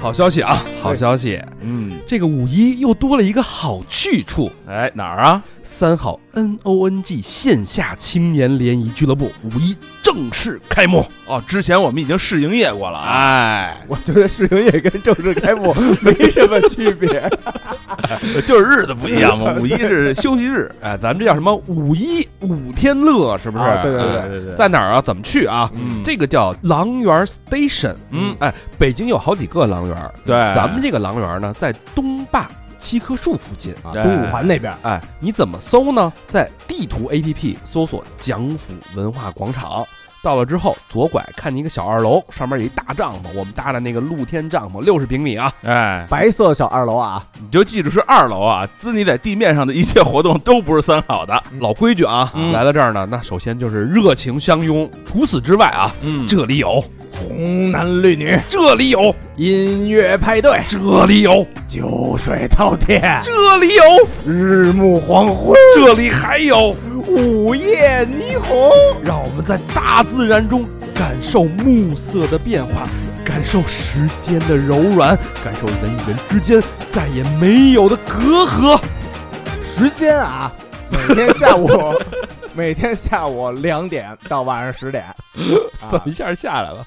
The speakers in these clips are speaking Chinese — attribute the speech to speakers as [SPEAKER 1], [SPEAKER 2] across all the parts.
[SPEAKER 1] 好消息啊，好消息！
[SPEAKER 2] 嗯，
[SPEAKER 1] 这个五一又多了一个好去处，
[SPEAKER 2] 哎，哪儿啊？
[SPEAKER 1] 三好 N O N G 线下青年联谊俱乐部五一正式开幕。
[SPEAKER 2] 哦，之前我们已经试营业过了啊。
[SPEAKER 1] 哎，
[SPEAKER 3] 我觉得试营业跟正式开 幕没什么区别。
[SPEAKER 2] 就是日子不一样 嘛，五一是休息日，
[SPEAKER 1] 哎，咱们这叫什么？五一五天乐是不是？
[SPEAKER 3] 啊对对
[SPEAKER 1] 哎
[SPEAKER 2] 对
[SPEAKER 1] 在哪儿啊？怎么去啊？
[SPEAKER 2] 嗯
[SPEAKER 1] 这个叫狼园 Station。
[SPEAKER 2] 嗯
[SPEAKER 1] 哎，北京有好几个狼园，
[SPEAKER 2] 对
[SPEAKER 1] 咱们这个狼园呢，在东坝七棵树附近。
[SPEAKER 3] 啊
[SPEAKER 2] 对
[SPEAKER 3] 东五环那边，
[SPEAKER 1] 哎，你怎么搜呢？在地图 APP 搜索“蒋府文化广场”，到了之后左拐看见一个小二楼，上面有一大帐篷，我们搭的那个露天帐篷，六十平米啊。
[SPEAKER 2] 哎，
[SPEAKER 3] 白色小二楼啊，
[SPEAKER 2] 你就记住是二楼啊，滋你在地面上的一切活动都不是三好的。
[SPEAKER 1] 老规矩啊，
[SPEAKER 2] 嗯
[SPEAKER 1] 来到这儿呢，那首先就是热情相拥。除此之外啊，
[SPEAKER 2] 嗯
[SPEAKER 1] 这里有，
[SPEAKER 3] 红男绿女，
[SPEAKER 1] 这里有，
[SPEAKER 3] 音乐派对，
[SPEAKER 1] 这里有，
[SPEAKER 3] 酒水饕餮，
[SPEAKER 1] 这里有，
[SPEAKER 3] 日暮黄昏，
[SPEAKER 1] 这里还有。
[SPEAKER 3] 午夜霓虹。
[SPEAKER 1] 让我们在大自然中感受暮色的变化，感受时间的柔软，感受人与人之间再也没有的隔阂。
[SPEAKER 3] 时间啊，每天下 午，每天下午两点到晚上 十点。啊
[SPEAKER 1] 怎么一下下来了？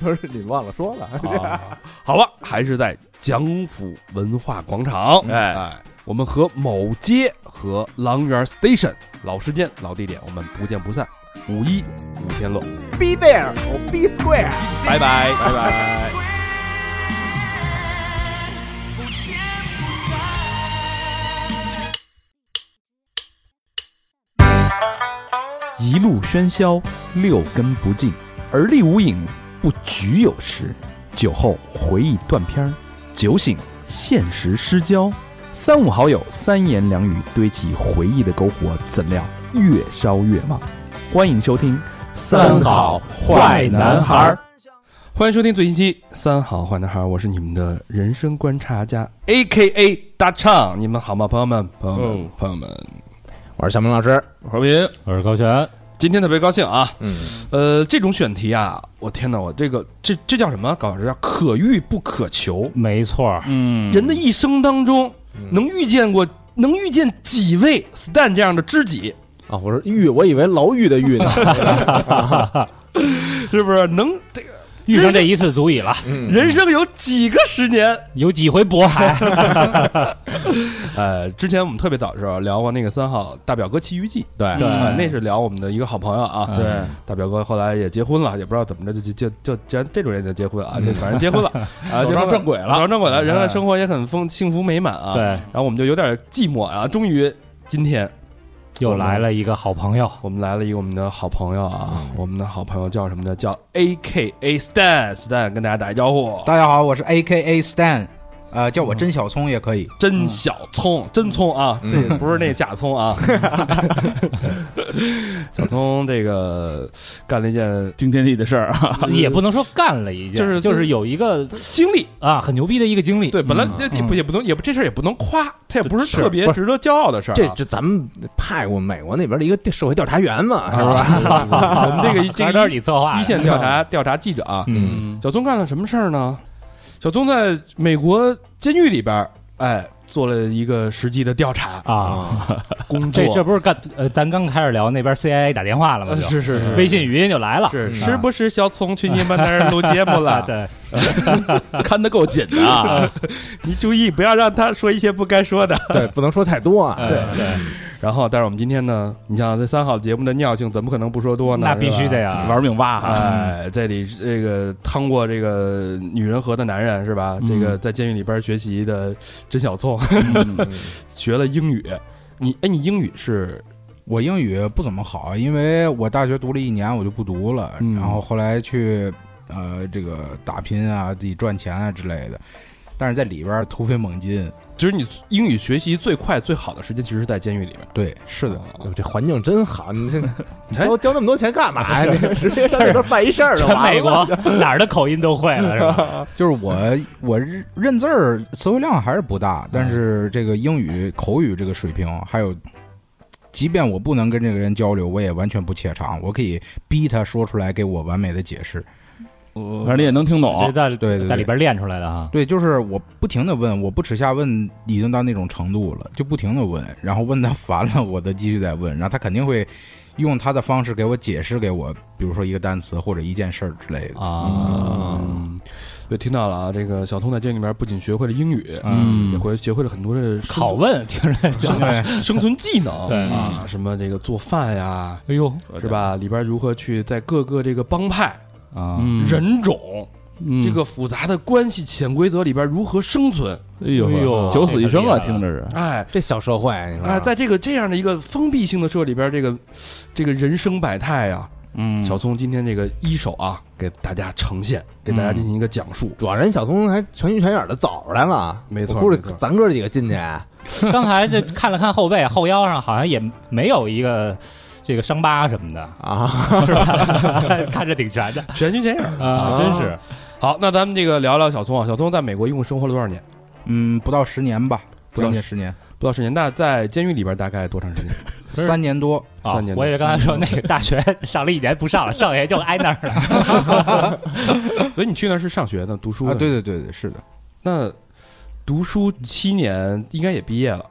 [SPEAKER 3] 不是你忘了说了？
[SPEAKER 1] 啊好吧，还是在蒋府文化广场。
[SPEAKER 2] 哎
[SPEAKER 1] 哎，我们和某街和狼园 Station 老时间老地点，我们不见不散。五一五天乐。
[SPEAKER 3] Be there or be square。
[SPEAKER 2] 拜拜，拜拜。
[SPEAKER 4] 不见不散。
[SPEAKER 5] 一路喧嚣，六根不净，而立无影，不局有时。酒后回忆断片儿，酒醒现实失焦。三五好友，三言两语堆起回忆的篝火，怎料越烧越旺。欢迎收听《
[SPEAKER 3] 三好坏男孩儿
[SPEAKER 1] 欢迎收听最新期《三好坏男孩》，我是你们的人生观察家，A K A 大唱，你们好吗，朋友们？朋友们，朋友们，
[SPEAKER 3] 我是小明老师，
[SPEAKER 2] 和平，
[SPEAKER 6] 我是高璇，
[SPEAKER 1] 今天特别高兴啊！
[SPEAKER 3] 嗯，
[SPEAKER 1] 呃，这种选题啊，我天哪，我这个这这叫什么？搞这叫可遇不可求。
[SPEAKER 6] 没错儿，
[SPEAKER 2] 嗯
[SPEAKER 1] 人的一生当中，能遇见过，能遇见几位 Stan 这样的知己，
[SPEAKER 3] 啊，我说玉，我以为牢狱的狱 呢。
[SPEAKER 1] 是不是？能这个
[SPEAKER 6] 遇上这一次足以了，
[SPEAKER 3] 嗯
[SPEAKER 1] 人生有几个十年？
[SPEAKER 6] 有几回渤海，
[SPEAKER 1] 呃，之前我们特别早的时候聊过那个三好大表哥奇遇记，对
[SPEAKER 6] 对
[SPEAKER 1] 那是聊我们的一个好朋友啊，
[SPEAKER 3] 嗯
[SPEAKER 6] 对
[SPEAKER 1] 大表哥后来也结婚了，也不知道怎么着就就就就既然这种人就结婚啊，就反正 结婚了啊，
[SPEAKER 2] 嗯走上正轨
[SPEAKER 1] 了，走
[SPEAKER 2] 了，
[SPEAKER 1] 上正轨了，人的
[SPEAKER 6] 嗯
[SPEAKER 1] 生活也很丰幸福美满啊。，
[SPEAKER 6] 对，
[SPEAKER 1] 然后我们就有点寂寞啊，终于今天
[SPEAKER 6] 又来了一个好朋友，
[SPEAKER 1] 我们来了一个我们的好朋友啊，
[SPEAKER 2] 嗯
[SPEAKER 1] 我们的好朋友叫什么呢？叫 A K A Stan Stan 跟大家打一招呼，
[SPEAKER 2] 嗯
[SPEAKER 7] 大家好，我是 A K A Stan，呃，叫我真小葱也可以。
[SPEAKER 1] 真小葱，真葱啊，
[SPEAKER 3] 嗯
[SPEAKER 1] 这不是那假 葱啊。小葱这个干了一件
[SPEAKER 2] 惊天地的事儿啊！
[SPEAKER 6] 也不能说干了一件，
[SPEAKER 1] 就是
[SPEAKER 6] 就是有一个
[SPEAKER 1] 经历，
[SPEAKER 6] 啊很牛逼的一个经历，
[SPEAKER 1] 对，本来
[SPEAKER 6] 嗯
[SPEAKER 1] 这也不也不能也不这事儿也不能夸，他也不是
[SPEAKER 3] 是
[SPEAKER 1] 特别
[SPEAKER 3] 不
[SPEAKER 1] 值得骄傲的事儿啊。
[SPEAKER 3] 这这咱们派过美国那边的一个调社会调查员嘛，
[SPEAKER 1] 啊
[SPEAKER 3] 是吧？
[SPEAKER 1] 我们这个一
[SPEAKER 6] 啊
[SPEAKER 1] 这
[SPEAKER 6] 还是都
[SPEAKER 1] 个
[SPEAKER 6] 是你策划
[SPEAKER 1] 一
[SPEAKER 6] 的
[SPEAKER 1] 一线调，查调查记者啊，
[SPEAKER 6] 嗯，
[SPEAKER 1] 小宗干了什么事儿呢？小宗在美国监狱里边儿，哎，做了一个实际的调查
[SPEAKER 6] 啊，
[SPEAKER 1] 工作
[SPEAKER 6] 这，这不是干呃，咱刚开始聊那边 CIA 打电话了吗？
[SPEAKER 1] 呃
[SPEAKER 6] 就是
[SPEAKER 1] 是是
[SPEAKER 6] 微信语音就来了，
[SPEAKER 1] 是
[SPEAKER 3] 嗯
[SPEAKER 1] 是不是小聪去你们那儿录节目了？
[SPEAKER 6] 啊 对，
[SPEAKER 2] 看得够紧的 啊！
[SPEAKER 1] 你注意，不要让他说一些不该说的。
[SPEAKER 3] 对，不能说太多啊。
[SPEAKER 6] 对对，
[SPEAKER 1] 然后，但是我们今天呢，你想这三好节目的尿性怎么可能不说多呢？
[SPEAKER 6] 那必须啊
[SPEAKER 1] 是吧
[SPEAKER 6] 的呀，
[SPEAKER 2] 玩命挖
[SPEAKER 7] 啊
[SPEAKER 2] 哈，
[SPEAKER 1] 哎，这里这个趟过这个女人河的男人是吧？
[SPEAKER 2] 嗯
[SPEAKER 1] 这个在监狱里边学习的真小聪，
[SPEAKER 7] 嗯
[SPEAKER 1] 学了英语。你哎，你英语是
[SPEAKER 7] 我英语不怎么好，因为我大学读了一年，我就不读了，
[SPEAKER 1] 嗯
[SPEAKER 7] 然后后来去呃这个打拼啊，自己赚钱啊之类的，但是在里边儿突飞猛进。
[SPEAKER 1] 就是你英语学习最快最好的时间，其实是在监狱里边。
[SPEAKER 7] 对，是的，
[SPEAKER 1] 啊
[SPEAKER 3] 哟哎这环境真好，你这
[SPEAKER 1] 哎
[SPEAKER 3] 交交那么多钱干嘛呀？你直接上那边办一事儿就
[SPEAKER 6] 全
[SPEAKER 3] 完
[SPEAKER 6] 美
[SPEAKER 3] 了。
[SPEAKER 6] 国 哪儿的口音都会了是吧？
[SPEAKER 7] 就是我 我认认字儿词汇量还是不大，但是这个英语口语这个水平还有。即便我不能跟这个人交流，我也完全不怯场，我可以逼他说出来，给我完美的解释。呃
[SPEAKER 2] 反正你也能听
[SPEAKER 6] 这
[SPEAKER 2] 懂。
[SPEAKER 6] 在
[SPEAKER 7] 对对
[SPEAKER 6] 在里边练出来的哈。
[SPEAKER 7] 对，就是我不停的问，我不耻下问，已经到那种程度了，就不停的问，然后问他 烦了，我再继续再问，然后他肯定会用他的方式给我解释给我，比如说一个单词或者一件事儿之类的。
[SPEAKER 6] 啊，
[SPEAKER 1] 嗯，对，听到了啊，这个小童在这里面不仅学会了英语，啊
[SPEAKER 7] 嗯
[SPEAKER 1] 也会学会了很多的生
[SPEAKER 6] 拷问听着就，
[SPEAKER 7] 对，
[SPEAKER 1] 生存技能
[SPEAKER 6] 对
[SPEAKER 1] 啊，什么这个做饭呀，
[SPEAKER 6] 哎呦
[SPEAKER 1] 是？吧？里边如何去在各个这个帮派、
[SPEAKER 6] 啊，
[SPEAKER 2] 嗯，
[SPEAKER 1] 人种
[SPEAKER 2] 嗯
[SPEAKER 1] 这，个复杂的关系潜规则里边如何生存？
[SPEAKER 2] 哎呦
[SPEAKER 6] 哎呦
[SPEAKER 2] 九死一生啊，
[SPEAKER 6] 这个厉害了
[SPEAKER 2] 听着是。
[SPEAKER 1] 哎
[SPEAKER 3] 这小社会，你
[SPEAKER 1] 哎，
[SPEAKER 3] 看，
[SPEAKER 1] 在这个这样的一个封闭性的社里边，这个这个人生百态啊，
[SPEAKER 2] 嗯
[SPEAKER 1] 小聪今天这个一手啊，给大家呈现，给大家进行一个讲述。
[SPEAKER 3] 主要人小聪还全心全意的走出来了，
[SPEAKER 1] 没错
[SPEAKER 3] 我估计
[SPEAKER 1] 没错
[SPEAKER 3] 咱哥几个进去，啊
[SPEAKER 6] 刚才这看了看后背，后腰上好像也没有一个这个伤疤什么的 啊，是吧？看着挺全的
[SPEAKER 1] 全心全影。
[SPEAKER 6] 啊，真是
[SPEAKER 1] 嗯好，那咱们这个聊聊小聪啊，小聪在美国一共生活了多少年？
[SPEAKER 7] 嗯，不到十年吧，
[SPEAKER 1] 不到
[SPEAKER 7] 将近十年，
[SPEAKER 1] 不到十年。那在监狱里边大概多长时 间？
[SPEAKER 6] 是
[SPEAKER 7] 三年多。
[SPEAKER 6] 啊
[SPEAKER 1] 三年多
[SPEAKER 6] 我以为刚才说那个大学 上了一年不上了，上也就挨那儿了。
[SPEAKER 1] 所以你去那儿是上学呢，读书
[SPEAKER 7] 啊，
[SPEAKER 1] 呢
[SPEAKER 7] 对。对对对，是的，
[SPEAKER 1] 那读书七年，应该也毕业了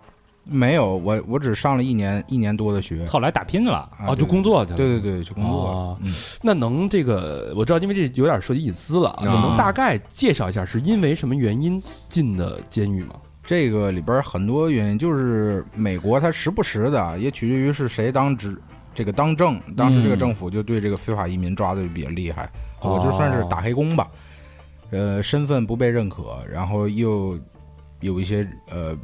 [SPEAKER 7] 没有，我我只上了一年一年多的学，
[SPEAKER 6] 后来打拼了，
[SPEAKER 7] 啊
[SPEAKER 1] 啊，就工。作去了。
[SPEAKER 7] 对对对对，就工作了。
[SPEAKER 1] 啊
[SPEAKER 7] 嗯，
[SPEAKER 1] 那能这个我知道，因为这有点涉及隐私了啊，就能大概介绍一下是因为什么原因进的监狱吗？
[SPEAKER 7] 这个里边儿很多原因，就是美国它时不时的也取决于是谁当执这个当政，当时这个政府就对这个非法移民抓的就比较厉害，
[SPEAKER 1] 哦
[SPEAKER 7] 我就算是打黑工吧，呃，身份不被认可，然后又有一些呃。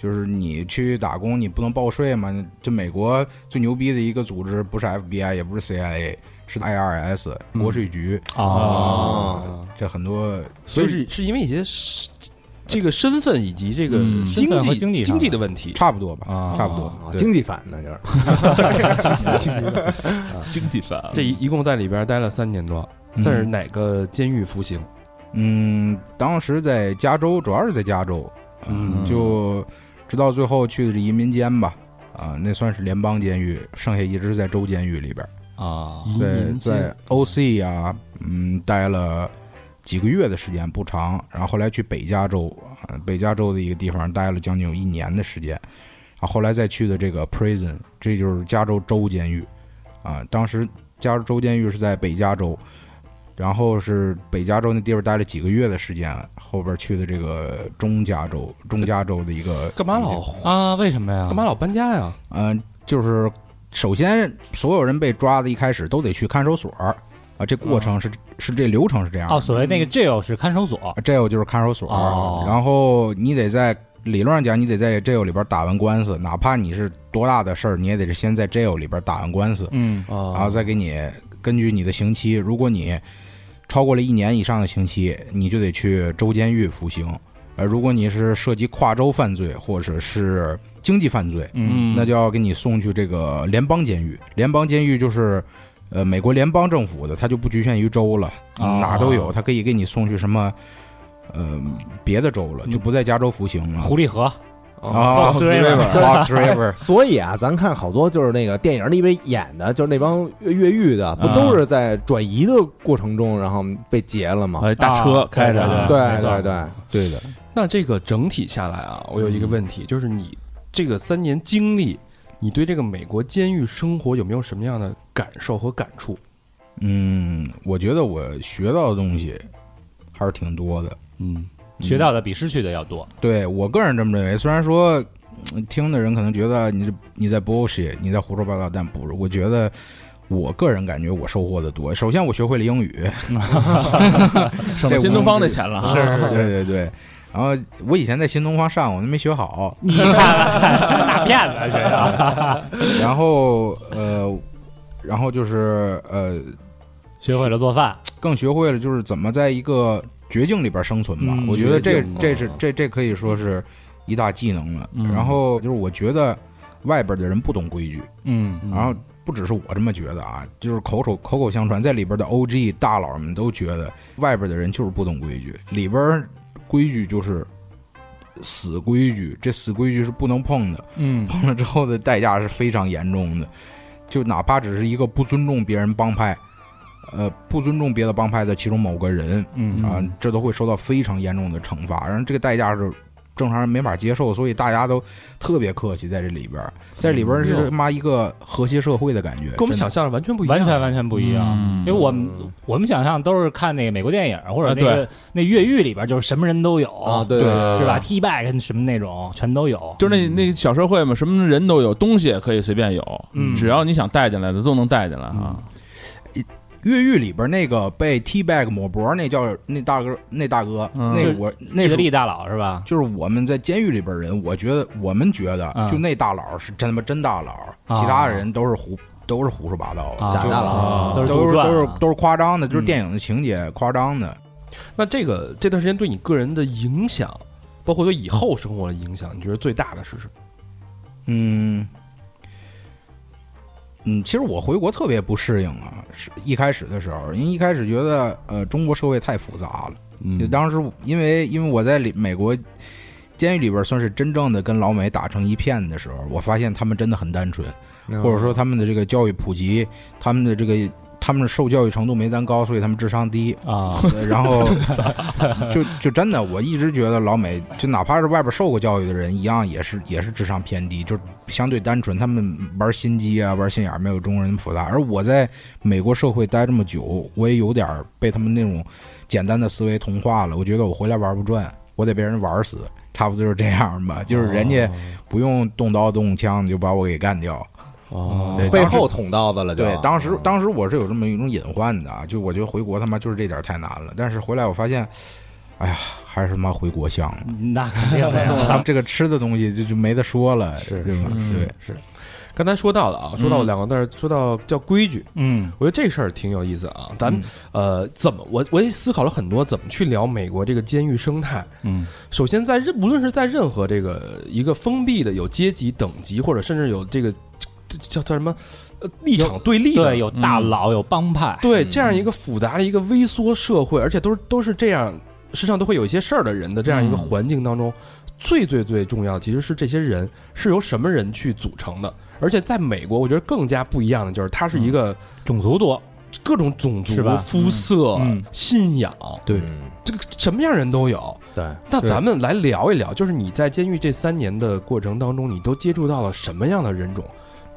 [SPEAKER 7] 就是你去打工，你不能报税嘛？这美国最牛逼的一个组织不是 FBI，也不是 CIA，是 IRS 国税局。
[SPEAKER 6] 啊哦，
[SPEAKER 7] 这很多
[SPEAKER 1] 啊所以是是因为一些是这个身份以及这个
[SPEAKER 2] 嗯
[SPEAKER 1] 经
[SPEAKER 6] 身份
[SPEAKER 1] 济
[SPEAKER 6] 和经济
[SPEAKER 1] 经
[SPEAKER 6] 上
[SPEAKER 1] 济的问题，
[SPEAKER 7] 差不多吧，
[SPEAKER 1] 啊
[SPEAKER 7] 差不多。
[SPEAKER 3] 啊
[SPEAKER 7] 对
[SPEAKER 3] 经济犯那就是
[SPEAKER 2] 经济犯
[SPEAKER 1] 这一一共在里边待了三年多，
[SPEAKER 7] 嗯
[SPEAKER 1] 在哪个监狱服刑？
[SPEAKER 7] 嗯，当时在加州，主要是在加州，啊
[SPEAKER 1] 嗯
[SPEAKER 7] 就直到最后去的是移民监吧，啊、那算是联邦监狱，剩下一直在州监狱里边儿，
[SPEAKER 6] 啊
[SPEAKER 1] 移
[SPEAKER 7] 在
[SPEAKER 1] 民监
[SPEAKER 7] 在 OC 啊，嗯，待了几个月的时间，不长，然后后来去北加州，啊北加州的一个地方待了将近有一年的时间，啊，后来再去的这个 prison，这就是加州州监狱，啊，当时加州州监狱是在北加州，然后是北加州那地方待了几个月的时间，后边去的这个中加州，中加州的一个
[SPEAKER 1] 干嘛老
[SPEAKER 6] 啊，为什么呀？
[SPEAKER 1] 干嘛老搬家呀？
[SPEAKER 7] 嗯、就是首先所有人被抓的一开始都得去看守所儿啊，这过程是、是这流程是这样
[SPEAKER 6] 嗯
[SPEAKER 7] 的
[SPEAKER 6] 哦，所谓那个 jail 是看守所
[SPEAKER 7] 啊，jail 就是看守所，
[SPEAKER 6] 哦
[SPEAKER 7] 然后你得在理论上讲，你得在 jail 里边打完官司，哪怕你是多大的事儿，你也得是先在 jail 里边打完官司，
[SPEAKER 2] 嗯
[SPEAKER 7] 然后
[SPEAKER 1] 啊，
[SPEAKER 7] 再给你根据你的刑期，如果你超过了一年以上的刑期，你就得去州监狱服刑。呃，如果你是涉及跨州犯罪或者是经济犯罪，
[SPEAKER 2] 嗯，
[SPEAKER 7] 那就要给你送去这个联邦监狱。联邦监狱就是，呃，美国联邦政府的，它就不局限于州了，
[SPEAKER 2] 哦
[SPEAKER 7] 哪都有，它可以给你送去什么，呃，别的州了，就不在加州服刑了。
[SPEAKER 6] 狐狸河
[SPEAKER 7] 啊
[SPEAKER 6] Fox River
[SPEAKER 7] Fox River，
[SPEAKER 3] 哦所以啊，咱看好多就是那个电影里边演的，就是那帮越越狱的，不都是在转移的过程中，然后被劫了吗？
[SPEAKER 2] 哎，大车
[SPEAKER 6] 啊
[SPEAKER 2] 开着
[SPEAKER 7] 哎
[SPEAKER 2] 啊，
[SPEAKER 6] 对
[SPEAKER 3] 对
[SPEAKER 6] 没
[SPEAKER 3] 对
[SPEAKER 6] 错
[SPEAKER 3] 对，
[SPEAKER 7] 对的，
[SPEAKER 1] 那这个整体下来啊，我有一个问题，就是你这个三年经历，你对这个美国监狱生活有没有什么样的感受和感触？
[SPEAKER 7] 嗯，我觉得我学到的东西还是挺多的。
[SPEAKER 1] 嗯，
[SPEAKER 6] 学到的比失去的要多。
[SPEAKER 7] 对我个人这么认为，虽然说嗯听的人可能觉得你这你在 bullshit，你在胡说八道，但不是。我觉得我个人感觉我收获的多。首先，我学会了英语，
[SPEAKER 2] 省了新东方的钱了啊。
[SPEAKER 7] 对对对。然后我以前在新东方上，我都没学好。
[SPEAKER 6] 你看看， 大骗子学的，
[SPEAKER 7] 然后呃，然后就是呃，
[SPEAKER 6] 学会了做饭，
[SPEAKER 7] 更学会了就是怎么在一个绝境里边生存吧。
[SPEAKER 2] 嗯啊
[SPEAKER 7] 我觉得这
[SPEAKER 1] 绝境
[SPEAKER 7] 这是这这可以说是一大技能了。
[SPEAKER 2] 嗯
[SPEAKER 7] 然后就是我觉得外边的人不懂规矩，
[SPEAKER 2] 嗯
[SPEAKER 7] 然后不只是我这么觉得啊，就是口口口口相传，在里边的 OG 大佬们都觉得外边的人就是不懂规矩，里边规矩就是死规矩，这死规矩是不能碰的，
[SPEAKER 2] 嗯
[SPEAKER 7] 碰了之后的代价是非常严重的，就哪怕只是一个不尊重别人帮派，呃不尊重别的帮派的其中某个人
[SPEAKER 5] 嗯
[SPEAKER 7] 啊，这都会受到非常严重的惩罚，然后这个代价是正常人没法接受，所以大家都特别客气在这里边儿，在里边儿是他妈一个和谐社会的感觉，
[SPEAKER 1] 跟我
[SPEAKER 6] 嗯
[SPEAKER 1] 们
[SPEAKER 7] 真
[SPEAKER 1] 想
[SPEAKER 7] 的
[SPEAKER 1] 象的完全不一样，
[SPEAKER 6] 完全完全不一样。
[SPEAKER 5] 嗯
[SPEAKER 6] 因为我们我们想象都是看那个美国电影或者那个那越狱里边就是什么人都有
[SPEAKER 3] 啊对对
[SPEAKER 6] 是吧？T back 什么那种全都有。
[SPEAKER 2] 就是那那小社会嘛，什么人都有，东西也可以随便有，
[SPEAKER 6] 嗯
[SPEAKER 2] 只要你想带进来的都能带进来啊。
[SPEAKER 7] 越狱里边儿那个被 T bag 抹脖儿那叫那大哥那大哥，
[SPEAKER 2] 嗯
[SPEAKER 7] 那
[SPEAKER 6] 就
[SPEAKER 7] 我那
[SPEAKER 6] 意大
[SPEAKER 7] 是
[SPEAKER 6] 利大佬是吧？
[SPEAKER 7] 就是我们在监狱里边人，我觉得我们觉得
[SPEAKER 6] 嗯
[SPEAKER 7] 就那大佬是真他妈真大佬，
[SPEAKER 6] 啊
[SPEAKER 7] 其他人都是胡都是胡说八道
[SPEAKER 6] 啊
[SPEAKER 7] 的，
[SPEAKER 6] 假
[SPEAKER 7] 就
[SPEAKER 6] 大佬啊
[SPEAKER 7] 都是
[SPEAKER 6] 都是杜
[SPEAKER 7] 都是
[SPEAKER 6] 撰啊
[SPEAKER 7] 都是都是夸张的，就是
[SPEAKER 6] 嗯
[SPEAKER 7] 电影的情节夸张的。
[SPEAKER 1] 那这个这段时间对你个人的影响，包括对以后生活的影响，你觉得最大的是什么？
[SPEAKER 7] 嗯嗯，其实我回国特别不适应啊，是一开始的时候，因为一开始觉得呃中国社会太复杂了。
[SPEAKER 6] 嗯
[SPEAKER 7] 就当时因为因为我在里美国监狱里边算是真正的跟老美打成一片的时候，我发现他们真的很单纯，
[SPEAKER 6] 嗯
[SPEAKER 7] 或者说
[SPEAKER 3] 嗯
[SPEAKER 7] 他们的这个教育普及，他们的这个他们的受教育程度没咱高，所以他们智商低。
[SPEAKER 6] 啊，
[SPEAKER 7] 呃然后就就真的，我一直觉得老美就哪怕是外边受过教育的人，一样也是也是智商偏低，就是相对单纯。他们玩心机啊，玩心眼儿没有中国人那么复杂。而我在美国社会待这么久，我也有点儿被他们那种简单的思维同化了。我觉得我回来玩不转，我得被人玩死，差不多就是这样吧。就是人家不用动刀动枪就把我给干掉。
[SPEAKER 3] 哦
[SPEAKER 7] 对
[SPEAKER 3] 背
[SPEAKER 7] 当时
[SPEAKER 3] 后捅刀子了就，啊
[SPEAKER 7] 对，当时当时我是有这么一种隐患的啊，就我觉得回国他妈就是这点儿太难了，但是回来我发现，哎呀，还是他妈回国香了。
[SPEAKER 6] 那肯定的呀。
[SPEAKER 7] 这个吃的东西就就没得说了，
[SPEAKER 1] 是
[SPEAKER 7] 对吧？
[SPEAKER 2] 是
[SPEAKER 7] 对，
[SPEAKER 1] 刚才说到了啊，说到两个字儿，说到叫规矩，
[SPEAKER 6] 嗯
[SPEAKER 1] 我觉得这事儿挺有意思啊。咱们
[SPEAKER 7] 嗯
[SPEAKER 1] 呃，怎么我我也思考了很多，怎么去聊美国这个监狱生态。
[SPEAKER 2] 嗯，
[SPEAKER 1] 首先在任无论是在任何这个一个封闭的有阶级等级，或者甚至有这个这叫叫什么呃立场对立的
[SPEAKER 6] 对，有大佬，有帮派，
[SPEAKER 1] 对
[SPEAKER 3] 嗯
[SPEAKER 1] 这样一个复杂的一个微缩社会，而且都是都是这样身上都会有一些事儿的人的这样一个
[SPEAKER 2] 嗯
[SPEAKER 1] 环境当中，最最最重要的其实是这些人是由什么人去组成的。而且在美国，我觉得更加不一样的就是，它是一个
[SPEAKER 6] 种族多，
[SPEAKER 1] 各种种族
[SPEAKER 6] 是吧、
[SPEAKER 1] 肤色、
[SPEAKER 6] 嗯
[SPEAKER 1] 信仰，
[SPEAKER 7] 对
[SPEAKER 3] 嗯
[SPEAKER 1] 这个什么样人都有。
[SPEAKER 3] 对，
[SPEAKER 1] 那
[SPEAKER 7] 是
[SPEAKER 1] 咱们来聊一聊，就是你在监狱这三年的过程当中，你都接触到了什么样的人种？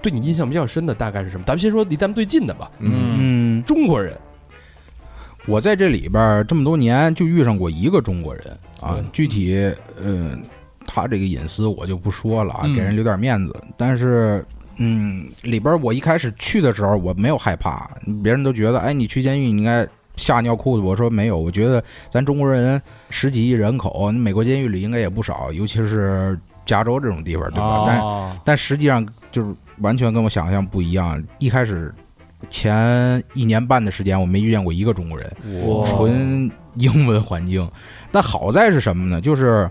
[SPEAKER 1] 对你印象比较深的大概是什么？咱们先说离咱们最近的吧，
[SPEAKER 2] 嗯
[SPEAKER 7] 嗯，
[SPEAKER 1] 中国人。
[SPEAKER 7] 我在这里边儿这么多年就遇上过一个中国人啊
[SPEAKER 1] 嗯，
[SPEAKER 7] 具体嗯、他这个隐私我就不说了啊，
[SPEAKER 1] 嗯
[SPEAKER 7] 给人留点面子。但是嗯，里边儿我一开始去的时候我没有害怕，别人都觉得哎，你去监狱你应该吓尿裤子，我说没有，我觉得咱中国人十几亿人口，美国监狱里应该也不少，尤其是加州这种地方，对吧？但
[SPEAKER 6] 哦，
[SPEAKER 7] 但实际上就是完全跟我想象不一样。一开始前一年半的时间，我没遇见过一个中国人，
[SPEAKER 1] 哇
[SPEAKER 7] 纯英文环境。但好在是什么呢？就是，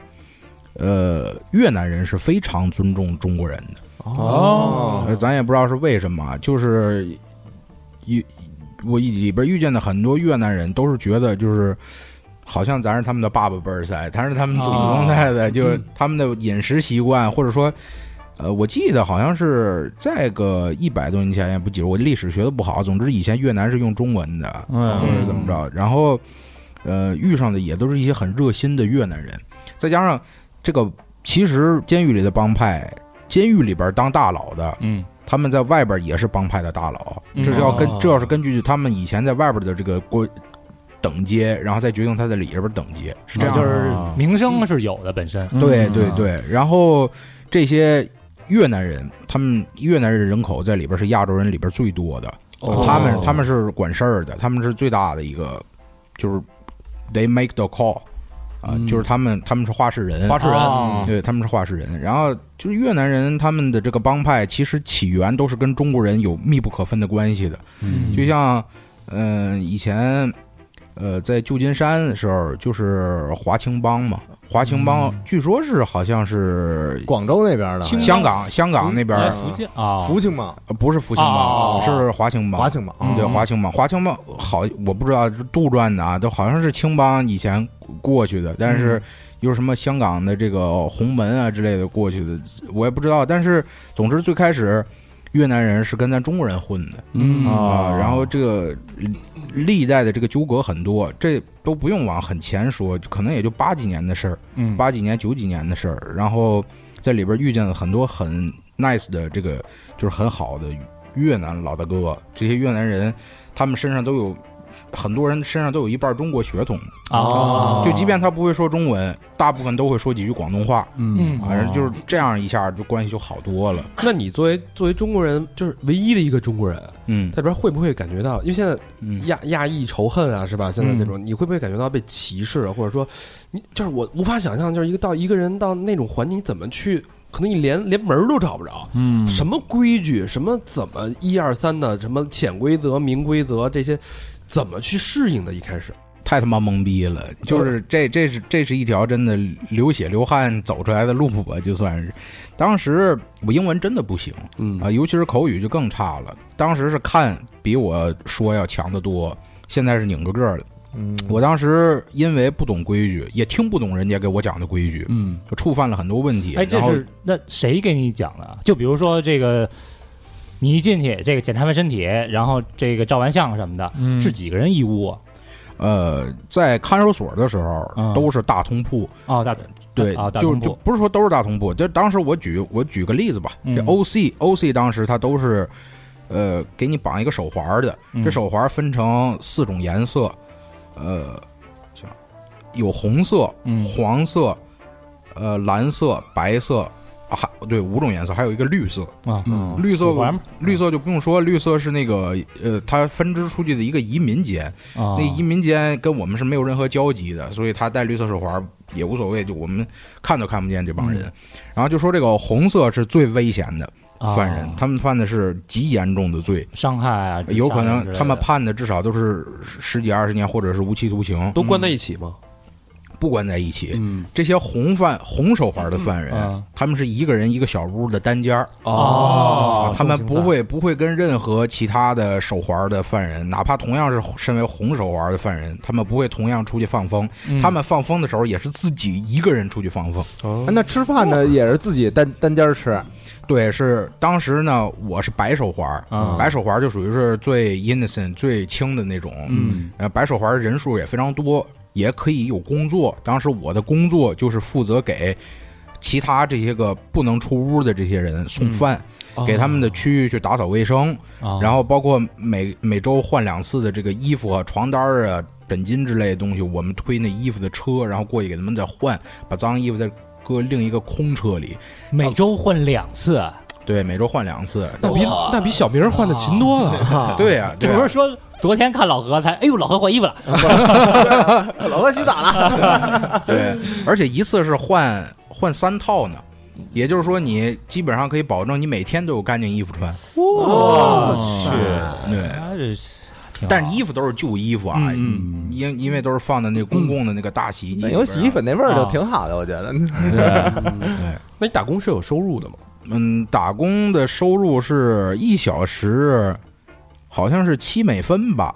[SPEAKER 7] 呃，越南人是非常尊重中国人的。
[SPEAKER 3] 哦
[SPEAKER 7] 呃，咱也不知道是为什么啊，就是一我里边遇见的很多越南人都是觉得就是。好像咱是他们的爸爸辈儿在，咱是他们祖
[SPEAKER 2] 哦
[SPEAKER 7] 宗在
[SPEAKER 2] 嗯
[SPEAKER 7] 的，就是他们的饮食习惯，或者说，呃，我记得好像是在个一百多年前，也不记得，我历史学的不好。总之，以前越南是用中文的，
[SPEAKER 2] 嗯
[SPEAKER 7] 或者怎么着，然后，呃，遇上的也都是一些很热心的越南人，再加上这个，其实监狱里的帮派，监狱里边当大佬的，
[SPEAKER 2] 嗯
[SPEAKER 7] 他们在外边也是帮派的大佬，
[SPEAKER 2] 嗯
[SPEAKER 7] 这是要根
[SPEAKER 1] 哦，
[SPEAKER 7] 这要是根据他们以前在外边的这个规等阶，然后再决定他在里边等阶，是
[SPEAKER 6] 这
[SPEAKER 7] 这样
[SPEAKER 6] 哦就
[SPEAKER 7] 的。
[SPEAKER 6] 是名声是有的本身。
[SPEAKER 7] 对
[SPEAKER 2] 嗯
[SPEAKER 7] 对对，然后这些越南人，他们越南人人口在里边是亚洲人里边最多的，
[SPEAKER 1] 哦
[SPEAKER 7] 他们他们是管事儿的，他们是最大的一个，就是 they make the call 啊、
[SPEAKER 1] 嗯
[SPEAKER 7] 就是他们他们是话事人，
[SPEAKER 1] 花式人，
[SPEAKER 3] 啊
[SPEAKER 6] 哦
[SPEAKER 3] 嗯
[SPEAKER 7] 对，他们是话事人。然后就是越南人他们的这个帮派，其实起源都是跟中国人有密不可分的关系的。
[SPEAKER 2] 嗯
[SPEAKER 7] 就像，嗯、以前，呃，在旧金山的时候，就是华侨帮嘛，华侨帮
[SPEAKER 6] 嗯
[SPEAKER 7] 据说是好像是
[SPEAKER 3] 广州那边的好像
[SPEAKER 7] 香港香港那边
[SPEAKER 6] 哎
[SPEAKER 7] 儿
[SPEAKER 6] 福建啊，
[SPEAKER 3] 福清嘛，
[SPEAKER 7] 呃不是福清
[SPEAKER 6] 哦
[SPEAKER 7] 帮，是华侨帮
[SPEAKER 3] 华。清嘛，
[SPEAKER 7] 嗯对，呃
[SPEAKER 3] 哦
[SPEAKER 7] 华清帮，华清帮好，我不知道是杜撰的啊，都好像是青帮以前过去的，但是又是什么香港的这个红门啊之类的过去的，我也不知道。但是总之最开始，越南人是跟咱中国人混的
[SPEAKER 1] 嗯
[SPEAKER 7] 啊，然后这个历历代的这个纠葛很多，这都不用往很前说，可能也就八几年的事儿，
[SPEAKER 5] 嗯
[SPEAKER 7] 八几年九几年的事儿，然后在里边遇见了很多很 nice 的这个就是很好的越南老大哥，这些越南人他们身上都有。很多人身上都有一半中国血统，
[SPEAKER 6] 啊
[SPEAKER 3] 哦
[SPEAKER 7] 啊就即便他不会说中文，大部分都会说几句广东话，
[SPEAKER 1] 嗯，
[SPEAKER 7] 反正就是这样一下就关系就好多了。
[SPEAKER 1] 那你作为作为中国人，就是唯一的一个中国人，
[SPEAKER 7] 嗯
[SPEAKER 1] 在这边会不会感觉到？因为现在
[SPEAKER 7] 嗯，
[SPEAKER 1] 亚亚裔仇恨啊，是吧？现在这种，你会不会感觉到被歧视啊？或者说，你就是我无法想象，就是一个到一个人到那种环境，你怎么去？可能你连连门儿都找不着，
[SPEAKER 5] 嗯
[SPEAKER 1] 什么规矩，什么怎么一二三的，什么潜规则、明规则这些，怎么去适应的？一开始，
[SPEAKER 7] 太他妈懵逼了，就是这这是这是一条真的流血流汗走出来的路吧，就算是。当时我英文真的不行
[SPEAKER 1] 嗯
[SPEAKER 7] 啊、尤其是口语就更差了。当时是看比我说要强得多，现在是拧个个儿了。
[SPEAKER 3] 嗯，
[SPEAKER 7] 我当时因为不懂规矩，也听不懂人家给我讲的规矩，
[SPEAKER 1] 嗯，
[SPEAKER 7] 就触犯了很多问题。
[SPEAKER 6] 哎，这
[SPEAKER 7] 然后
[SPEAKER 6] 是那谁给你讲的？啊就比如说这个，你一进去，这个检查完身体，然后这个照完相什么的，
[SPEAKER 5] 嗯
[SPEAKER 6] 是几个人一屋？啊
[SPEAKER 7] 呃，在看守所的时候、
[SPEAKER 6] 嗯
[SPEAKER 7] 都是大通铺，
[SPEAKER 6] 哦，大
[SPEAKER 7] 对，
[SPEAKER 6] 啊，大
[SPEAKER 7] 就
[SPEAKER 6] 通
[SPEAKER 7] 就
[SPEAKER 6] 铺
[SPEAKER 7] 不是说都是大同步，就当时我举我举个例子吧，这
[SPEAKER 5] 嗯
[SPEAKER 7] OC OC 当时它都是，呃，给你绑一个手环儿的，
[SPEAKER 5] 嗯
[SPEAKER 7] 这手环儿分成四种颜色，呃，行有红色、
[SPEAKER 5] 嗯
[SPEAKER 7] 黄色、呃蓝色、白色，啊还对五种颜色，还有一个绿色，
[SPEAKER 5] 啊
[SPEAKER 3] 嗯
[SPEAKER 7] 绿色
[SPEAKER 5] 五环嘛
[SPEAKER 7] 绿色就不用说，绿色是那个呃，它分支出去的一个移民间，
[SPEAKER 5] 啊
[SPEAKER 7] 那移民间跟我们是没有任何交集的，所以他戴绿色手环也无所谓，就我们看都看不见这帮
[SPEAKER 6] 嗯
[SPEAKER 7] 人。然后就说这个红色是最危险的犯人，
[SPEAKER 6] 啊
[SPEAKER 7] 他们犯的是极严重的罪，
[SPEAKER 6] 伤害啊，
[SPEAKER 7] 有可
[SPEAKER 6] 杀人之
[SPEAKER 7] 能
[SPEAKER 6] 类的
[SPEAKER 7] 他们判的至少都是十几二十年或者是无期徒刑，
[SPEAKER 1] 都关在一起吗？
[SPEAKER 7] 不关在一起。
[SPEAKER 1] 嗯，
[SPEAKER 7] 这些红犯红手环
[SPEAKER 6] 嗯
[SPEAKER 7] 的犯人，
[SPEAKER 5] 啊
[SPEAKER 7] 他们是一个人一个小屋的单间儿，啊
[SPEAKER 6] 哦，
[SPEAKER 7] 他们
[SPEAKER 6] 重刑
[SPEAKER 7] 不
[SPEAKER 6] 犯
[SPEAKER 7] 会不会跟任何其他的手环的犯人，哪怕同样是身为红手环的犯人，他们不会同样出去放风。
[SPEAKER 6] 嗯
[SPEAKER 7] 他们放风的时候也是自己一个人出去放风。
[SPEAKER 1] 哦，
[SPEAKER 3] 那吃饭呢也是自己单单间儿吃，
[SPEAKER 7] 对，是当时呢，我是白手环，
[SPEAKER 3] 啊
[SPEAKER 7] 白手环就属于是最 innocent、最轻的那种。
[SPEAKER 5] 嗯
[SPEAKER 7] 呃，白手环人数也非常多，也可以有工作。当时我的工作就是负责给其他这些个不能出屋的这些人送饭，
[SPEAKER 1] 哦
[SPEAKER 7] 给他们的区域去打扫卫生，
[SPEAKER 5] 哦
[SPEAKER 6] 哦
[SPEAKER 7] 然后包括每每周换两次的这个衣服啊、床单儿啊、枕巾之类的东西，我们推那衣服的车，然后过去给他们再换，把脏衣服再搁另一个空车里。
[SPEAKER 6] 每周换两次，啊
[SPEAKER 7] 对，每周换两次。
[SPEAKER 1] 那比
[SPEAKER 6] 哇
[SPEAKER 1] 那比小明儿换的勤多了。
[SPEAKER 5] 哦
[SPEAKER 7] 对呀、
[SPEAKER 6] 这
[SPEAKER 7] 对、
[SPEAKER 6] 不是
[SPEAKER 7] 啊，
[SPEAKER 6] 说昨天看老何才，哎呦，老何换衣服了，
[SPEAKER 3] 老哥洗澡了，
[SPEAKER 7] 对，啊而且一次是换换三套呢，也就是说你基本上可以保证你每天都有干净衣服穿。
[SPEAKER 6] 哇
[SPEAKER 7] 是对
[SPEAKER 6] 那这是挺好
[SPEAKER 7] 但是衣服都是旧衣服啊，
[SPEAKER 5] 嗯
[SPEAKER 7] 因因为都是放在那个公共的那个大洗衣机里边啊，
[SPEAKER 3] 有洗衣粉那味儿就嗯挺好的，我觉得。
[SPEAKER 1] 那你打工是有收入的吗？
[SPEAKER 7] 嗯，打工的收入是一小时，好像是七美分吧，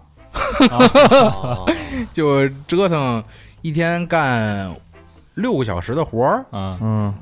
[SPEAKER 7] 就折腾一天干六个小时的活儿，
[SPEAKER 5] 啊
[SPEAKER 7] 嗯，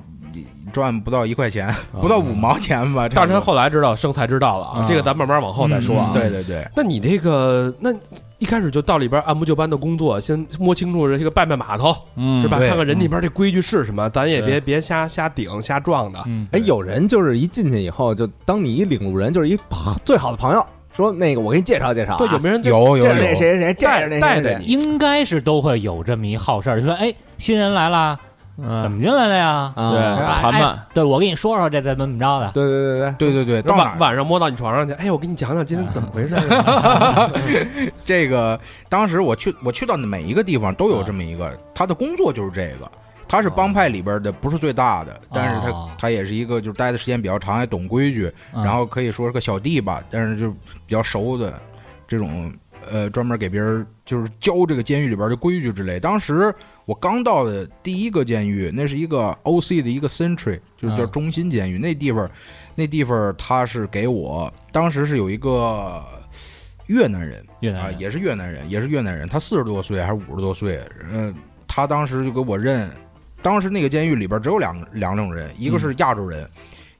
[SPEAKER 7] 赚不到一块钱，不到五毛钱吧。
[SPEAKER 1] 啊大山
[SPEAKER 7] 差不多
[SPEAKER 1] 后来知道，生才知道了啊
[SPEAKER 5] 啊。
[SPEAKER 1] 这个咱慢慢往后再说啊。
[SPEAKER 5] 嗯
[SPEAKER 7] 对对对，
[SPEAKER 1] 那你这个，那一开始就到里边按部就班的工作，先摸清楚这个拜拜码头
[SPEAKER 5] 嗯
[SPEAKER 1] 是吧？
[SPEAKER 7] 对
[SPEAKER 1] 看看人里边这规矩是什么，咱也别别瞎瞎顶瞎撞的。
[SPEAKER 5] 嗯
[SPEAKER 3] 哎，有人就是一进去以后，就当你一领路人，就是一朋最好的朋友，说那个我给你介绍介绍啊，
[SPEAKER 1] 对，有没有人就
[SPEAKER 7] 有有
[SPEAKER 3] 这是那谁
[SPEAKER 7] 有，
[SPEAKER 3] 谁谁，这
[SPEAKER 1] 带
[SPEAKER 3] 是那
[SPEAKER 1] 带
[SPEAKER 3] 谁
[SPEAKER 1] 着
[SPEAKER 3] 谁
[SPEAKER 1] 你？
[SPEAKER 6] 应该是都会有这么一好事儿，就说哎，新人来啦，怎么进来的呀？
[SPEAKER 3] 啊，
[SPEAKER 2] 对
[SPEAKER 6] 是吧
[SPEAKER 2] 谈判
[SPEAKER 6] 哎对我给你说说这怎么怎么着的，
[SPEAKER 3] 对对对对，
[SPEAKER 7] 对对对，到哪
[SPEAKER 1] 晚
[SPEAKER 7] 儿
[SPEAKER 1] 晚上摸到你床上去，哎，我给你讲讲今天怎么回事儿啊。
[SPEAKER 7] 这个当时我去我去到每一个地方都
[SPEAKER 1] 啊
[SPEAKER 7] 有这么一个，他的工作就是这个。他是帮派里边的，不是最大的，但是他、
[SPEAKER 1] 啊
[SPEAKER 6] 哦
[SPEAKER 7] 他也是一个就是待的时间比较长，也懂规矩，
[SPEAKER 6] 嗯
[SPEAKER 5] 啊
[SPEAKER 7] 然后可以说是个小弟吧，但是就比较熟的这种，呃，专门给别人就是教这个监狱里边的规矩之类。当时我刚到的第一个监狱，那是一个 OC 的一个 Century，就是叫
[SPEAKER 5] 嗯
[SPEAKER 7] 中心监狱。那地方，那地方他是给我当时是有一个越南人
[SPEAKER 5] 越
[SPEAKER 7] 啊、
[SPEAKER 5] 南人
[SPEAKER 7] 也是越南人，也是越南人，他四十多岁还是五十多岁，嗯、他当时就给我认，当时那个监狱里边只有两两种人，一个是亚洲人。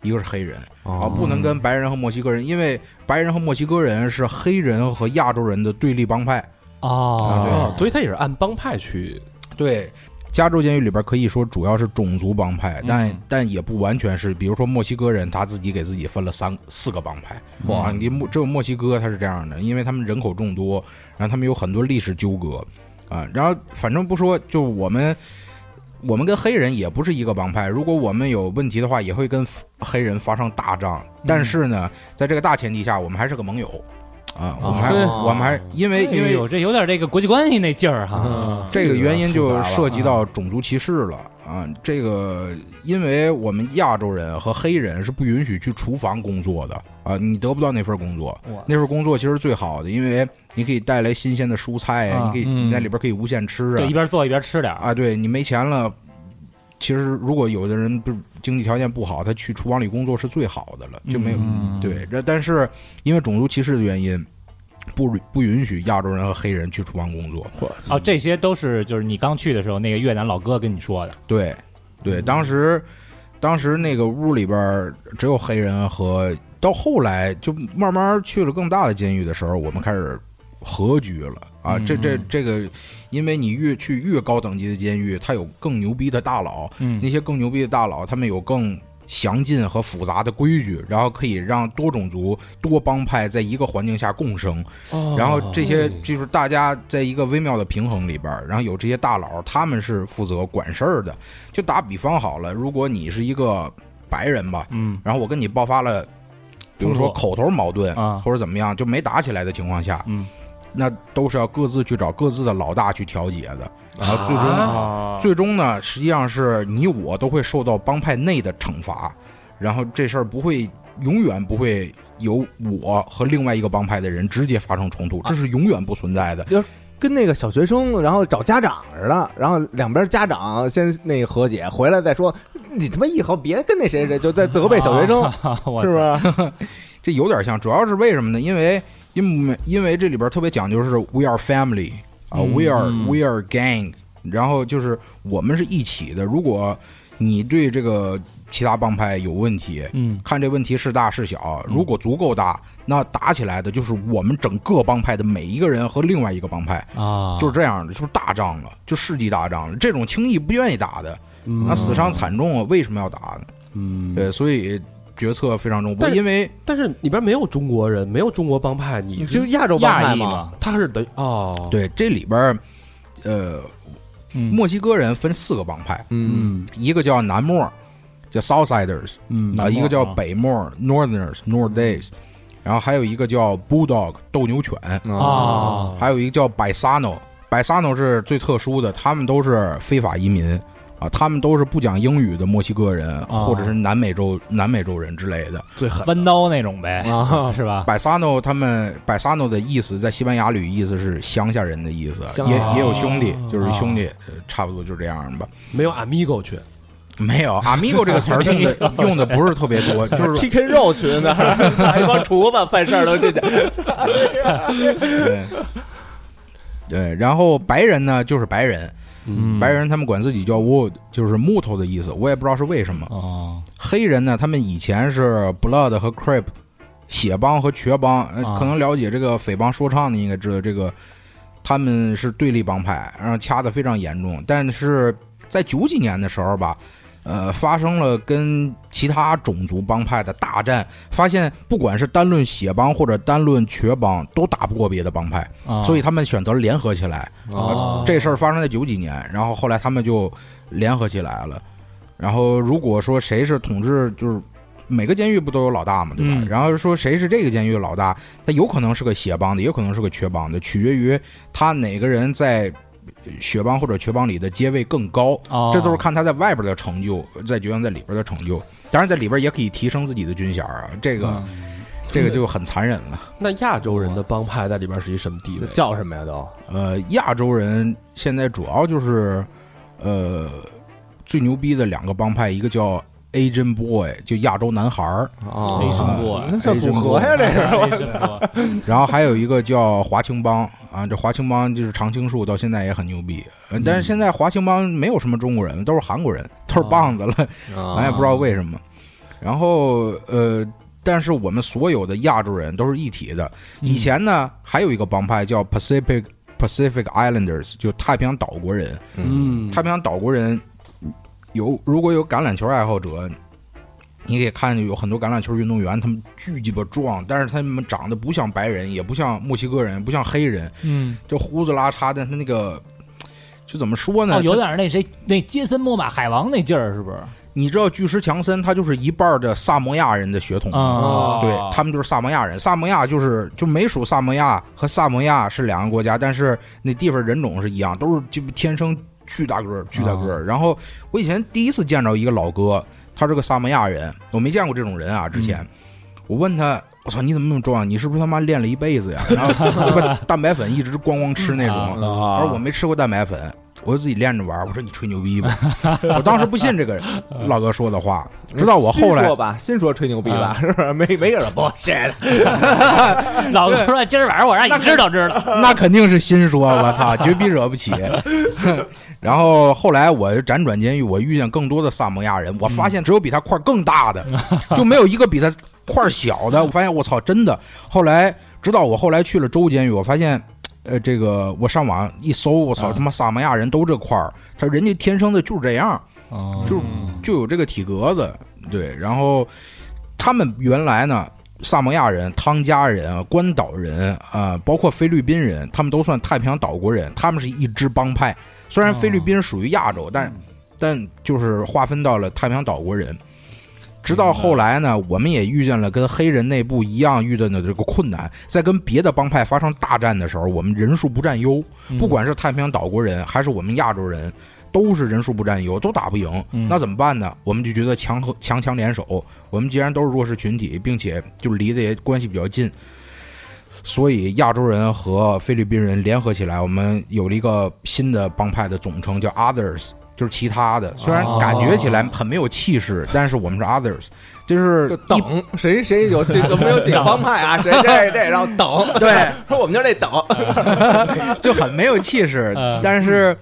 [SPEAKER 7] 一个是黑人啊，
[SPEAKER 3] 哦
[SPEAKER 7] 不能跟白人和墨西哥人，因为白人和墨西哥人是黑人和亚洲人的对立帮派。
[SPEAKER 1] 啊
[SPEAKER 6] 哦，，
[SPEAKER 1] 所以他也是按帮派去
[SPEAKER 7] 对，加州监狱里边可以说主要是种族帮派，但、
[SPEAKER 1] 嗯
[SPEAKER 7] 但也不完全是，比如说墨西哥人他自己给自己分了三四个帮派，
[SPEAKER 5] 哇
[SPEAKER 7] 啊，你墨只有墨西哥他是这样的，因为他们人口众多，然后他们有很多历史纠葛啊，然后反正不说，就我们。我们跟黑人也不是一个帮派，如果我们有问题的话，也会跟黑人发生大仗。但是呢，在这个大前提下，我们还是个盟友，啊，我们还、
[SPEAKER 3] 哦
[SPEAKER 7] 我们还因为因为
[SPEAKER 6] 有哎这有点这个国际关系那劲儿哈，
[SPEAKER 3] 嗯
[SPEAKER 7] 这个原因就涉及
[SPEAKER 3] 啊
[SPEAKER 7] 到种族歧视了啊！这个，因为我们亚洲人和黑人是不允许去厨房工作的啊，你得不到那份工作
[SPEAKER 6] 哇。
[SPEAKER 7] 那份工作其实最好的，因为你可以带来新鲜的蔬菜呀，
[SPEAKER 6] 啊
[SPEAKER 7] 你可以
[SPEAKER 2] 嗯
[SPEAKER 7] 你在里边可以无限吃
[SPEAKER 6] 对，
[SPEAKER 7] 啊
[SPEAKER 6] 一边做一边吃点儿，
[SPEAKER 7] 啊！对你没钱了，其实如果有的人不经济条件不好，他去厨房里工作是最好的了，就没有
[SPEAKER 5] 嗯
[SPEAKER 7] 对。这但是因为种族歧视的原因，不不允许亚洲人和黑人去厨房工作。
[SPEAKER 6] 哦，这些都是就是你刚去的时候那个越南老哥跟你说的，
[SPEAKER 7] 对，对，当时当时那个屋里边儿只有黑人和，到后来就慢慢去了更大的监狱的时候，我们开始合居了啊，这这这个，因为你越去越高等级的监狱，它有更牛逼的大佬，
[SPEAKER 2] 嗯
[SPEAKER 7] 那些更牛逼的大佬，他们有更。详尽和复杂的规矩，然后可以让多种族、多帮派在一个环境下共生，
[SPEAKER 1] 哦
[SPEAKER 7] 然后这些就是大家在一个微妙的平衡里边儿，然后有这些大佬，他们是负责管事儿的。就打比方好了，如果你是一个白人吧，
[SPEAKER 2] 嗯，
[SPEAKER 7] 然后我跟你爆发了，比如说
[SPEAKER 6] 冲
[SPEAKER 7] 口头矛盾
[SPEAKER 6] 啊
[SPEAKER 7] 或者怎么样，就没打起来的情况下，
[SPEAKER 2] 嗯，
[SPEAKER 7] 那都是要各自去找各自的老大去调解的。然后最终，
[SPEAKER 2] 啊
[SPEAKER 7] 最终呢，实际上是你我都会受到帮派内的惩罚，然后这事儿不会永远不会有我和另外一个帮派的人直接发生冲突，这是永远不存在的。
[SPEAKER 3] 跟那个小学生，然后找家长似的，然后两边家长先那个和解，回来再说，你他妈以后别跟那谁谁就在责备小学 生，
[SPEAKER 6] 我
[SPEAKER 3] 是不
[SPEAKER 6] 操，
[SPEAKER 3] 是？
[SPEAKER 7] 这有点像，主要是为什么呢？因为因为因为这里边特别讲究是 we are family 啊、
[SPEAKER 6] 嗯
[SPEAKER 7] w e are
[SPEAKER 2] 嗯
[SPEAKER 7] we are gang，然后就是我们是一起的。如果你对这个其他帮派有问题，
[SPEAKER 2] 嗯，
[SPEAKER 7] 看这问题是大是小，如果足够大，那打起来的就是我们整个帮派的每一个人和另外一个帮派，
[SPEAKER 6] 啊，
[SPEAKER 7] 就是这样的，就是大仗了，就世纪大仗了。这种轻易不愿意打的，那死伤惨重啊，为什么要打呢？
[SPEAKER 1] 嗯，
[SPEAKER 7] 对，所以决策非常重要，
[SPEAKER 1] 但是
[SPEAKER 7] 因为。
[SPEAKER 1] 但是里边没有中国人，没有中国帮派，你
[SPEAKER 3] 就亚洲帮
[SPEAKER 6] 亚
[SPEAKER 3] 派
[SPEAKER 6] 裔
[SPEAKER 3] 嘛，
[SPEAKER 6] 嘛，
[SPEAKER 1] 他是等于哦，，
[SPEAKER 7] 对，这里边儿，呃，
[SPEAKER 2] 嗯
[SPEAKER 7] 墨西哥人分四个帮派，
[SPEAKER 3] 嗯，
[SPEAKER 1] 嗯
[SPEAKER 7] 一个叫南墨，叫 Southsiders
[SPEAKER 1] 嗯
[SPEAKER 7] 啊、
[SPEAKER 6] 南墨
[SPEAKER 7] 一个叫
[SPEAKER 6] 啊
[SPEAKER 7] 北墨 Northerners Nordays，然后还有一个叫 Bulldog 斗牛犬，
[SPEAKER 3] 嗯
[SPEAKER 1] 啊，
[SPEAKER 7] 还有一个叫 Bisano。Bisano 是最特殊的，他们都是非法移民啊，他们都是不讲英语的墨西哥人，或者是南美洲南美洲人之类的。
[SPEAKER 1] 最狠
[SPEAKER 6] 弯刀那种呗，
[SPEAKER 3] 啊
[SPEAKER 6] 是吧？
[SPEAKER 7] Bisano 他们 Bisano 的意思在西班牙语意思是乡下人的意思，
[SPEAKER 3] 乡
[SPEAKER 7] 也
[SPEAKER 3] 下
[SPEAKER 7] 也有兄弟，就是
[SPEAKER 6] 哦
[SPEAKER 7] 兄弟，呃差不多就这样吧。
[SPEAKER 1] 没有 amigo 去，
[SPEAKER 7] 没有，amigo 这个词儿用的用的不是特别多， 就是
[SPEAKER 3] PK 肉群的，一帮厨子犯事儿都进去，
[SPEAKER 7] 对，对。然后白人呢，就是白人，
[SPEAKER 1] 嗯
[SPEAKER 7] 白人他们管自己叫 wood，就是木头的意思，我也不知道是为什么。
[SPEAKER 6] 哦，
[SPEAKER 7] 黑人呢，他们以前是 blood 和 crip，血帮和瘸帮，呃
[SPEAKER 6] 啊
[SPEAKER 7] 可能了解这个匪帮说唱的应该知道这个，他们是对立帮派，然后掐的非常严重。但是在九几年的时候吧，呃，发生了跟其他种族帮派的大战，发现不管是单论血帮或者单论瘸帮，都打不过别的帮派，
[SPEAKER 6] 啊
[SPEAKER 7] 所以他们选择联合起来。
[SPEAKER 1] 哦
[SPEAKER 7] 这事儿发生在九几年，然后后来他们就联合起来了。然后如果说谁是统治，就是每个监狱不都有老大嘛，对吧？
[SPEAKER 2] 嗯
[SPEAKER 7] 然后说谁是这个监狱的老大，他有可能是个血帮的，也有可能是个瘸帮的，取决于他哪个人在血帮或者瘸帮里的阶位更高。
[SPEAKER 6] 哦
[SPEAKER 7] 这都是看他在外边的成就，再决定在里边的成就。当然，在里边也可以提升自己的军衔啊，这个、这个就很残忍了。
[SPEAKER 1] 那亚洲人的帮派在里边是一什么地位？
[SPEAKER 3] 叫什么呀 都？
[SPEAKER 7] 呃，亚洲人现在主要就是，呃，最牛逼的两个帮派，一个叫 Asian Boy，就亚洲男孩儿，
[SPEAKER 3] 啊
[SPEAKER 6] 黑
[SPEAKER 7] 什
[SPEAKER 6] 神
[SPEAKER 7] 么
[SPEAKER 6] 部啊，
[SPEAKER 3] 那叫组合呀，这是。
[SPEAKER 6] 黑神部
[SPEAKER 7] 然后还有一个叫华青帮啊，这华青帮就是常青树，到现在也很牛逼。呃但是现
[SPEAKER 3] 哦 啊
[SPEAKER 7] 在华青帮没有什么中国人，都是韩国人，都是棒子了，咱也不知道为什么。然后呃，但是我们所有的亚洲人都是一体的。以前呢，还有一个帮派叫 Pacific Pacific Islanders，就太平洋岛国人。
[SPEAKER 1] 嗯，
[SPEAKER 7] 太平洋岛国人有如果有橄榄球爱好者，你可以看见有很多橄榄球运动员，他们巨鸡巴壮，但是他们长得不像白人，也不像墨西哥人，不像黑人，
[SPEAKER 6] 嗯，
[SPEAKER 7] 就胡子拉碴的，他那个就怎么说呢？
[SPEAKER 6] 哦，有
[SPEAKER 7] 他
[SPEAKER 6] 点儿那谁那杰森·莫玛海王那劲儿，是不是？
[SPEAKER 7] 你知道巨石强森他就是一半儿的萨摩亚人的血统吗
[SPEAKER 8] 嗯
[SPEAKER 6] 啊
[SPEAKER 1] 哦
[SPEAKER 7] 对
[SPEAKER 8] 哦
[SPEAKER 7] 他们就是萨摩亚人，萨摩亚就是就美属萨摩亚和萨摩亚是两个国家，但是那地方人种是一样，都是就天生巨大个儿，巨大个
[SPEAKER 1] 哦
[SPEAKER 7] 儿。然后我以前第一次见着一个老哥，他是个萨摩亚人，我没见过这种人啊，之前、
[SPEAKER 1] 嗯
[SPEAKER 7] 我问他。我操，你怎么那么壮？啊你是不是他妈练了一辈子呀？然后鸡巴蛋白粉一直咣咣吃那种。
[SPEAKER 1] 啊
[SPEAKER 7] 而我没吃过蛋白粉，我就自己练着玩儿。我说你吹牛逼吧，我当时不信这个老哥说的话，直到我后
[SPEAKER 3] 新
[SPEAKER 7] 来啊
[SPEAKER 3] 说吧，新说吹牛逼吧，是不是？没没人 不 s h
[SPEAKER 6] 啊老子说今儿晚上我让你知道知道。
[SPEAKER 7] 那肯定是心说，我操， 绝逼惹不起。然后后来我辗转监狱，我遇见更多的萨摩亚人，我发现只有比他块儿更大的，就没有一个比他块儿小的。我发现我操，真的。后来直到我后来去了州监狱，我发现。呃，这个我上网一搜，我操，
[SPEAKER 6] 啊
[SPEAKER 7] 他妈萨摩亚人都这块儿，他人家天生的就是这样，
[SPEAKER 6] 哦嗯
[SPEAKER 7] 就就有这个体格子，对。然后他们原来呢，萨摩亚人、汤加人、啊、关岛人啊、包括菲律宾人，他们都算太平洋岛国人，他们是一支帮派。虽然菲律宾属于亚洲，但但就是划分到了太平洋岛国人。直到后来呢，我们也遇见了跟黑人内部一样遇见的这个困难，在跟别的帮派发生大战的时候，我们人数不占优，不管是太平洋岛国人还是我们亚洲人，都是人数不占优，都打不赢。那怎么办呢？我们就觉得强和强强联手，我们既然都是弱势群体，并且就离得也关系比较近，所以亚洲人和菲律宾人联合起来，我们有了一个新的帮派的总称，叫 Others。就是其他的，虽然感觉起来很没有气势，但是我们是 others，就是
[SPEAKER 3] 就
[SPEAKER 7] 一
[SPEAKER 3] 等谁谁有这有没有 几个帮派啊？谁谁这，然后等，
[SPEAKER 7] 对，
[SPEAKER 3] 说我们就这等，
[SPEAKER 7] 就很没有气势
[SPEAKER 6] 嗯。
[SPEAKER 7] 但是，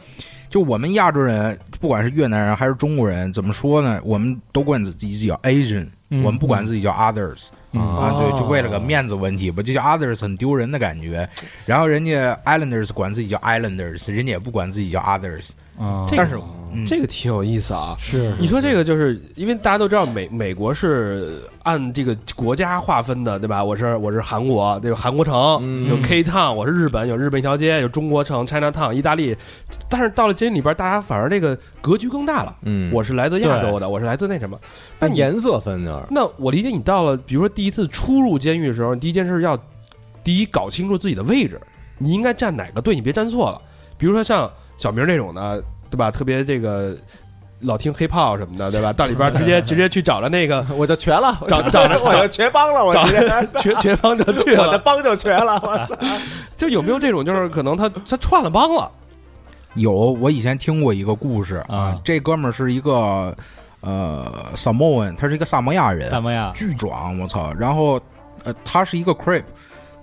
[SPEAKER 7] 就我们亚洲人，不管是越南人还是中国人，怎么说呢？我们都管自己叫 Asian，
[SPEAKER 6] 嗯
[SPEAKER 7] 我们不管自己叫 others 啊，对，就为了个
[SPEAKER 1] 哦
[SPEAKER 3] 哦
[SPEAKER 7] 面子问题吧，就叫 others 很丢人的感觉。然后人家 Islanders 管自己叫 Islanders，人家也不管自己叫 others，
[SPEAKER 5] 啊
[SPEAKER 1] 这个
[SPEAKER 7] 但是嗯
[SPEAKER 1] 这个挺有意思啊。
[SPEAKER 6] 是
[SPEAKER 1] 你说这个就是因为大家都知道美美国是按这个国家划分的，对吧？我是我是韩国，对吧？韩国城
[SPEAKER 3] 嗯
[SPEAKER 1] 有 K town，我是日本有日本一条街，有中国城 China town，意大利。但是到了街里边，大家反而这个格局更大了。
[SPEAKER 3] 嗯
[SPEAKER 1] 我是来自亚洲的，我是来自那什么？那
[SPEAKER 3] 按
[SPEAKER 1] 你
[SPEAKER 3] 颜色分就是
[SPEAKER 1] 那我理解你到了，比如说第一次初入监狱的时候，你第一件事要第一搞清楚自己的位置，你应该站哪个队，你别站错了。比如说像小明这种的，对吧？特别这个老听黑炮什么的，对吧？到里边直接直接去找了那个
[SPEAKER 3] 我就瘸了，
[SPEAKER 1] 找找着
[SPEAKER 3] 我就瘸帮了，我
[SPEAKER 1] 找
[SPEAKER 3] 直接
[SPEAKER 1] 瘸瘸帮就去
[SPEAKER 3] 我的
[SPEAKER 1] 了。
[SPEAKER 3] 帮就瘸了，我操
[SPEAKER 1] 就有没有这种，就是可能他他串了帮了，
[SPEAKER 7] 有，我以前听过一个故事
[SPEAKER 6] 啊
[SPEAKER 7] 这哥们儿是一个呃 Samoan，他是一个萨摩亚人，
[SPEAKER 6] 怎么样？
[SPEAKER 7] 巨壮，我操！然后，呃，他是一个 creep，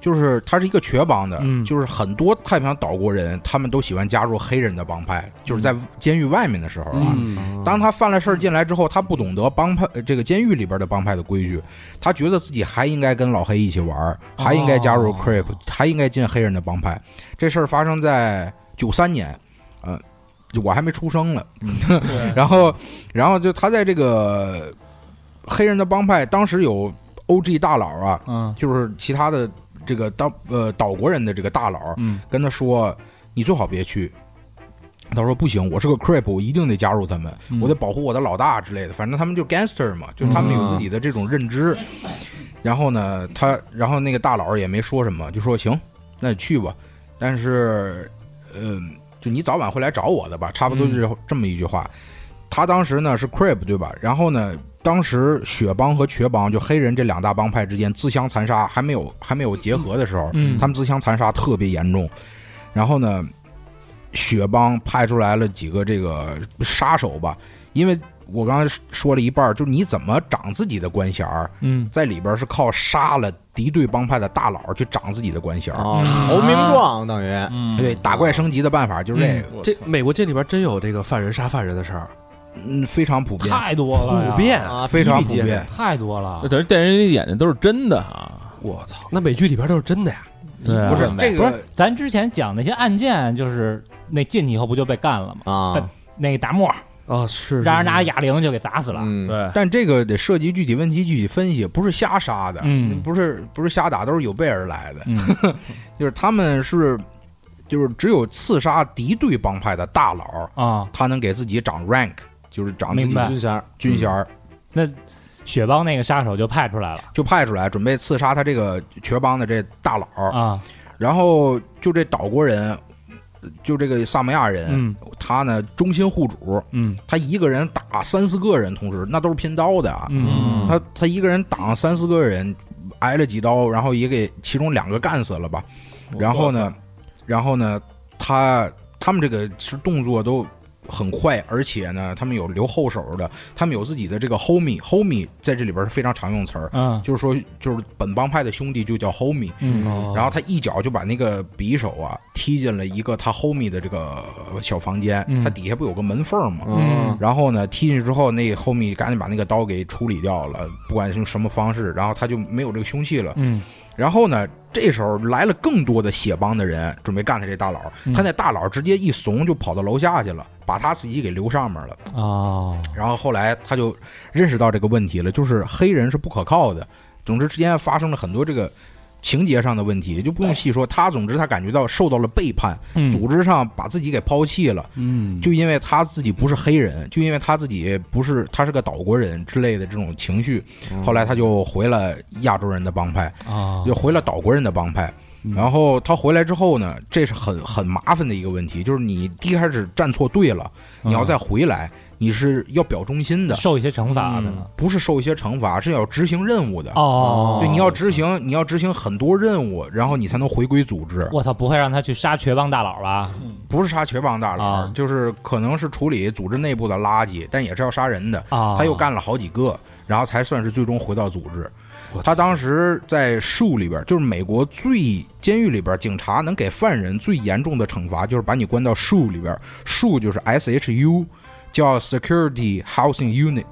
[SPEAKER 7] 就是他是一个瘸帮的，
[SPEAKER 6] 嗯
[SPEAKER 7] 就是很多太平洋岛国人，他们都喜欢加入黑人的帮派，就是在监狱外面的时候啊。
[SPEAKER 1] 嗯
[SPEAKER 7] 当他犯了事儿进来之后，他不懂得帮派呃这个监狱里边的帮派的规矩，他觉得自己还应该跟老黑一起玩儿，还应该加入 creep，、还应该进黑人的帮派。这事儿发生在九三年，呃，我还没出生呢。然后，然后就他在这个黑人的帮派，当时有 OG 大佬啊，
[SPEAKER 5] 嗯
[SPEAKER 7] 就是其他的这个当呃岛国人的这个大佬，
[SPEAKER 5] 嗯，
[SPEAKER 7] 跟他说：“你最好别去。”他说：“不行，我是个 creep，我一定得加入他们，
[SPEAKER 5] 嗯
[SPEAKER 7] 我得保护我的老大之类的。反正他们就 gangster 嘛，就他们有自己的这种认知。然后呢，他然后那个大佬也没说什么，就说：“行，那你去吧。”但是，嗯、就你早晚会来找我的吧，差不多就是这么一句话。他当时呢是 creep 对吧？然后呢，当时血帮和瘸帮就黑人这两大帮派之间自相残杀，还没有还没有结合的时候，
[SPEAKER 6] 嗯
[SPEAKER 7] 他们自相残杀特别严重。然后呢，血帮派出来了几个这个杀手吧，因为我刚才说了一半儿，就是你怎么长自己的官衔儿，
[SPEAKER 6] 嗯，
[SPEAKER 7] 在里边儿是靠杀了敌对帮派的大佬去长自己的官衔儿。
[SPEAKER 3] 哦投名
[SPEAKER 7] 啊
[SPEAKER 3] 状等于
[SPEAKER 5] 嗯
[SPEAKER 6] 嗯
[SPEAKER 7] 对，打怪升级的办法就是这个。
[SPEAKER 1] 这美国监里边真有这个犯人杀犯人的事儿，
[SPEAKER 7] 嗯非常普遍，
[SPEAKER 6] 太多了呀，
[SPEAKER 1] 普遍
[SPEAKER 3] 啊，
[SPEAKER 7] 非常
[SPEAKER 3] 比
[SPEAKER 7] 普
[SPEAKER 3] 比皆是
[SPEAKER 7] 遍。
[SPEAKER 6] 太多了
[SPEAKER 8] 那。等于电视里演的都是真的啊，
[SPEAKER 1] 我操，那美剧里边都是真的呀？
[SPEAKER 8] 对啊，
[SPEAKER 7] 不是这
[SPEAKER 6] 不是
[SPEAKER 7] 个，
[SPEAKER 6] 咱之前讲那些案件，就是那进去以后不就被干了吗？
[SPEAKER 3] 啊，
[SPEAKER 6] 那个达莫
[SPEAKER 1] 啊，是
[SPEAKER 6] 让人拿哑铃就给砸死了。
[SPEAKER 3] 嗯，
[SPEAKER 8] 对，
[SPEAKER 7] 但这个得涉及具体问题具体分析，不是瞎杀的，
[SPEAKER 6] 嗯
[SPEAKER 7] 不是不是瞎打，都是有备而来的。
[SPEAKER 6] 嗯，
[SPEAKER 7] 就是他们是，就是只有刺杀敌对帮派的大佬，
[SPEAKER 6] 啊，
[SPEAKER 7] 他能给自己涨 rank，就是涨自
[SPEAKER 6] 明
[SPEAKER 7] 己
[SPEAKER 6] 白嗯
[SPEAKER 3] 军衔儿
[SPEAKER 7] 军衔儿，
[SPEAKER 6] 那雪帮那个杀手就派出来了
[SPEAKER 7] 就派出来准备刺杀他这个瘸帮的这大佬。
[SPEAKER 6] 啊，
[SPEAKER 7] 然后就这岛国人，就这个萨摩亚人，
[SPEAKER 6] 嗯
[SPEAKER 7] 他呢忠心护主，
[SPEAKER 6] 嗯
[SPEAKER 7] 他一个人打三四个人，同时那都是拼刀的啊。
[SPEAKER 6] 嗯
[SPEAKER 7] 他他一个人挡三四个人，挨了几刀，然后也给其中两个干死了吧。然后呢，然后呢，他他们这个是动作都很快，而且呢，他们有留后手的，他们有自己的这个 homie homie 在这里边是非常常用词儿，
[SPEAKER 6] 嗯
[SPEAKER 7] 就是说就是本帮派的兄弟就叫 homie。
[SPEAKER 6] 嗯
[SPEAKER 7] 然后他一脚就把那个匕首啊踢进了一个他 homie 的这个小房间，
[SPEAKER 6] 嗯
[SPEAKER 7] 他底下不有个门缝吗？
[SPEAKER 6] 嗯
[SPEAKER 7] 然后呢，踢进去之后，那 homie 赶紧把那个刀给处理掉了，不管是用什么方式，然后他就没有这个凶器了。
[SPEAKER 6] 嗯
[SPEAKER 7] 然后呢，这时候来了更多的血帮的人，准备干他这大佬。
[SPEAKER 6] 嗯
[SPEAKER 7] 他那大佬直接一怂，就跑到楼下去了，把他自己给留上面了。
[SPEAKER 6] 哦，
[SPEAKER 7] 然后后来他就认识到这个问题了，就是黑人是不可靠的。总之之间发生了很多这个情节上的问题，就不用细说。他总之他感觉到受到了背叛，
[SPEAKER 6] 嗯
[SPEAKER 7] 组织上把自己给抛弃了，
[SPEAKER 2] 嗯
[SPEAKER 7] 就因为他自己不是黑人，就因为他自己不是他是个岛国人之类的这种情绪。后来他就回了亚洲人的帮派，
[SPEAKER 6] 啊
[SPEAKER 7] 就回了岛国人的帮派。然后他回来之后呢，这是很很麻烦的一个问题，就是你第一开始站错队了，你要再回来，你是要表忠心的，
[SPEAKER 6] 受一些惩罚的
[SPEAKER 7] 嗯不是受一些惩罚，是要执行任务的。
[SPEAKER 6] 哦
[SPEAKER 7] 对，你要执行，你要执行很多任务，然后你才能回归组织。
[SPEAKER 6] 我操，不会让他去杀瘸帮大佬吧？
[SPEAKER 7] 不是杀瘸帮大佬，
[SPEAKER 6] 啊
[SPEAKER 7] 就是可能是处理组织内部的垃圾，但也是要杀人的。
[SPEAKER 6] 啊，
[SPEAKER 7] 他又干了好几个，然后才算是最终回到组织。他当时在树里边，就是美国最监狱里边，警察能给犯人最严重的惩罚就是把你关到树里边。树就是 S H U，叫 Security Housing Unit，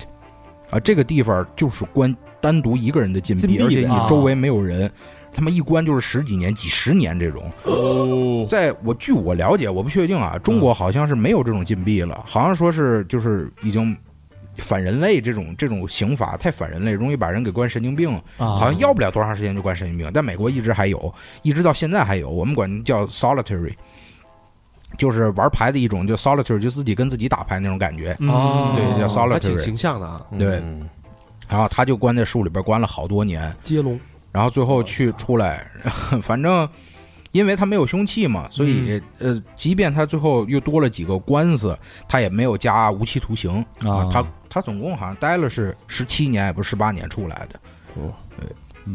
[SPEAKER 7] 啊，这个地方就是关单独一个人的禁
[SPEAKER 3] 禁
[SPEAKER 7] 闭，
[SPEAKER 3] 闭的
[SPEAKER 7] 而且
[SPEAKER 6] 啊
[SPEAKER 7] 你周围没有人。他妈一关就是十几年、几十年这种，
[SPEAKER 8] 哦，
[SPEAKER 7] 在我据我了解，我不确定啊，中国好像是没有这种禁闭了，好像说是就是已经反人类这种这种刑罚太反人类，容易把人给关神经病，
[SPEAKER 6] 啊，
[SPEAKER 7] 好像要不了多长时间就关神经病，但美国一直还有，一直到现在还有，我们管叫 solitary。就是玩牌的一种，就 solitary，就自己跟自己打牌那种感觉。
[SPEAKER 6] 嗯
[SPEAKER 1] 哦，
[SPEAKER 7] 对叫 solitary
[SPEAKER 1] 还挺形象的啊，
[SPEAKER 7] 对
[SPEAKER 3] 嗯
[SPEAKER 7] 然后他就关在树里边关了好多年，
[SPEAKER 1] 接龙
[SPEAKER 7] 然后最后去出来， 反正因为他没有凶器嘛，所以、
[SPEAKER 6] 嗯
[SPEAKER 7] 呃，即便他最后又多了几个官司，他也没有加无期徒刑
[SPEAKER 6] 啊
[SPEAKER 7] 他他总共好像待了是十七年，也不是十八年出来的。
[SPEAKER 6] 哦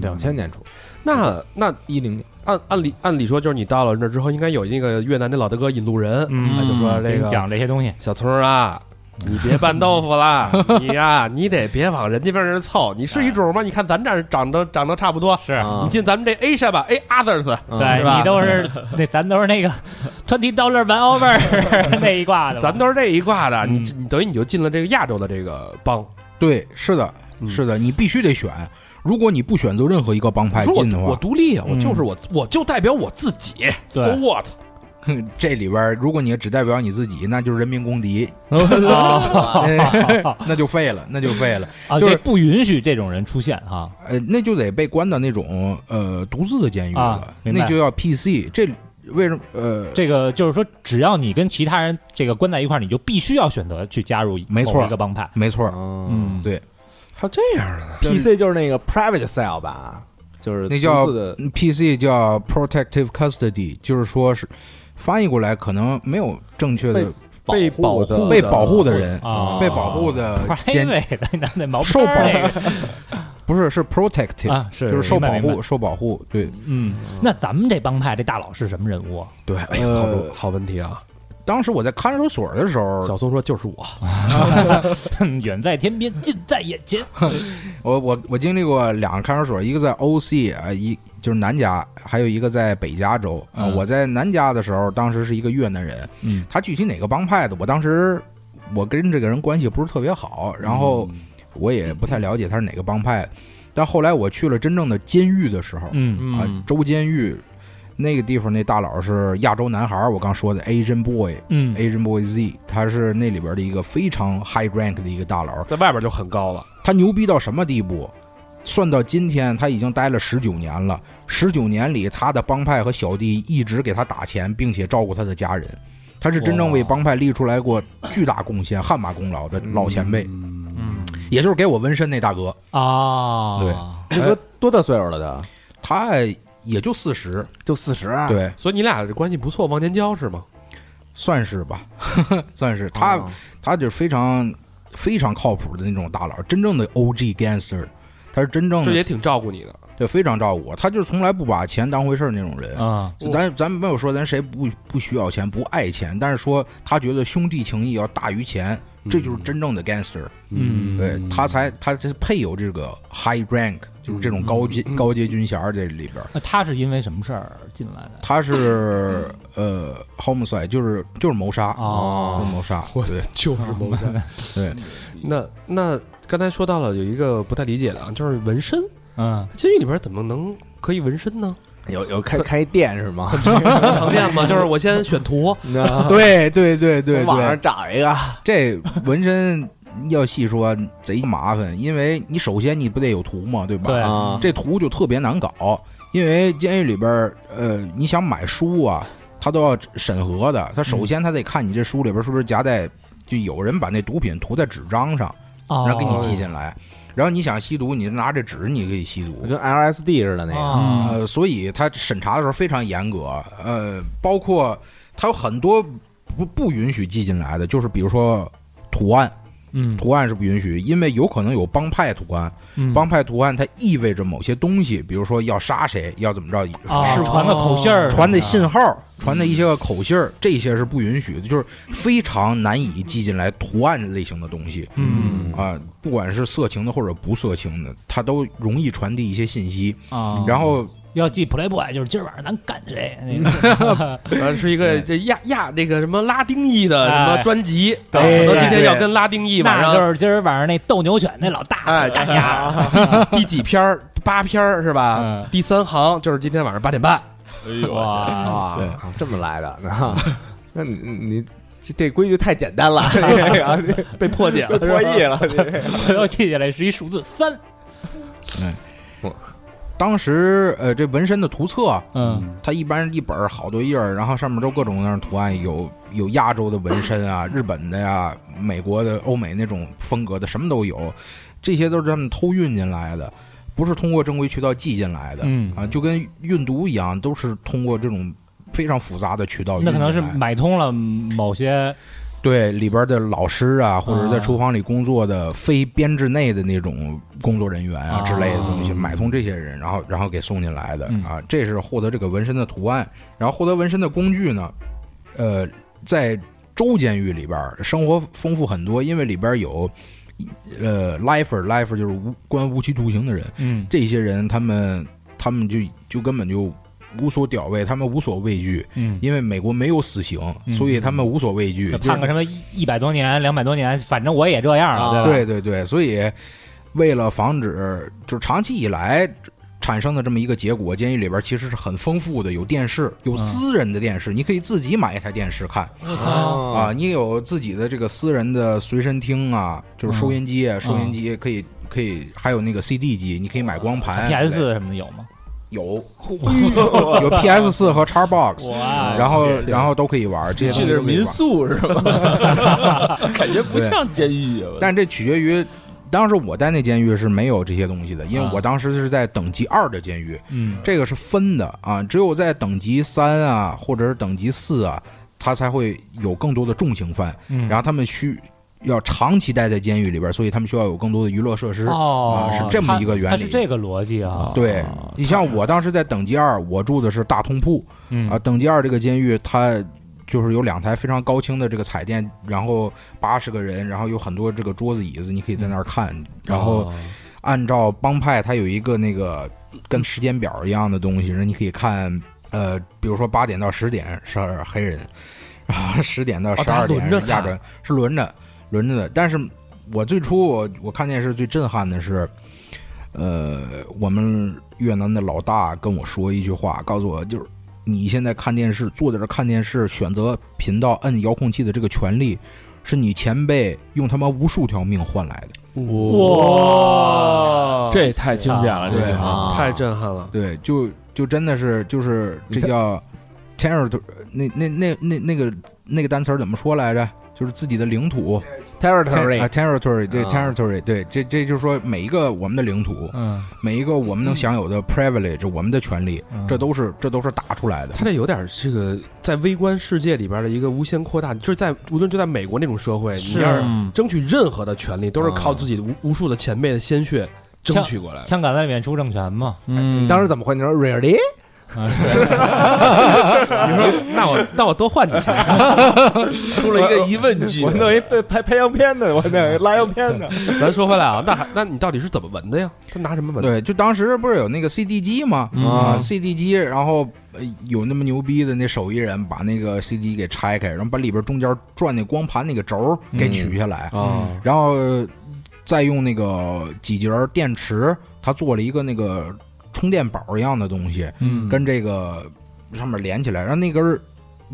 [SPEAKER 3] 两千年初
[SPEAKER 1] 那那
[SPEAKER 3] 一零年，
[SPEAKER 1] 按按理按理说，就是你到了那之后，应该有那个越南那老大哥引路人，哎
[SPEAKER 6] 嗯
[SPEAKER 1] 他就说
[SPEAKER 6] 给
[SPEAKER 1] 这
[SPEAKER 6] 你
[SPEAKER 1] 个
[SPEAKER 6] 讲这些东西，
[SPEAKER 1] 小聪儿啊，你别拌豆腐 啦，你呀、你得别往人家边上凑，你是一种吗？你看咱这儿长得长得差不多，
[SPEAKER 6] 是
[SPEAKER 3] 啊嗯
[SPEAKER 1] 你进咱们这 A 社吧，A others，是
[SPEAKER 7] 嗯
[SPEAKER 6] 对
[SPEAKER 1] 吧
[SPEAKER 6] 你都是那咱都是那个 twenty dollar one over 那一挂的嘛，
[SPEAKER 1] 咱都是这一挂的，你
[SPEAKER 6] 嗯
[SPEAKER 1] 你等于你就进了这个亚洲的这个帮。
[SPEAKER 7] 对，是的，
[SPEAKER 1] 嗯
[SPEAKER 7] 是的，你必须得选。如果你不选择任何一个帮派
[SPEAKER 1] 说
[SPEAKER 7] 进的
[SPEAKER 1] 我我
[SPEAKER 7] 话，
[SPEAKER 1] 独立啊，我
[SPEAKER 6] 嗯
[SPEAKER 1] 就是我，我就代表我自己。
[SPEAKER 6] 对
[SPEAKER 1] So what？
[SPEAKER 7] 这里边如果你只代表你自己，那就是人民公敌，
[SPEAKER 6] 啊
[SPEAKER 7] 那就废了，那就废了。
[SPEAKER 6] 啊，
[SPEAKER 7] 就是
[SPEAKER 6] 这不允许这种人出现哈
[SPEAKER 7] 呃，那就得被关到那种呃独自的监狱了，
[SPEAKER 6] 啊明白
[SPEAKER 7] 那就要 PC。这为什么？呃，
[SPEAKER 6] 这个就是说，只要你跟其他人这个关在一块儿，你就必须要选择去加入
[SPEAKER 7] 没错
[SPEAKER 6] 某一个帮派。
[SPEAKER 7] 没错儿，
[SPEAKER 3] 嗯
[SPEAKER 6] 嗯，
[SPEAKER 7] 对
[SPEAKER 1] 还有这样的呢？
[SPEAKER 3] ，PC 就是那个 private cell 吧，就是
[SPEAKER 7] 那叫
[SPEAKER 3] 独自的
[SPEAKER 7] PC 叫 Protective Custody，就是说是翻译过来可能没有正确的
[SPEAKER 1] 被保护的
[SPEAKER 7] 被保护的人，
[SPEAKER 6] 啊，
[SPEAKER 7] 被保护的 监
[SPEAKER 6] private 的那那毛
[SPEAKER 7] 嗯受
[SPEAKER 6] 边儿那
[SPEAKER 7] 不是是
[SPEAKER 6] 个
[SPEAKER 7] Protective，、
[SPEAKER 6] 啊，是
[SPEAKER 7] 就是受保。
[SPEAKER 6] 明白明
[SPEAKER 7] 护
[SPEAKER 6] 白
[SPEAKER 7] 受保护。对，
[SPEAKER 6] 嗯，那咱们这帮派这大佬是什么人物？
[SPEAKER 1] 对，哎呀，
[SPEAKER 7] 呃
[SPEAKER 1] 好多好问题啊！
[SPEAKER 7] 当时我在看守所的时候，
[SPEAKER 1] 小松说就是我，
[SPEAKER 6] 哼远在天边，近在眼前。
[SPEAKER 7] 我我我经历过两个看守所，一个在 OC 啊、一就是南加，还有一个在北加州。啊、
[SPEAKER 6] 嗯
[SPEAKER 7] 我在南加的时候，当时是一个越南人，
[SPEAKER 6] 嗯
[SPEAKER 7] 他具体哪个帮派的，我当时我跟这个人关系不是特别好，然后
[SPEAKER 6] 嗯
[SPEAKER 7] 我也不太了解他是哪个帮派的。但后来我去了真正的监狱的时候，
[SPEAKER 8] 嗯
[SPEAKER 7] 啊，州监狱那个地方那大佬是亚洲男孩儿，我刚说的 Asian Boy。
[SPEAKER 8] 嗯
[SPEAKER 7] Asian Boy Z，他是那里边的一个非常 high rank 的一个大佬，
[SPEAKER 1] 在外边就很高了，
[SPEAKER 7] 他牛逼到什么地步？算到今天，他已经待了十九年了。十九年里，他的帮派和小弟一直给他打钱，并且照顾他的家人。他是真正为帮派立出来过巨大贡献、汗马功劳的老前辈，
[SPEAKER 8] 嗯
[SPEAKER 7] 也就是给我纹身那大哥。
[SPEAKER 6] 啊，
[SPEAKER 7] 对
[SPEAKER 3] 这都多大岁数了？他
[SPEAKER 7] 他也就四十，
[SPEAKER 3] 就四十，，啊
[SPEAKER 7] 对，
[SPEAKER 1] 所以你俩这关系不错，忘年交是吗？
[SPEAKER 7] 算是吧， 算是他，
[SPEAKER 8] 哦
[SPEAKER 7] 他就是非常非常靠谱的那种大佬，真正的 OG gangster。他是真正
[SPEAKER 1] 这
[SPEAKER 7] 的，
[SPEAKER 1] 也挺照顾你的。
[SPEAKER 7] 对，非常照顾我。他就是从来不把钱当回事儿那种
[SPEAKER 6] 嗯
[SPEAKER 7] 人。
[SPEAKER 8] 啊，
[SPEAKER 7] 咱咱没有说咱谁不不需要钱不爱钱，但是说他觉得兄弟情谊要大于钱，这就是真正的 gangster，、
[SPEAKER 8] 嗯
[SPEAKER 7] 对他才他才配有这个 high rank，就是这种高阶、高阶军衔儿这里边儿。
[SPEAKER 6] 那他是因为什么事儿进来的？
[SPEAKER 7] 他是呃 homicide，就是就是谋杀
[SPEAKER 6] 哦
[SPEAKER 7] 就是谋杀，对
[SPEAKER 1] 就是谋 杀。
[SPEAKER 7] 对，
[SPEAKER 1] 那那刚才说到了有一个不太理解的啊，就是纹身，啊
[SPEAKER 6] 嗯，
[SPEAKER 1] 监狱里边怎么能可以纹身呢？
[SPEAKER 3] 有有开开店是吗？
[SPEAKER 1] 常见 吗？就是我先选图，
[SPEAKER 3] 那
[SPEAKER 7] 对对对对
[SPEAKER 3] 从 网上
[SPEAKER 7] 对，
[SPEAKER 3] 找一个，
[SPEAKER 7] 这纹身要细说贼麻烦，因为你首先你不得有图嘛，对吧？
[SPEAKER 6] 对
[SPEAKER 3] 啊
[SPEAKER 7] 这图就特别难搞，因为监狱里边儿，呃，你想买书啊，他都要审核的。他首先他得看你这书里边儿是不是夹带，就有人把那毒品涂在纸张上，
[SPEAKER 6] 哦
[SPEAKER 7] 然后给你寄进来。然后你想吸毒，你拿着纸你可以吸毒。
[SPEAKER 3] 跟 LSD 似的那个，
[SPEAKER 6] 啊
[SPEAKER 7] 呃，所以他审查的时候非常严格，呃，包括他有很多不不允许寄进来的，就是比如说图案，
[SPEAKER 8] 嗯
[SPEAKER 7] 图案是不允许，因为有可能有帮派图案，
[SPEAKER 6] 嗯
[SPEAKER 7] 帮派图案它意味着某些东西，比如说要杀谁，要怎么着，
[SPEAKER 6] 啊
[SPEAKER 7] 是
[SPEAKER 6] 传个口信儿，
[SPEAKER 7] 传的信号，传的一些个口信儿，这些是不允许的，就是非常难以记进来图案类型的东西
[SPEAKER 8] 嗯
[SPEAKER 7] 啊、不管是色情的或者不色情的，它都容易传递一些信息。
[SPEAKER 6] 啊，
[SPEAKER 7] 然后
[SPEAKER 6] 要记 Playboy 就是今儿晚上咱干谁 那个
[SPEAKER 1] 呃，是一个这亚亚那个什么拉丁裔的什
[SPEAKER 6] 哎
[SPEAKER 1] 么专辑，
[SPEAKER 6] 对
[SPEAKER 1] 可能
[SPEAKER 6] 对
[SPEAKER 1] 今天
[SPEAKER 6] 对
[SPEAKER 1] 要跟拉丁裔晚
[SPEAKER 6] 那
[SPEAKER 1] 上
[SPEAKER 6] 就是今儿晚上那斗牛犬那老大
[SPEAKER 1] 哎
[SPEAKER 6] 干 呀，
[SPEAKER 1] 第几篇儿八篇儿是吧
[SPEAKER 6] 嗯？
[SPEAKER 1] 第三行就是今天晚上八点半，
[SPEAKER 8] 哎呦，
[SPEAKER 6] 哇，
[SPEAKER 3] 啊，这么来的，那那你你这这规矩太简单了，啊这个这
[SPEAKER 1] 被破解了。 是吧
[SPEAKER 3] 破 译了，这
[SPEAKER 6] 回头记下来是一数字三，
[SPEAKER 7] 当时呃，这纹身的图册，
[SPEAKER 6] 嗯
[SPEAKER 7] 它一般一本儿好多页儿，然后上面都各种各样的图案，有有亚洲的纹 身啊，日本的呀、美国的、欧美那种风格的，什么都有。这些都是他们偷运进来的，不是通过正规渠道寄进来的、
[SPEAKER 8] 嗯
[SPEAKER 7] 啊，就跟运毒一样，都是通过这种非常复杂的渠道运
[SPEAKER 6] 那
[SPEAKER 7] 进
[SPEAKER 6] 可
[SPEAKER 7] 哦来。
[SPEAKER 6] 能是买通了某些
[SPEAKER 7] 对里边的老师啊，或者是在
[SPEAKER 6] 啊
[SPEAKER 7] 厨房里工作的非编制内的那种工作人员
[SPEAKER 6] 啊
[SPEAKER 7] 啊之类的东西，买通这些人，然后然后给送进来的
[SPEAKER 8] 嗯
[SPEAKER 7] 啊，这是获得这个纹身的图案，然后获得纹身的工具呢，呃，在州监狱里边儿生活丰富很多，因为里边有。呃，lifer lifer 就是无关无期徒刑的人，
[SPEAKER 8] 嗯
[SPEAKER 7] 这些人他们他们就就根本就无所屌位，他们无所畏惧，
[SPEAKER 8] 嗯
[SPEAKER 7] 因为美国没有死刑，
[SPEAKER 8] 嗯
[SPEAKER 7] 所以他们无所畏惧。
[SPEAKER 6] 判个什么一一百多年、两百多年，反正我也这样了，吧？
[SPEAKER 7] 对对对，所以为了防止，就是长期以来产生的这么一个结果，监狱里边其实是很丰富的，有电视，有私人的电视，你可以自己买一台电视看 啊，
[SPEAKER 3] 啊
[SPEAKER 7] 你有自己的这个私人的随身听啊，就是收音机，收音机可以可以，还有那个 CD 机，你可以买光盘
[SPEAKER 6] PS
[SPEAKER 7] 对
[SPEAKER 6] 四什么的有吗？
[SPEAKER 7] 有 有 PS 四和 Xbox。
[SPEAKER 6] 哇
[SPEAKER 7] 然后，然后都可以玩这些东
[SPEAKER 8] 去
[SPEAKER 7] 西
[SPEAKER 8] 的是
[SPEAKER 7] 都可以
[SPEAKER 8] 民
[SPEAKER 7] 玩。
[SPEAKER 8] 宿是吧？感觉不像监狱啊，
[SPEAKER 7] 但这取决于，当时我在那监狱是没有这些东西的，因为
[SPEAKER 6] 啊
[SPEAKER 7] 我当时是在等级二的监狱，
[SPEAKER 8] 嗯
[SPEAKER 7] 这个是分的啊，只有在等级三啊，或者是等级四啊，他才会有更多的重刑犯，
[SPEAKER 8] 嗯
[SPEAKER 7] 然后他们需要长期待在监狱里边，所以他们需要有更多的娱乐设施。
[SPEAKER 6] 哦
[SPEAKER 7] 啊，是这么一个原
[SPEAKER 6] 它它
[SPEAKER 7] 理
[SPEAKER 6] 是这个逻辑啊。
[SPEAKER 7] 对
[SPEAKER 8] 啊
[SPEAKER 7] 你像我当时在等级二，我住的是大通铺啊，
[SPEAKER 8] 嗯
[SPEAKER 7] 等级二这个监狱它。就是有两台非常高清的这个彩电，然后八十个人，然后有很多这个桌子椅子，你可以在那儿看，然后
[SPEAKER 1] 哦
[SPEAKER 7] 按照帮派，它有一个那个跟时间表一样的东西，然后你可以看，呃，比如说八点到十点是黑人，然后十点到
[SPEAKER 1] 哦
[SPEAKER 7] 十
[SPEAKER 1] 它
[SPEAKER 7] 二
[SPEAKER 1] 哦轮
[SPEAKER 7] 点
[SPEAKER 1] 着
[SPEAKER 7] 是亚
[SPEAKER 1] 看
[SPEAKER 7] 洲人，是轮着。轮着的。但是我最初我我看电视最震撼的是，呃，我们越南的老大跟我说一句话，告诉我就是你现在看电视，坐在这儿看电视，选择频道、摁遥控器的这个权利，是你前辈用他妈无数条命换来的。
[SPEAKER 1] 哇，
[SPEAKER 8] 这也太经典了，这
[SPEAKER 7] 对
[SPEAKER 8] 个
[SPEAKER 3] 啊，
[SPEAKER 1] 太震撼了！
[SPEAKER 7] 对，就就真的是就是这叫 territory，那那那那那个那个单词儿怎么说来着？就是自己的领土
[SPEAKER 3] territory
[SPEAKER 7] 啊，territory，对
[SPEAKER 3] 啊
[SPEAKER 7] ，territory，对，这这就是说每一个我们的领土，
[SPEAKER 8] 嗯，
[SPEAKER 7] 每一个我们能享有的 privilege，我们的权利，
[SPEAKER 8] 嗯
[SPEAKER 7] 这都是这都是打出来的。
[SPEAKER 1] 他这有点这个在微观世界里边的一个无限扩大，就是在无论就在美国那种社会，你要是
[SPEAKER 8] 嗯
[SPEAKER 1] 争取任何的权利，都是靠
[SPEAKER 3] 嗯
[SPEAKER 1] 自己的无无数的前辈的鲜血争
[SPEAKER 6] 像
[SPEAKER 1] 取过来的。
[SPEAKER 6] 香港在里面出政权嘛，
[SPEAKER 8] 嗯，
[SPEAKER 3] 当时怎么回？你说 really？
[SPEAKER 1] 你说，那我那我多换几下。
[SPEAKER 2] 出了一个疑问句
[SPEAKER 3] 我弄一拍拍拍洋片的，我弄一拉洋片的，
[SPEAKER 1] 咱说回来啊，那还那你到底是怎么纹的呀？他拿什么纹？
[SPEAKER 7] 对，就当时不是有那个 CD 机吗？
[SPEAKER 8] 嗯
[SPEAKER 7] 啊，CD 机，然后呃有那么牛逼的那手艺人把那个 CD 给拆开，然后把里边中间转那光盘那个轴儿给
[SPEAKER 8] 嗯
[SPEAKER 7] 取下来，
[SPEAKER 1] 啊，
[SPEAKER 7] 然后再用那个几节儿电池，它做了一个那个充电宝一样的东西，
[SPEAKER 8] 嗯
[SPEAKER 7] 跟这个上面连起来，然后那根儿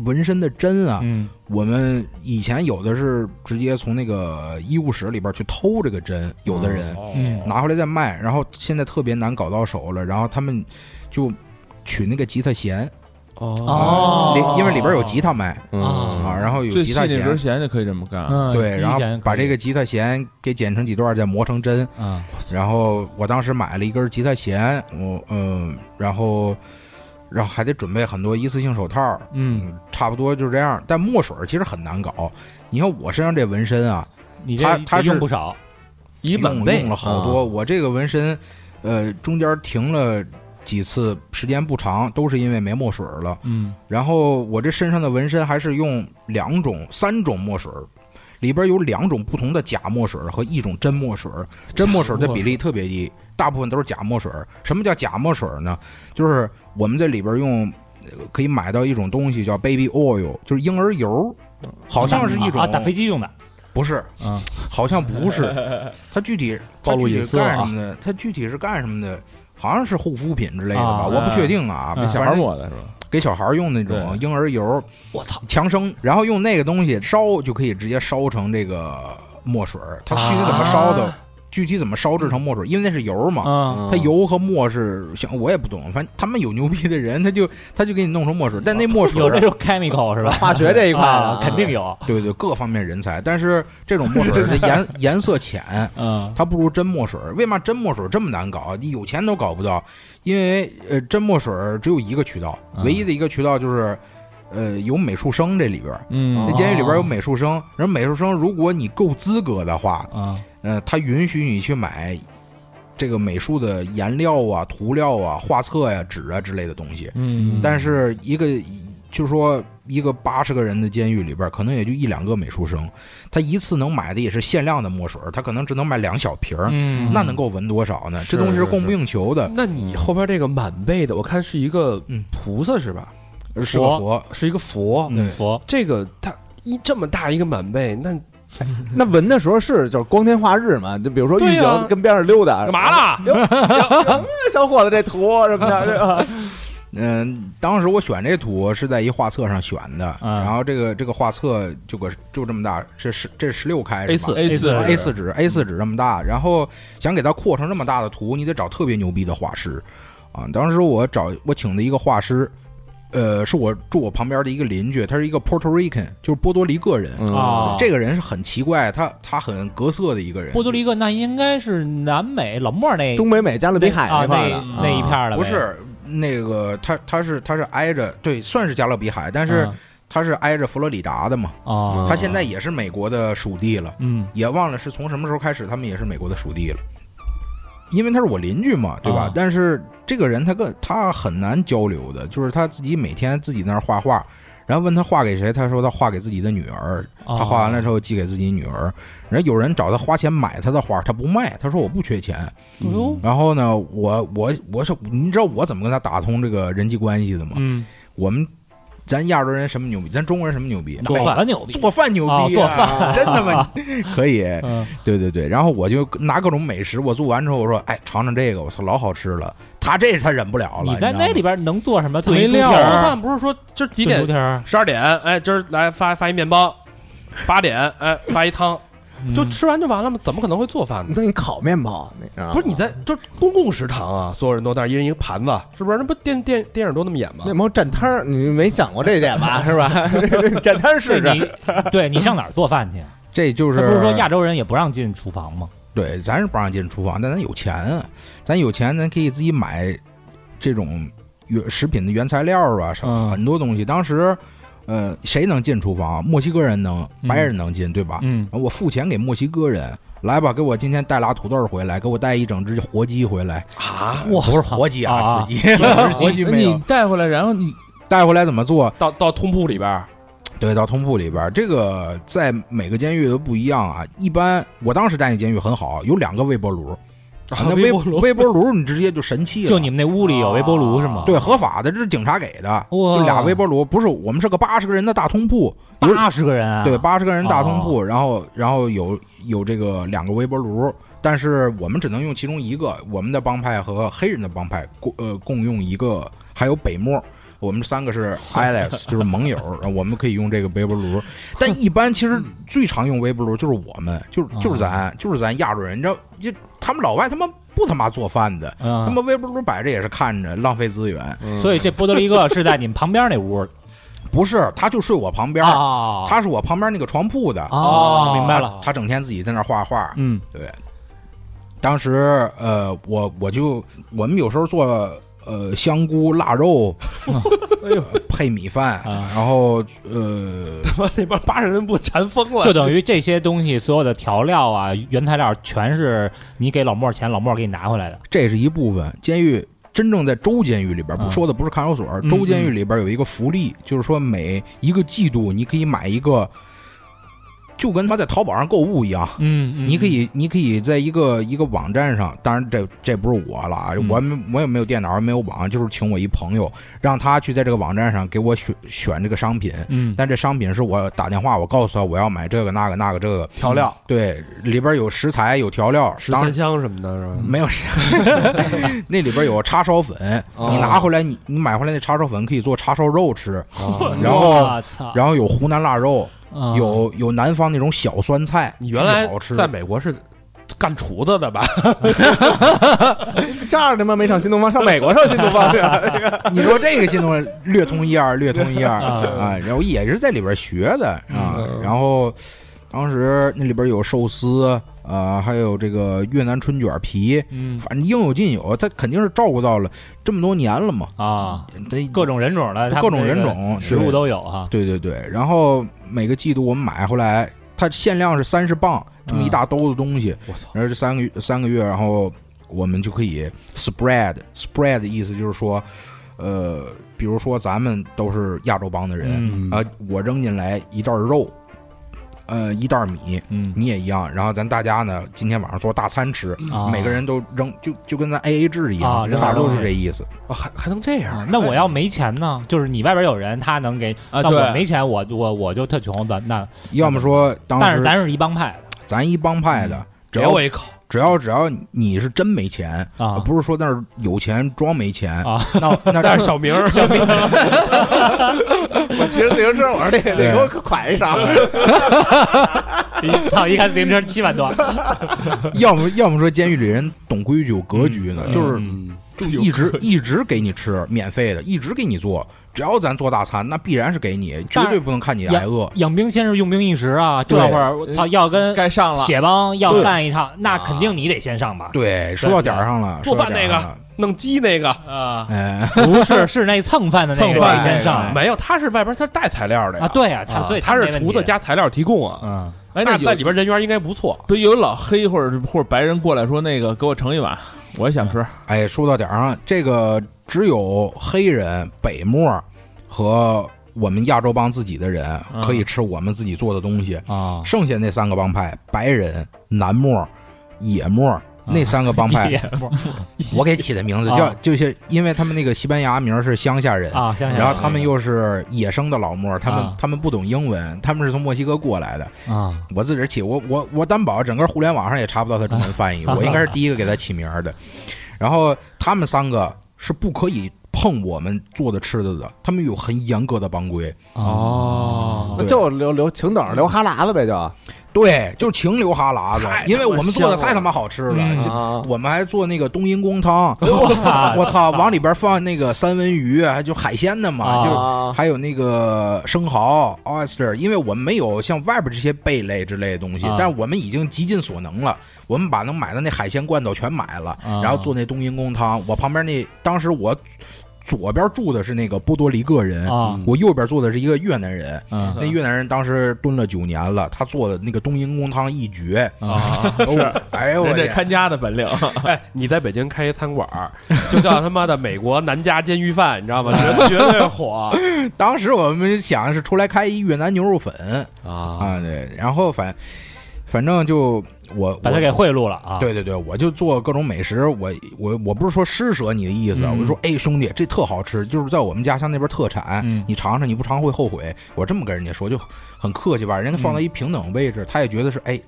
[SPEAKER 7] 纹身的针啊，
[SPEAKER 8] 嗯
[SPEAKER 7] 我们以前有的是直接从那个医务室里边去偷这个针，有的人
[SPEAKER 8] 嗯
[SPEAKER 7] 拿回来再卖，然后现在特别难搞到手了，然后他们就取那个吉他弦，
[SPEAKER 1] 哦，嗯
[SPEAKER 6] 哦
[SPEAKER 7] 啊里因为里边有吉他卖啊，
[SPEAKER 6] 啊，
[SPEAKER 7] 然后有
[SPEAKER 8] 哦最
[SPEAKER 7] 吉
[SPEAKER 8] 细
[SPEAKER 7] 他
[SPEAKER 8] 那根
[SPEAKER 7] 弦，
[SPEAKER 8] 弦就可以这么干，
[SPEAKER 6] 嗯，
[SPEAKER 7] 对，
[SPEAKER 6] 一
[SPEAKER 7] 然后
[SPEAKER 6] 弦可
[SPEAKER 7] 把
[SPEAKER 6] 以嗯
[SPEAKER 7] 这个吉他弦给剪成几段，再磨成针，
[SPEAKER 8] 啊，
[SPEAKER 7] 然后我当时买了一根吉他弦，我嗯，然后然后还得准备很多一次性手套，
[SPEAKER 8] 嗯，
[SPEAKER 7] 嗯，差不多就这样。但墨水儿其实很难搞，你看我身上这纹身啊，
[SPEAKER 6] 你这
[SPEAKER 7] 它它
[SPEAKER 6] 得
[SPEAKER 7] 是
[SPEAKER 6] 用不少，
[SPEAKER 1] 以满
[SPEAKER 7] 用
[SPEAKER 1] 背
[SPEAKER 7] 用了好多。我这个纹身，呃，中间停了几次，时间不长，都是因为没墨水儿了。
[SPEAKER 8] 嗯
[SPEAKER 7] 然后我这身上的纹身还是用两种、三种墨水儿，里边有两种不同的假墨水儿和一种真墨水儿。真墨水儿的比例特别低，大部分都是假墨水儿。什么叫假墨水儿呢？就是我们在里边用呃可以买到一种东西叫 baby oil，就是婴儿油，好像是一种
[SPEAKER 6] 啊，打飞机用的，
[SPEAKER 7] 不是，
[SPEAKER 8] 啊，
[SPEAKER 7] 好像不是。它具体它
[SPEAKER 5] 暴露
[SPEAKER 7] 具体
[SPEAKER 5] 隐
[SPEAKER 7] 是
[SPEAKER 5] 私了啊
[SPEAKER 7] 干什么的？它具体是干什么的？好像是护肤品之类的吧，
[SPEAKER 6] 啊
[SPEAKER 7] 我不确定啊。
[SPEAKER 8] 给小孩
[SPEAKER 7] 反正
[SPEAKER 8] 抹的是吧？
[SPEAKER 7] 给小孩用那种
[SPEAKER 8] 对
[SPEAKER 7] 婴儿油，
[SPEAKER 6] 我操，
[SPEAKER 7] 强生，然后用那个东西烧就可以直接烧成这个墨水儿。它具体怎么烧的？具体怎么烧制成墨水儿？因为那是油嘛，
[SPEAKER 8] 啊，
[SPEAKER 6] 嗯
[SPEAKER 7] 它油和墨是像我也不懂，反正他们有牛逼的人，他就他就给你弄成墨水儿，但那墨水
[SPEAKER 6] 有这
[SPEAKER 7] 儿啊
[SPEAKER 6] 种 chemical 是吧？
[SPEAKER 3] 化学这一块啊，
[SPEAKER 6] 啊肯定有，
[SPEAKER 7] 对对各方面人才，但是这种墨水儿的颜颜色浅，
[SPEAKER 8] 嗯
[SPEAKER 7] 它不如真墨水儿。为嘛真墨水儿这么难搞？啊你有钱都搞不到，因为呃真墨水儿只有一个渠道，
[SPEAKER 8] 嗯
[SPEAKER 7] 唯一的一个渠道就是呃有美术生这里边儿。那
[SPEAKER 8] 嗯
[SPEAKER 7] 监狱里边有美术生，然后美术生如果你够资格的话，
[SPEAKER 8] 啊，
[SPEAKER 7] 呃，他允许你去买这个美术的颜料啊、涂料啊、画册呀、纸啊之类的东西。
[SPEAKER 8] 嗯，
[SPEAKER 7] 但是一个就说一个八十个人的监狱里边，可能也就一两个美术生，他一次能买的也是限量的墨水，他可能只能买两小瓶儿，
[SPEAKER 8] 嗯
[SPEAKER 7] 那能够闻多少呢？是这东西是供不应求的，
[SPEAKER 1] 那你后边这个满背的，我看是一个
[SPEAKER 7] 嗯
[SPEAKER 1] 菩萨是吧？
[SPEAKER 7] 是个佛。
[SPEAKER 1] 是一个佛。
[SPEAKER 6] 嗯，佛
[SPEAKER 1] 这个他一这么大一个满背，那
[SPEAKER 3] 那闻的时候是就是光天化日嘛，就比如说
[SPEAKER 1] 对
[SPEAKER 3] 狱
[SPEAKER 1] 呀
[SPEAKER 3] 警跟边上溜达，
[SPEAKER 1] 干嘛啦？
[SPEAKER 3] 哎小伙子这图什么的，啊
[SPEAKER 7] 嗯，当时我选这图是在一画册上选的，
[SPEAKER 8] 嗯
[SPEAKER 7] 然后这个这个画册就个就这么大，这是这十六开啊
[SPEAKER 1] A 四
[SPEAKER 8] A 四
[SPEAKER 7] A 四纸 A 四纸这么大，然后想给它扩成这么大的图，你得找特别牛逼的画师啊。当时我找我请的一个画师，呃，是我住我旁边的一个邻居，他是一个 Puerto Rican，就是波多黎各人。
[SPEAKER 6] 啊，
[SPEAKER 7] 这个人是很奇怪，他他很格色的一个人。
[SPEAKER 6] 波多黎各那应该是南美老莫那
[SPEAKER 3] 中美美加勒比海
[SPEAKER 6] 啊
[SPEAKER 3] 块儿
[SPEAKER 6] 那
[SPEAKER 3] 的
[SPEAKER 6] 那一片儿了呗，
[SPEAKER 7] 啊不是那个他他是他是挨着对，算是加勒比海，但
[SPEAKER 8] 但
[SPEAKER 7] 是他是挨着佛罗里达的嘛。
[SPEAKER 8] 嗯啊，
[SPEAKER 6] 嗯
[SPEAKER 7] 他现在也是美国的属地了，
[SPEAKER 8] 嗯
[SPEAKER 7] 也忘了是从什么时候开始，他们也是美国的属地了。因为他是我邻居嘛，对吧？
[SPEAKER 8] 啊
[SPEAKER 7] 但是这个人他跟他很难交流的，就是他自己每天自己那儿画画，然后问他画给谁，他说他画给自己的女儿，
[SPEAKER 8] 啊
[SPEAKER 7] 他画
[SPEAKER 6] 啊
[SPEAKER 7] 完了之后寄给自己女儿。然后有人找他花钱买他的画，他不卖，他说我不缺钱。
[SPEAKER 6] 嗯，
[SPEAKER 7] 然后呢，我我我是你知道我怎么跟他打通这个人际关系的吗？
[SPEAKER 8] 嗯
[SPEAKER 7] 我们咱亚洲人什么牛逼？咱中国人什么牛逼？
[SPEAKER 6] 做
[SPEAKER 7] 哎
[SPEAKER 6] 饭嗯牛逼，
[SPEAKER 7] 做饭牛逼、啊
[SPEAKER 6] 哦做饭
[SPEAKER 7] 真 的吗？可以，
[SPEAKER 6] 嗯，
[SPEAKER 7] 对对对。然后我就拿各种美食，我做完之后我说，哎，尝尝这个，我操，老好吃了。他这他忍不了了。
[SPEAKER 6] 你在
[SPEAKER 7] 知道
[SPEAKER 6] 那
[SPEAKER 7] 吗
[SPEAKER 6] 里边能做什么？炖
[SPEAKER 7] 没
[SPEAKER 6] 一猪
[SPEAKER 7] 料
[SPEAKER 6] 蹄
[SPEAKER 1] 做
[SPEAKER 7] 啊
[SPEAKER 6] 儿，
[SPEAKER 1] 饭不是说今儿几
[SPEAKER 6] 炖猪
[SPEAKER 1] 点？
[SPEAKER 6] 蹄儿，
[SPEAKER 1] 十二点，哎，今儿来发发一面包，八点，哎，发一汤， 就
[SPEAKER 6] 嗯
[SPEAKER 1] 吃完就完了吗？怎么可能会做饭呢？
[SPEAKER 3] 那你烤面包，那
[SPEAKER 1] 不是你在就是公共食堂啊，所有人都在那儿，一人一个盘子，是不是？那不电电电影都那么演吗
[SPEAKER 3] 面？包蘸摊儿，你没想过这一点吧？是吧？蘸摊儿试
[SPEAKER 6] 对
[SPEAKER 3] 试。
[SPEAKER 6] 你，对你上哪儿做饭去？
[SPEAKER 7] 这就
[SPEAKER 6] 他不是说亚洲人也不让进厨房吗？
[SPEAKER 7] 对，咱是不让进厨房，但咱有钱啊，咱有钱，咱可以自己买这种原食品的原材料啊，什
[SPEAKER 6] 嗯
[SPEAKER 7] 很多东西。当时，呃，谁能进厨房？墨西哥人能，
[SPEAKER 6] 嗯
[SPEAKER 7] 白人能进，对吧？呃
[SPEAKER 6] 嗯，
[SPEAKER 7] 我付钱给墨西哥人，来吧，给我今天带俩土豆回来，给我带一整只活鸡回来。
[SPEAKER 1] 啊，
[SPEAKER 7] 呃不是活鸡
[SPEAKER 6] 啊啊
[SPEAKER 7] 死鸡， 活鸡没有
[SPEAKER 8] 哎你。带回来，然后你
[SPEAKER 7] 带回来怎么做？
[SPEAKER 1] 到到通铺里边儿，
[SPEAKER 7] 对，到通铺里边儿，这个在每个监狱都不一样啊。一般我当时待那监狱很好，有两个微 波炉，啊，那微
[SPEAKER 1] 波炉
[SPEAKER 7] 微波炉你直接就神器了，
[SPEAKER 6] 就你们那屋里有微波炉是吗？
[SPEAKER 7] 啊对，合法的，这是警察给的，
[SPEAKER 6] 哇
[SPEAKER 7] 就俩微波炉，不是我们是个八十个人的大通铺，有
[SPEAKER 6] 八十个人啊，哦
[SPEAKER 7] 对，八十个人大通铺，然后然后有有这个两个微波炉，但是我们只能用其中一个，我们的帮派和黑人的帮派共呃共用一个，还有北漠。我们三 个是 Alex，就是盟友，然后我们可以用这个微波炉，但一般其
[SPEAKER 6] 嗯
[SPEAKER 7] 实最常用微波炉就是我们，就是
[SPEAKER 6] 哦
[SPEAKER 7] 就是咱，就是咱亚洲人，你知道，就他们老外他们不他妈做饭的，他
[SPEAKER 6] 嗯，
[SPEAKER 7] 们微波炉摆着也是看着浪费资源，
[SPEAKER 6] 所以这波多黎各是在你们旁边那屋
[SPEAKER 7] 不是，他就睡我旁边儿，
[SPEAKER 6] 啊
[SPEAKER 7] 他是我旁边那个床铺的。
[SPEAKER 6] 哦，明白了，
[SPEAKER 7] 他整天自己在那儿画画。
[SPEAKER 6] 嗯，
[SPEAKER 7] 当时，呃，我我就我们有时候做呃香菇 腊肉，配米饭，
[SPEAKER 6] 哎啊
[SPEAKER 7] 然后呃，
[SPEAKER 1] 他妈那边八十人不馋疯了？
[SPEAKER 6] 就等于这些东西所有的调料啊、原材料全是你给老莫钱，老莫给你拿回来的。
[SPEAKER 7] 这是一部分。监狱真正在州监狱里边，
[SPEAKER 6] 啊
[SPEAKER 7] 不说的不是看守所，
[SPEAKER 6] 嗯
[SPEAKER 7] 州监狱里边有一个福利，就是说每一个季度你可以买一个，就跟他在淘宝上购物一样，
[SPEAKER 6] 嗯
[SPEAKER 7] 你可以，你可以在一个一个网站上，当然这这不是我了啊，
[SPEAKER 6] 嗯
[SPEAKER 7] 我没我也没有电脑，没有网，就是请我一朋友，让他去在这个网站上给我选选这个商品。
[SPEAKER 6] 嗯，
[SPEAKER 7] 但这商品是我打电话，我告诉他我要买这个那个那个这个，嗯
[SPEAKER 1] 调料、
[SPEAKER 7] 对，里边有食材有调料，
[SPEAKER 1] 十
[SPEAKER 7] 当
[SPEAKER 1] 三
[SPEAKER 7] 然
[SPEAKER 1] 香什么的，是吧？
[SPEAKER 7] 没有食， 那里边有叉烧粉，
[SPEAKER 1] 哦
[SPEAKER 7] 你
[SPEAKER 1] 嗯
[SPEAKER 7] 拿回来你你买回来那叉烧粉可以做叉烧肉吃，
[SPEAKER 1] 哦
[SPEAKER 7] 然后
[SPEAKER 6] 嗯我操，
[SPEAKER 7] 然后有湖南腊肉，
[SPEAKER 6] 嗯
[SPEAKER 7] 有有南方那种小酸菜，
[SPEAKER 1] 你原来
[SPEAKER 7] 巨好吃，
[SPEAKER 1] 在美国是干厨子的吧？
[SPEAKER 3] 这样他妈没上新东方，上美国上新东方去了。这个
[SPEAKER 7] 你说这个新东西略通一二，略通一二
[SPEAKER 6] 啊嗯
[SPEAKER 7] 啊，然后也是在里边学的啊，然后当时那里边有寿司啊，还有这个越南春卷皮，
[SPEAKER 6] 嗯
[SPEAKER 7] 反正应有尽有，他肯定是照顾到了这么多年了嘛，
[SPEAKER 6] 啊，
[SPEAKER 7] 得
[SPEAKER 6] 嗯各种人种的，他们
[SPEAKER 7] 各种
[SPEAKER 6] 这个
[SPEAKER 7] 人种
[SPEAKER 6] 食物都有哈。
[SPEAKER 7] 对对对，然后每个季度我们买回来，它限量是三十磅，这
[SPEAKER 6] 嗯
[SPEAKER 7] 么一大兜子东西，
[SPEAKER 1] 我操！
[SPEAKER 7] 然后这三个月三个月，然后我们就可以 spread spread 的意思就是说，呃，比如说咱们都是亚洲帮的人，
[SPEAKER 6] 嗯
[SPEAKER 7] 啊，我扔进来一袋肉，呃，一袋米，
[SPEAKER 6] 嗯
[SPEAKER 7] 你也一样，然后咱大家呢今天晚上做大餐吃，
[SPEAKER 6] 啊
[SPEAKER 7] 每个人都扔，就就跟咱 A A 制一样，
[SPEAKER 6] 啊
[SPEAKER 7] 差不
[SPEAKER 6] 扔点
[SPEAKER 7] 多
[SPEAKER 6] 东西
[SPEAKER 7] 是这意思。
[SPEAKER 1] 啊还还能这样
[SPEAKER 6] 啊？那我要没钱呢？就是你外边有人，他能给
[SPEAKER 8] 啊，
[SPEAKER 6] 那我
[SPEAKER 8] 对，
[SPEAKER 6] 没钱，我我我就特穷，咱那
[SPEAKER 7] 要么说当
[SPEAKER 6] 但
[SPEAKER 7] 时
[SPEAKER 6] 啊是咱嗯是一帮派
[SPEAKER 7] 咱一帮派的，只
[SPEAKER 1] 给
[SPEAKER 7] 要
[SPEAKER 1] 我一口，
[SPEAKER 7] 只要只要你是真没钱，
[SPEAKER 6] 的啊，
[SPEAKER 7] 不是说那儿有钱装没钱
[SPEAKER 6] 啊，
[SPEAKER 7] 那那
[SPEAKER 1] 但是小明儿， 小明
[SPEAKER 3] 我骑着自行车，我说得得给我款一上。
[SPEAKER 6] 一 操！一看自行车七万多，
[SPEAKER 7] 要么要么说监狱里人懂规矩有格局呢，
[SPEAKER 6] 嗯
[SPEAKER 7] 就是就
[SPEAKER 1] 有
[SPEAKER 7] 一直一直给你吃免费的，一直给你做，只要咱做大餐，那必然是给你，绝
[SPEAKER 6] 但是
[SPEAKER 7] 对不能看你挨饿。
[SPEAKER 6] 养兵千日，用兵一时啊！这
[SPEAKER 7] 对
[SPEAKER 6] 会儿我操，要跟
[SPEAKER 8] 该上了。
[SPEAKER 6] 血帮要
[SPEAKER 7] 对
[SPEAKER 6] 干一趟，那肯定你得先上吧？
[SPEAKER 7] 对，说到点儿上了，哎
[SPEAKER 1] 做饭那个
[SPEAKER 7] 说到
[SPEAKER 1] 弄鸡那个
[SPEAKER 6] 啊，
[SPEAKER 7] 点儿上了，
[SPEAKER 6] 不是，是那蹭饭的那
[SPEAKER 8] 蹭
[SPEAKER 6] 个
[SPEAKER 8] 饭
[SPEAKER 6] 得先上
[SPEAKER 1] 没有，他是外边他是带材料的呀
[SPEAKER 6] 啊，对啊，他
[SPEAKER 1] 哎啊
[SPEAKER 6] 所以
[SPEAKER 1] 他
[SPEAKER 6] 没
[SPEAKER 1] 是
[SPEAKER 6] 问题
[SPEAKER 1] 厨子加材料提供啊。
[SPEAKER 6] 嗯，
[SPEAKER 8] 哎，那
[SPEAKER 1] 那在
[SPEAKER 8] 有
[SPEAKER 1] 里边人缘应该不错。
[SPEAKER 8] 不有老黑或者或者白人过来说那个给我盛一碗，我也想吃。
[SPEAKER 7] 哎，哎，说到点儿上，这个只有黑人、北漠和我们亚洲帮自己的人
[SPEAKER 8] 嗯
[SPEAKER 7] 可以吃我们自己做的东西，
[SPEAKER 6] 啊
[SPEAKER 7] 剩下那三个帮派，白人、南漠、野漠那三个帮 派
[SPEAKER 6] 也，
[SPEAKER 7] 我给起的名字叫
[SPEAKER 6] 啊
[SPEAKER 7] 就是因为他们那个西班牙名是乡下 人
[SPEAKER 6] 啊，乡下人
[SPEAKER 7] 然后他们又是野生的老墨，他们
[SPEAKER 6] 啊
[SPEAKER 7] 他们不懂英文，他们是从墨西哥过来的。
[SPEAKER 6] 啊，
[SPEAKER 7] 我自个儿起，我我我担保，整个互联网上也查不到他中 文翻译，我应该是第一个给他起名儿的。然后他们三个是不可以碰我们做的吃的的，他们有很严格的帮规。
[SPEAKER 6] 哦
[SPEAKER 3] 那就留留请等着留哈喇子呗，就啊
[SPEAKER 7] 对，就请留哈喇子，因为我们做的太他妈好吃了。
[SPEAKER 6] 嗯
[SPEAKER 7] 就我们还做那个冬阴 功汤，
[SPEAKER 6] 哎啊
[SPEAKER 7] 我操，往里边放那个三文鱼，还就海鲜的嘛，
[SPEAKER 6] 啊
[SPEAKER 7] 就
[SPEAKER 3] 啊
[SPEAKER 7] 还有那个生蚝 oyster，因为我们没有像外边这些贝类之类的东西，
[SPEAKER 6] 啊
[SPEAKER 7] 但我们已经极尽所能了。我们把能买的那海鲜罐头全买了，
[SPEAKER 6] 啊
[SPEAKER 7] 然后做那冬阴功汤。我旁边那当时我左边住的是那个波多黎各人，
[SPEAKER 6] 啊，
[SPEAKER 7] 我右边坐的是一个越南人。
[SPEAKER 6] 嗯
[SPEAKER 7] 那越南人当时蹲了九年了，他做的那个冬阴功汤一绝，
[SPEAKER 6] 啊，
[SPEAKER 7] 哦、哎呦我
[SPEAKER 8] 人这
[SPEAKER 7] 天
[SPEAKER 8] 看家的 本领，
[SPEAKER 1] 哎，你在北京开一餐馆儿，就叫他妈的美国南家监狱饭，你知道吗？绝 绝对火
[SPEAKER 7] 当时我们想是出来开一越南牛肉粉
[SPEAKER 1] 啊！
[SPEAKER 7] 啊，对，然后反反正就我
[SPEAKER 6] 把他
[SPEAKER 7] 我
[SPEAKER 6] 给贿赂了啊，
[SPEAKER 7] 对对对，我就做各种美食，我我我不是说施舍你的意思，
[SPEAKER 6] 嗯
[SPEAKER 7] 我就说，哎，兄弟，这特好吃，就是在我们家乡那边特产，
[SPEAKER 6] 嗯
[SPEAKER 7] 你尝尝，你不尝会后悔。我这么跟人家说，就很客气吧，人家放
[SPEAKER 6] 嗯
[SPEAKER 7] 到一平等位置，他也觉得是，哎，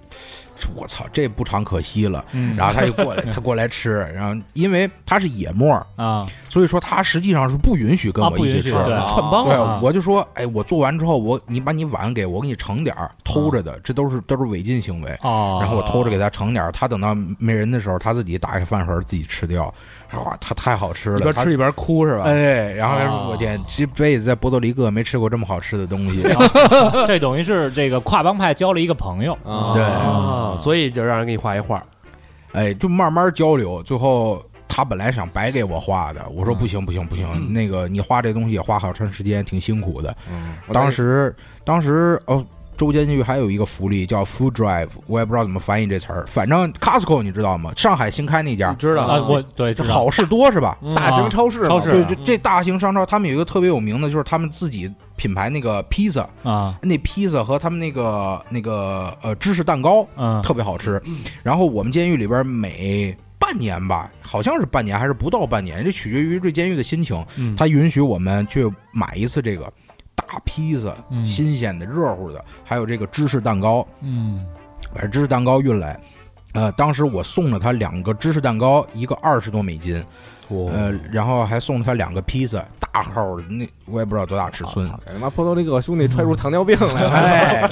[SPEAKER 7] 我操，这不尝可惜了。
[SPEAKER 6] 嗯
[SPEAKER 7] 然后他就 过来，他过来吃，然后因为他是野沫儿，
[SPEAKER 6] 啊
[SPEAKER 7] 所以说他实际上是不允许跟
[SPEAKER 6] 啊
[SPEAKER 7] 我
[SPEAKER 6] 不
[SPEAKER 7] 一起
[SPEAKER 6] 允许
[SPEAKER 7] 吃
[SPEAKER 6] 对
[SPEAKER 7] 的。
[SPEAKER 1] 串帮
[SPEAKER 7] 对
[SPEAKER 6] 啊，
[SPEAKER 7] 我就说，哎，我做完之后，我你把你碗给我，我给你盛点儿，偷着的，这都是都是违禁行为。
[SPEAKER 6] 哦，
[SPEAKER 7] 然后我偷着给他盛点儿，他等到没人的时候，他自己打开饭盒儿自己吃掉。哇，他太好吃
[SPEAKER 1] 一
[SPEAKER 7] 了！
[SPEAKER 1] 边
[SPEAKER 7] 他
[SPEAKER 1] 吃一边哭是吧？
[SPEAKER 7] 哎，然后他说：“
[SPEAKER 6] 啊
[SPEAKER 7] 我天，这辈子在波多黎各没吃过这么好吃的东西。
[SPEAKER 6] 这等于是这个跨帮派交了一个朋友，
[SPEAKER 1] 嗯
[SPEAKER 3] 啊
[SPEAKER 7] 对
[SPEAKER 1] 啊，所以就让人给你画一画。”
[SPEAKER 7] 哎，就慢慢交流，最后他本来想白给我画的，我说：“不行，不行，不行，那个你画这东西也花好长时间，挺辛苦的。”当时，当时哦。周间剧还有一个福利叫 Food Drive，我也不知道怎么翻译这词儿。反正 Costco 你知道吗？上海新开那家
[SPEAKER 1] 你，嗯知道啊
[SPEAKER 6] 啊，我对
[SPEAKER 7] 这
[SPEAKER 6] 知道
[SPEAKER 7] 好事多是吧？
[SPEAKER 1] 嗯
[SPEAKER 6] 嗯
[SPEAKER 3] 大型超市嘛
[SPEAKER 6] 超市
[SPEAKER 7] 对，就这大型商超，他们有一个特别有名的，就是他们自己品牌那个披萨，
[SPEAKER 6] 啊，
[SPEAKER 7] 那披萨和他们那个那个呃芝士蛋糕
[SPEAKER 6] 嗯，
[SPEAKER 7] 特别好吃。然后我们监狱里边每半年吧，好像是半年还是不到半年，这取决于这监狱的心情
[SPEAKER 6] 嗯，
[SPEAKER 7] 他允许我们去买一次这个大披萨，
[SPEAKER 6] 嗯
[SPEAKER 7] 新鲜的、热乎的，还有这个芝士蛋糕，
[SPEAKER 6] 嗯
[SPEAKER 7] 把芝士蛋糕运来。呃，当时我送了他两个芝士蛋糕，一个二十多美金，呃，然后还送了他两个披萨，大号的，那我也不知道多大尺寸。
[SPEAKER 3] 给他妈波多黎各兄弟踹出糖尿病来了，
[SPEAKER 7] 哎，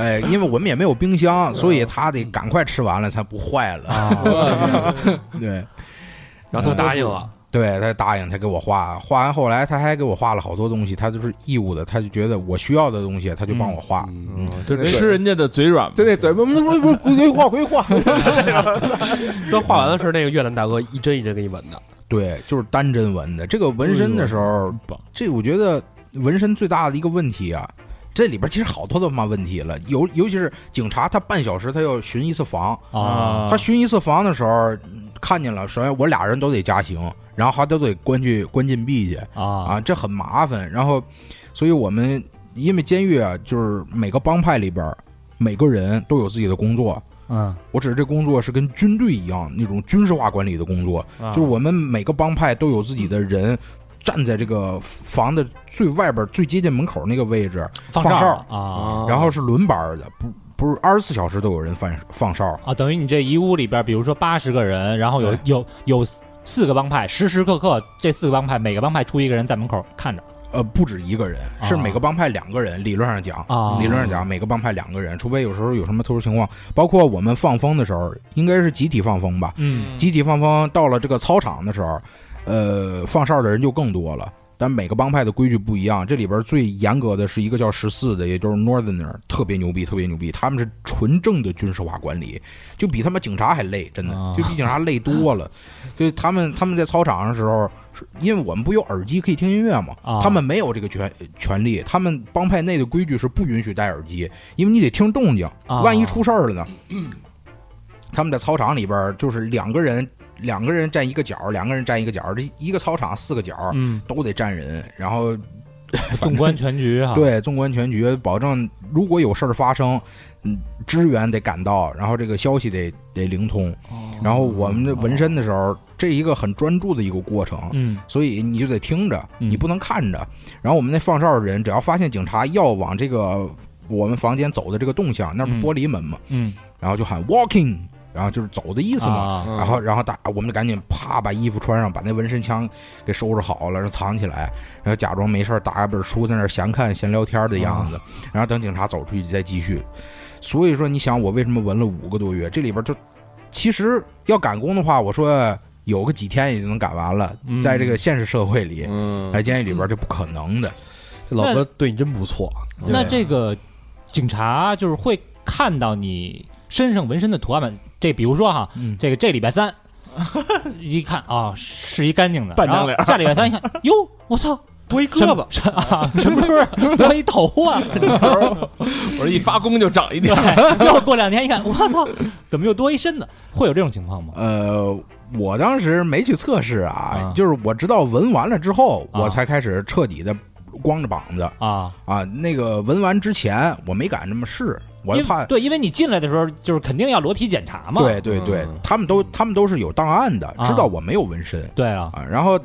[SPEAKER 7] 哎，因为我们也没有冰箱，所以他得赶快吃完了才不坏了。 对，
[SPEAKER 1] 然后他答应了。
[SPEAKER 7] 对他答应，他给我画，画完后来他还给我画了好多东西，他就是义务的，他就觉得我需要的东西，他就帮我画。
[SPEAKER 1] 嗯啊
[SPEAKER 3] 就是
[SPEAKER 8] 吃人家的嘴软，
[SPEAKER 3] 就那嘴不不不不规划规划，
[SPEAKER 1] 嗯这画完的是那个越南大哥一针一针给你纹的，
[SPEAKER 7] 对，就是单针纹的。这个纹身的时候，这我觉得纹身最大的一个问题啊，这里边其实好多他妈问题了，尤尤其是警察，他半小时他要巡一次房，
[SPEAKER 6] 啊，
[SPEAKER 7] 他巡一次房的时候嗯看见了，首先我俩人都得加刑，然后还都得关去关禁闭去
[SPEAKER 6] 啊
[SPEAKER 7] 啊，这很麻烦。然后，所以我们因为监狱啊，就是每个帮派里边儿每个人都有自己的工作。
[SPEAKER 6] 嗯
[SPEAKER 7] 我指这工作是跟军队一样那种军事化管理的工作，
[SPEAKER 6] 啊
[SPEAKER 7] 就是我们每个帮派都有自己的人站在这个房的最外边儿最接近门口那个位置，
[SPEAKER 6] 放
[SPEAKER 7] 放哨
[SPEAKER 6] 啊
[SPEAKER 7] 然后是轮班儿的，不不是二十四小时都有人放放哨。
[SPEAKER 6] 啊，等于你这一屋里边，比如说八十个人，然后有有有四个帮派，时时刻刻这四个帮派每个帮派出一个人在门口看着
[SPEAKER 7] 呃，不止一个人，
[SPEAKER 6] 啊
[SPEAKER 7] 是每个帮派两个人。理论上讲，
[SPEAKER 6] 啊
[SPEAKER 7] 理论上讲，每个帮派两个人，除非有时候有什么特殊情况，包括我们放风的时候，应该是集体放风吧？
[SPEAKER 6] 嗯
[SPEAKER 7] 集体放风到了这个操场的时候，呃，放哨的人就更多了。但每个帮派的规矩不一样，这里边最严格的是一个叫十四的，也就是 Northerner，特别牛逼，特别牛逼。他们是纯正的军事化管理，就比他妈警察还累，真的
[SPEAKER 6] 啊，
[SPEAKER 7] 就比警察累多了。 所以他们他们在操场上的时候，是因为我们不有耳机可以听音乐嘛，
[SPEAKER 6] 啊
[SPEAKER 7] 他们没有这个权权利，他们帮派内的规矩是不允许戴耳机，因为你得听动静，
[SPEAKER 6] 啊
[SPEAKER 7] 万一出事儿 了呢？他们在操场里边儿就是两个人，两个人站一个角儿，两个人站一个角儿，这一个操场四个角儿
[SPEAKER 6] 嗯，
[SPEAKER 7] 都得站人，然后
[SPEAKER 6] 纵观全局哈，
[SPEAKER 7] 对纵观全局，保证如
[SPEAKER 6] 哦
[SPEAKER 7] 果有事儿发生，嗯，支援得赶到，然后这个消息得得灵通。然后我们的纹身的时候，这一个很专注的一个过程，
[SPEAKER 8] 嗯
[SPEAKER 7] 所以你就得听着，
[SPEAKER 8] 嗯
[SPEAKER 7] 你不能看着。然后我们那放哨的人，只要发现警察要往这个我们房间走的这个动向，那不
[SPEAKER 8] 嗯
[SPEAKER 7] 玻璃门嘛，
[SPEAKER 8] 嗯
[SPEAKER 7] 然后就喊 walking，然后就是走的意思嘛。
[SPEAKER 8] 啊，
[SPEAKER 7] 然后，然后大，我们就赶紧啪把衣服穿上，把那纹身枪给收拾好了，然后藏起来，然后假装没事儿，打一本书在那儿闲看、闲聊天的样子，然后等警察走出去再继续。所以说，你想我为什么纹了五个多月？这里边就其实要赶工的话，我说有个几天也就能赶完了，
[SPEAKER 8] 嗯
[SPEAKER 7] 在这个现实社会里，
[SPEAKER 3] 嗯
[SPEAKER 8] 哎
[SPEAKER 7] 在监狱里边这不可能的。
[SPEAKER 1] 这老哥对你真不错，
[SPEAKER 6] 那这个警察就是会看到你身上纹身的图案吗？这比如说哈，
[SPEAKER 7] 嗯
[SPEAKER 6] 这个这礼拜三 一看啊、是一干净的，
[SPEAKER 8] 半张
[SPEAKER 6] 然后
[SPEAKER 8] 脸儿
[SPEAKER 6] 下礼拜三一看，哟，我操，
[SPEAKER 1] 多一
[SPEAKER 6] 什
[SPEAKER 1] 胳
[SPEAKER 6] 么
[SPEAKER 1] 膊，
[SPEAKER 6] 什啊，什么时候多一头啊？
[SPEAKER 8] 我这一发功就长一点，
[SPEAKER 6] 对，又过两天一看，我操，怎么又多一身呢？会有这种情况吗？
[SPEAKER 7] 呃，我当时没去测试啊
[SPEAKER 6] 啊，
[SPEAKER 7] 就是我直到纹完了之后，
[SPEAKER 6] 啊
[SPEAKER 7] 我才开始彻底的光着膀子。
[SPEAKER 6] 啊，
[SPEAKER 7] 啊，那个纹完之前我没敢这么试，我就
[SPEAKER 6] 因为
[SPEAKER 7] 怕。
[SPEAKER 6] 对，因为你进来的时候就是肯定要裸体检查嘛。
[SPEAKER 7] 对对对，他们都他们都是有档案的，
[SPEAKER 6] 嗯啊
[SPEAKER 7] 知道我没有纹身
[SPEAKER 6] 对啊，
[SPEAKER 7] 啊。然后，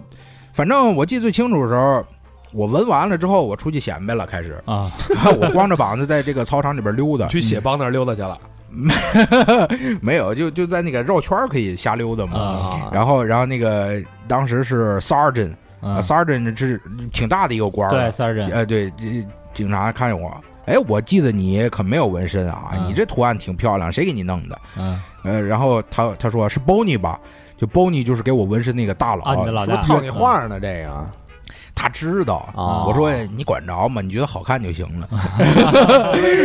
[SPEAKER 7] 反正我记得最清楚的时候，我纹完了之后，我出去显摆了，开 始
[SPEAKER 6] 啊，
[SPEAKER 7] 我光着膀子在这个操场里边溜达
[SPEAKER 1] 你，去血帮那儿溜达去了，
[SPEAKER 7] 没有就就在那个绕圈儿可以瞎溜达嘛。
[SPEAKER 3] 啊，
[SPEAKER 7] 然后然后那个当时是 sergeant，sergeant、
[SPEAKER 6] 嗯
[SPEAKER 7] sergeant 是挺大的一个官儿
[SPEAKER 6] 对，
[SPEAKER 7] 了，
[SPEAKER 6] 三人，
[SPEAKER 7] 呃，对，这警察看见我，哎，我记得你可没有纹身啊，
[SPEAKER 6] 嗯
[SPEAKER 7] 你这图案挺漂亮，谁给你弄的？
[SPEAKER 6] 嗯，
[SPEAKER 7] 呃，然后他他说是 Bonnie 吧，就 Bonnie 就是给我纹身那个大佬，
[SPEAKER 6] 啊，你的老
[SPEAKER 3] 是不
[SPEAKER 6] 大
[SPEAKER 3] 是套你话呢？这个
[SPEAKER 7] 他知道。
[SPEAKER 3] 啊
[SPEAKER 7] 我说你管着吗？你觉得好看就行 了。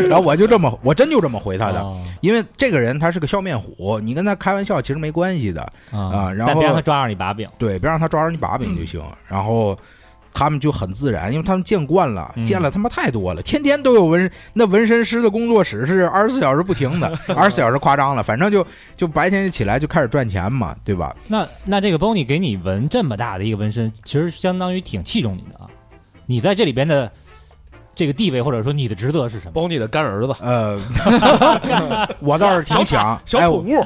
[SPEAKER 7] 然后我就这么，我真就这么回他的，
[SPEAKER 6] 哦
[SPEAKER 7] 因为这个人他是个笑面虎，你跟他开玩笑其实没关系的，啊然后
[SPEAKER 6] 但别让他抓着你把柄。
[SPEAKER 7] 对，别让他抓着你把柄
[SPEAKER 1] 嗯
[SPEAKER 7] 就行。然后他们就很自然，因为他们见惯了，
[SPEAKER 6] 嗯
[SPEAKER 7] 见了他妈太多了，天天都有纹那纹身师的工作室是二十四小时 不停的，二十四小时夸张了，反正就就白天就起来就开始赚钱嘛，对吧？
[SPEAKER 6] 那那这个 Bonnie 给你纹这么大的一个纹身，其实相当于挺器重你的啊。你在这里边的这个地位，或者说你的职责是什么？
[SPEAKER 1] 包你的干儿子，
[SPEAKER 7] 呃， 我倒是挺想，
[SPEAKER 1] 小
[SPEAKER 7] 哎
[SPEAKER 1] 土
[SPEAKER 7] 我
[SPEAKER 1] 屋，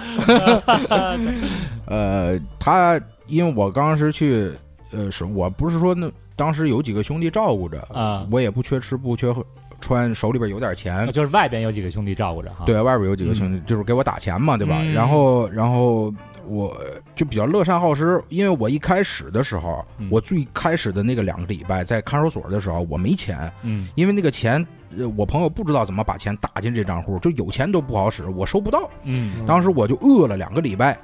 [SPEAKER 7] 呃，他因为我当时去，呃，是我不是说那当时有几个兄弟照顾着，
[SPEAKER 6] 啊
[SPEAKER 7] 我也不缺吃不缺喝穿，手里边有点
[SPEAKER 1] 啊
[SPEAKER 7] 钱，
[SPEAKER 6] 就是外边有几个兄弟照顾着哈。，
[SPEAKER 7] 对外边有几个兄弟，就是给我打钱嘛，对吧？
[SPEAKER 6] 啊嗯
[SPEAKER 7] 然后，然后我就比较乐善好施，因为我一开始的时候，
[SPEAKER 6] 嗯
[SPEAKER 7] 我最开始的那个两个礼拜在看守所的时候，我没钱，
[SPEAKER 6] 嗯
[SPEAKER 7] 因为那个钱，呃我朋友不知道怎么把钱打进这账户，就有钱都不好使，我收不到。
[SPEAKER 6] 嗯
[SPEAKER 7] 当时我就饿了两个礼拜，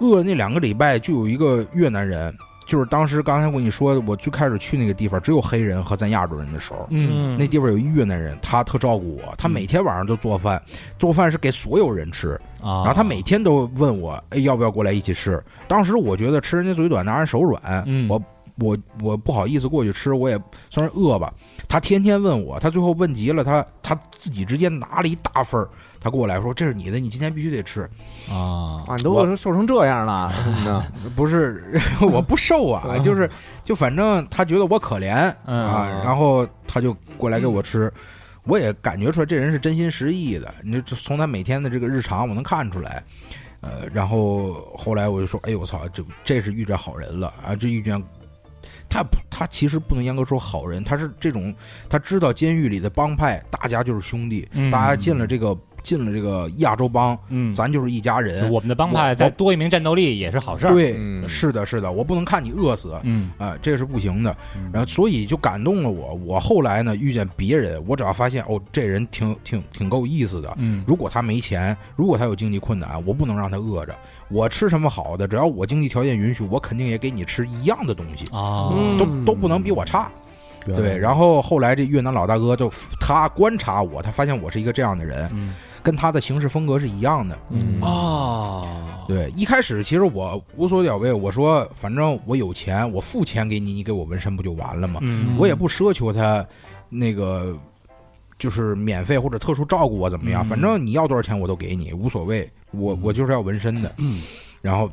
[SPEAKER 7] 饿了那两个礼拜就有一个越南人。就是当时刚才我跟你说，我最开始去那个地方只有黑人和咱亚洲人的时候，
[SPEAKER 6] 嗯
[SPEAKER 7] 那地方有一越南人，他特照顾我，他每天晚上都做饭，做饭是给所有人吃，
[SPEAKER 6] 啊，
[SPEAKER 7] 然后他每天都问我，哎，要不要过来一起吃？当时我觉得吃人家嘴短，拿人手软，
[SPEAKER 6] 嗯
[SPEAKER 7] 我我我不好意思过去吃，我也算是饿吧。他天天问我，他最后问急了，他他自己直接拿了一大份儿，他过来说这是你的，你今天必须得吃。
[SPEAKER 6] 啊
[SPEAKER 3] 啊，你都
[SPEAKER 7] 我
[SPEAKER 3] 瘦成这样了，什么的
[SPEAKER 7] 不是， 我不瘦啊，就是就反正他觉得我可怜，啊，
[SPEAKER 6] 嗯
[SPEAKER 7] 然后他就过来给我吃，我也感觉出来这人是真心实意的，你就从他每天的这个日常我能看出来。呃，然后后来我就说，哎呦我操，这这是遇见好人了啊！这遇见他不，他其实不能严格说好人，他是这种他知道监狱里的帮派大家就是兄弟，
[SPEAKER 6] 嗯
[SPEAKER 7] 大家进了这个进了这个亚洲帮，
[SPEAKER 6] 嗯，
[SPEAKER 7] 咱就是一家人。
[SPEAKER 6] 我们的帮派
[SPEAKER 7] 我
[SPEAKER 6] 再多一名战斗力也是好事儿。
[SPEAKER 7] 对，
[SPEAKER 3] 嗯
[SPEAKER 7] 是的，是的，我不能看你饿死，
[SPEAKER 6] 嗯
[SPEAKER 7] 啊，这是不行的。然后所以就感动了我。我后来呢，遇见别人，我只要发现哦，这人挺挺挺够意思的。
[SPEAKER 6] 嗯
[SPEAKER 7] 如果他没钱，如果他有经济困难，我不能让他饿着。我吃什么好的，只要我经济条件允许，我肯定也给你吃一样的东西，
[SPEAKER 6] 啊，
[SPEAKER 1] 嗯
[SPEAKER 7] 都都不能比我差。对，然后后来这越南老大哥就他观察我，他发现我是一个这样的人，
[SPEAKER 6] 嗯
[SPEAKER 7] 跟他的行事风格是一样的。
[SPEAKER 6] 嗯
[SPEAKER 1] 啊，
[SPEAKER 7] 对，一开始其实我无所屌位，我说反正我有钱，我付钱给你，你给我纹身不就完了吗？
[SPEAKER 6] 嗯
[SPEAKER 7] 我也不奢求他那个就是免费或者特殊照顾我怎么样，
[SPEAKER 6] 嗯
[SPEAKER 7] 反正你要多少钱我都给你，无所谓。我我就是要纹身的。
[SPEAKER 1] 嗯，
[SPEAKER 7] 然后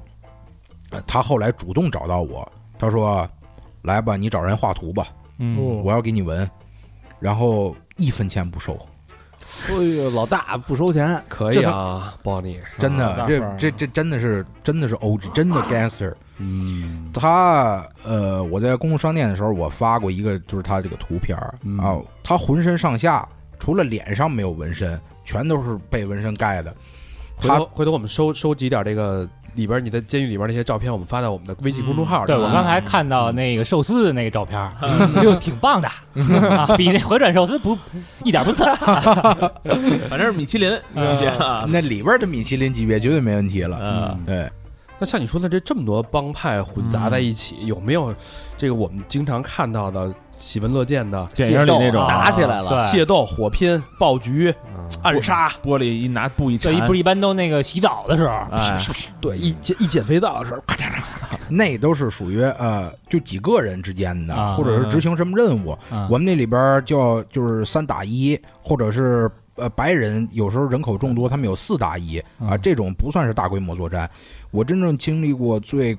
[SPEAKER 7] 呃他后来主动找到我，他说：“来吧，你找人画图吧，
[SPEAKER 6] 嗯
[SPEAKER 7] 我要给你纹。”然后一分钱不收。
[SPEAKER 3] 哎呦，老大不收钱，
[SPEAKER 1] 可以啊，包你。
[SPEAKER 7] 真的
[SPEAKER 6] 啊，
[SPEAKER 7] 这
[SPEAKER 6] 大范儿
[SPEAKER 7] 这这真的是真的是 OG，真 的 gangster。
[SPEAKER 5] 嗯，
[SPEAKER 7] 他呃，我在公共商店的时候，我发过一个，就是他这个图片儿
[SPEAKER 5] 嗯
[SPEAKER 7] 啊，他浑身上下除了脸上没有纹身，全都是被纹身盖的。
[SPEAKER 1] 回头回头我们收收集点这个里边你在监狱里边那些照片，我们发到我们的微信公众号里。
[SPEAKER 6] 嗯
[SPEAKER 1] 嗯
[SPEAKER 6] 对我刚才看到那个寿司的那个照片儿，就挺棒的，啊比那回转寿司不一点不次。
[SPEAKER 8] 反正是米其林期间啊，
[SPEAKER 7] 那里边的米其林级别绝对没问题了。
[SPEAKER 8] 嗯，
[SPEAKER 7] 对，
[SPEAKER 1] 那像你说的这这么多帮派混杂在一起，有没有这个我们经常看到的喜闻乐见的
[SPEAKER 9] 电影里那种
[SPEAKER 6] 啊
[SPEAKER 3] 打起来了
[SPEAKER 6] 对
[SPEAKER 1] 械斗、火拼、爆局、暗杀？
[SPEAKER 8] 玻璃一拿布一
[SPEAKER 6] 这
[SPEAKER 8] 缠，
[SPEAKER 6] 一不是一般都那个洗澡的时候，
[SPEAKER 7] 啊
[SPEAKER 8] 哎，
[SPEAKER 1] 对，一减一减肥皂的时候，咔嚓
[SPEAKER 7] 那都是属于呃，就几个人之间的，
[SPEAKER 6] 啊
[SPEAKER 7] 或者是执行什么任务。
[SPEAKER 6] 嗯
[SPEAKER 7] 我们那里边叫就是三打一，或者是呃白人有时候人口众多，他们有四打一啊，
[SPEAKER 6] 嗯
[SPEAKER 7] 这种不算是大规模作战。我真正经历过最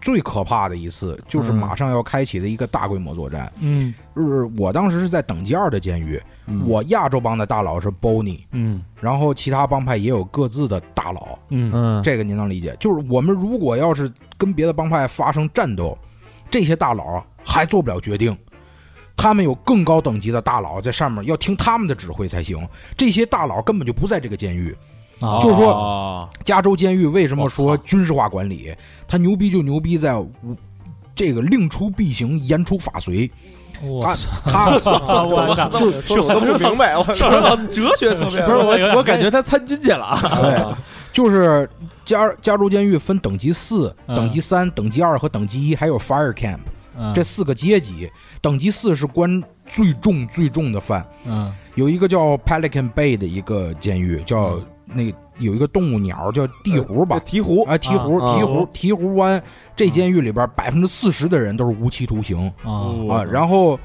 [SPEAKER 7] 最可怕的一次，就是马上要开启的一个大规模作战。
[SPEAKER 6] 嗯
[SPEAKER 7] 就是我当时是在等级二的监狱，我亚洲帮的大佬是 Bony，
[SPEAKER 6] 嗯
[SPEAKER 7] 然后其他帮派也有各自的大佬。
[SPEAKER 6] 嗯
[SPEAKER 8] 嗯，
[SPEAKER 7] 这个您能理解。就是我们如果要是跟别的帮派发生战斗，这些大佬啊还做不了决定，他们有更高等级的大佬在上面，要听他们的指挥才行。这些大佬根本就不在这个监狱。
[SPEAKER 8] 啊
[SPEAKER 6] 哦
[SPEAKER 7] 就是说
[SPEAKER 8] 说
[SPEAKER 7] 加州监狱为什么说军事化管理？他牛逼就牛逼在无这个令出必行，严出法随。
[SPEAKER 6] 我
[SPEAKER 7] 他他
[SPEAKER 6] 操！嗯啊我操！
[SPEAKER 3] 说我都不明白，我
[SPEAKER 1] 上升到哲学层 面
[SPEAKER 8] 不是
[SPEAKER 1] 了。
[SPEAKER 8] 哎我，我感觉他参军去 了啊，
[SPEAKER 7] 对，哎就是加加州监狱分等级四、
[SPEAKER 6] 嗯
[SPEAKER 7] 等级三、等级二和等级一，还有 fire camp。这四个阶级，等级四是关最重最重的犯，
[SPEAKER 6] 嗯
[SPEAKER 7] 有一个叫 Pelican Bay 的一个监狱，叫那个有一个动物鸟叫地狐吧，
[SPEAKER 3] 鹈鹕
[SPEAKER 7] 啊，鹈鹕，
[SPEAKER 3] 啊
[SPEAKER 7] 鹈鹕，鹈鹕湾这监狱里边百分之四十的人都是无期徒刑
[SPEAKER 8] 哎
[SPEAKER 6] 啊
[SPEAKER 7] 啊，然后。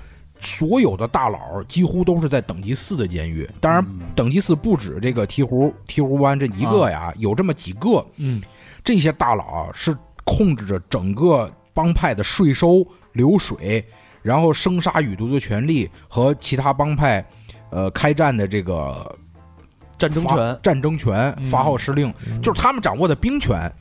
[SPEAKER 7] 所有的大佬几乎都是在等级四的监狱，当然等级四不止这个鹈鹕、鹈鹕湾这一个呀，有这么几个，
[SPEAKER 6] 嗯
[SPEAKER 7] 这些大佬啊是控制着整个帮派的税收、流水，然后生杀予夺的权利和其他帮派，呃，开战的这个
[SPEAKER 1] 战争
[SPEAKER 7] 发
[SPEAKER 1] 权，
[SPEAKER 7] 战争权、
[SPEAKER 6] 嗯
[SPEAKER 7] 发号施令，就是他们掌握的兵权。
[SPEAKER 1] 哦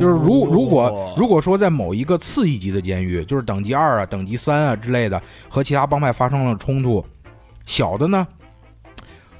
[SPEAKER 7] 就是如如果如果说在某一个次一级的监狱，就是等级二啊、等级三啊之类的，和其他帮派发生了冲突，小的呢，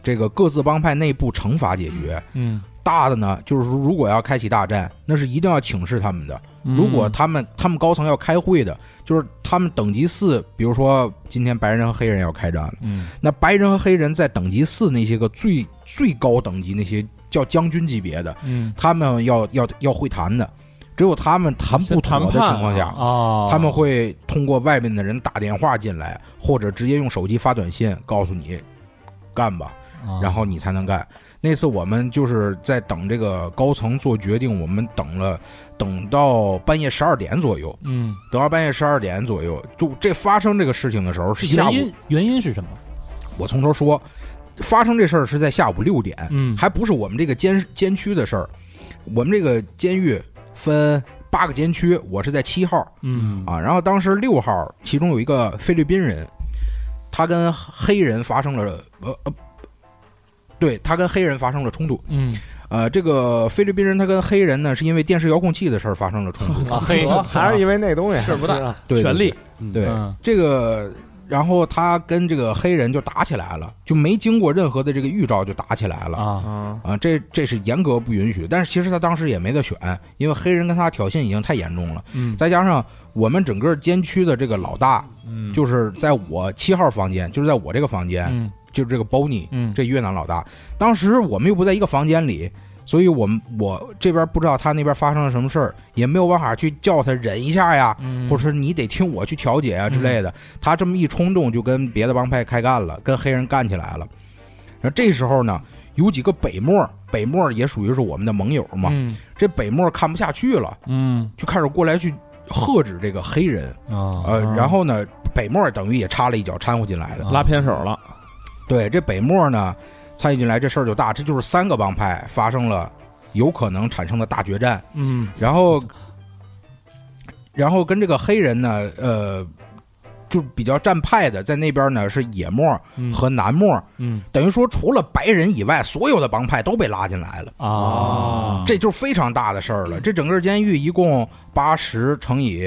[SPEAKER 7] 这个各自帮派内部惩罚解决，
[SPEAKER 6] 嗯
[SPEAKER 7] 大的呢，就是说如果要开启大战，那是一定要请示他们的。嗯如
[SPEAKER 6] 嗯
[SPEAKER 7] 果他们他们高层要开会的，就是他们等级四，比如说今天白人和黑人要开战了，
[SPEAKER 6] 嗯
[SPEAKER 7] 那白人和黑人在等级四那些个最最高等级那些叫将军级别的，
[SPEAKER 6] 嗯
[SPEAKER 7] 他们要要要会谈的，只有他们谈不妥的情况下。
[SPEAKER 6] 哦，
[SPEAKER 7] 啊他们会通过外面的人打电话进来，或者直接用手机发短信告诉你，干吧。
[SPEAKER 6] 啊
[SPEAKER 7] 然后你才能干。那次我们就是在等这个高层做决定，我们等了，等到半夜十二点左右，
[SPEAKER 6] 嗯，
[SPEAKER 7] 等到半夜十二点左右，就这发生这个事情的时候是下
[SPEAKER 6] 原
[SPEAKER 7] 午，
[SPEAKER 6] 因原因是什么？
[SPEAKER 7] 我从头说，发生这事儿是在下午六点，
[SPEAKER 6] 嗯
[SPEAKER 7] 还不是我们这个监监区的事儿，我们这个监狱分八个监区，我是在七号，
[SPEAKER 6] 嗯
[SPEAKER 7] 啊，然后当时六号其中有一个菲律宾人，他跟黑人发生了呃呃，对他跟黑人发生了冲突。
[SPEAKER 6] 嗯
[SPEAKER 7] 呃，这个菲律宾人他跟黑人呢，是因为电视遥控器的事儿发生了冲 突。
[SPEAKER 6] 啊黑
[SPEAKER 3] 还是因为那东西
[SPEAKER 1] 事儿不大，
[SPEAKER 7] 对，
[SPEAKER 1] 权力，
[SPEAKER 7] 对
[SPEAKER 6] 嗯
[SPEAKER 7] 这个，然后他跟这个黑人就打起来了，就没经过任何的这个预兆就打起来了。
[SPEAKER 6] 啊
[SPEAKER 7] 啊，这这是严格不允许。但是其实他当时也没得选，因为黑人跟他挑衅已经太严重了。
[SPEAKER 6] 嗯
[SPEAKER 7] 再加上我们整个监区的这个老大，嗯，就是在我七号房间，就是在我这个房间，
[SPEAKER 6] 嗯
[SPEAKER 7] 就是这个 Bony，
[SPEAKER 6] 嗯
[SPEAKER 7] 这越南老大。当时我们又不在一个房间里。所以我们我这边不知道他那边发生了什么事儿，也没有办法去叫他忍一下呀，
[SPEAKER 6] 嗯
[SPEAKER 7] 或者是你得听我去调解啊之类的。他这么一冲动，就跟别的帮派开干了，跟黑人干起来了。然后这时候呢，有几个北漠，北漠也属于是我们的盟友嘛。
[SPEAKER 6] 嗯
[SPEAKER 7] 这北漠看不下去了，
[SPEAKER 8] 嗯
[SPEAKER 7] 就开始过来去喝止这个黑人。
[SPEAKER 6] 啊
[SPEAKER 7] 呃，然后呢，北漠等于也插了一脚掺和进来的。
[SPEAKER 8] 拉偏手了，
[SPEAKER 7] 对，这北漠呢参与进来，这事儿就大。这就是三个帮派发生了有可能产生的大决战。
[SPEAKER 6] 嗯
[SPEAKER 7] 然后，然后跟这个黑人呢，呃，就比较站派的，在那边呢是野墨
[SPEAKER 8] 嗯
[SPEAKER 7] 和南墨，
[SPEAKER 8] 嗯
[SPEAKER 7] 等于说除了白人以外，所有的帮派都被拉进来了。
[SPEAKER 6] 啊，
[SPEAKER 7] 这就是非常大的事儿了。这整个监狱一共八十乘以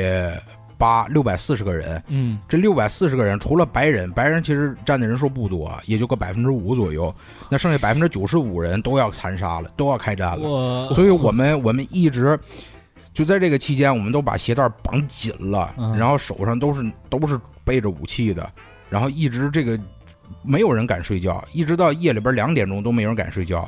[SPEAKER 7] 八，六百四十个人。
[SPEAKER 8] 嗯
[SPEAKER 7] 这六百四十个人，除了白人，白人其实占的人数不多，啊也就个百分之五左右。那剩下百分之九十五人都要残杀了，都要开战了。
[SPEAKER 8] 我
[SPEAKER 7] 所以我们我们一直就在这个期间，我们都把鞋带绑紧了，
[SPEAKER 8] 嗯
[SPEAKER 7] 然后手上都是都是背着武器的，然后一直这个没有人敢睡觉，一直到夜里边两点钟都没有人敢睡觉。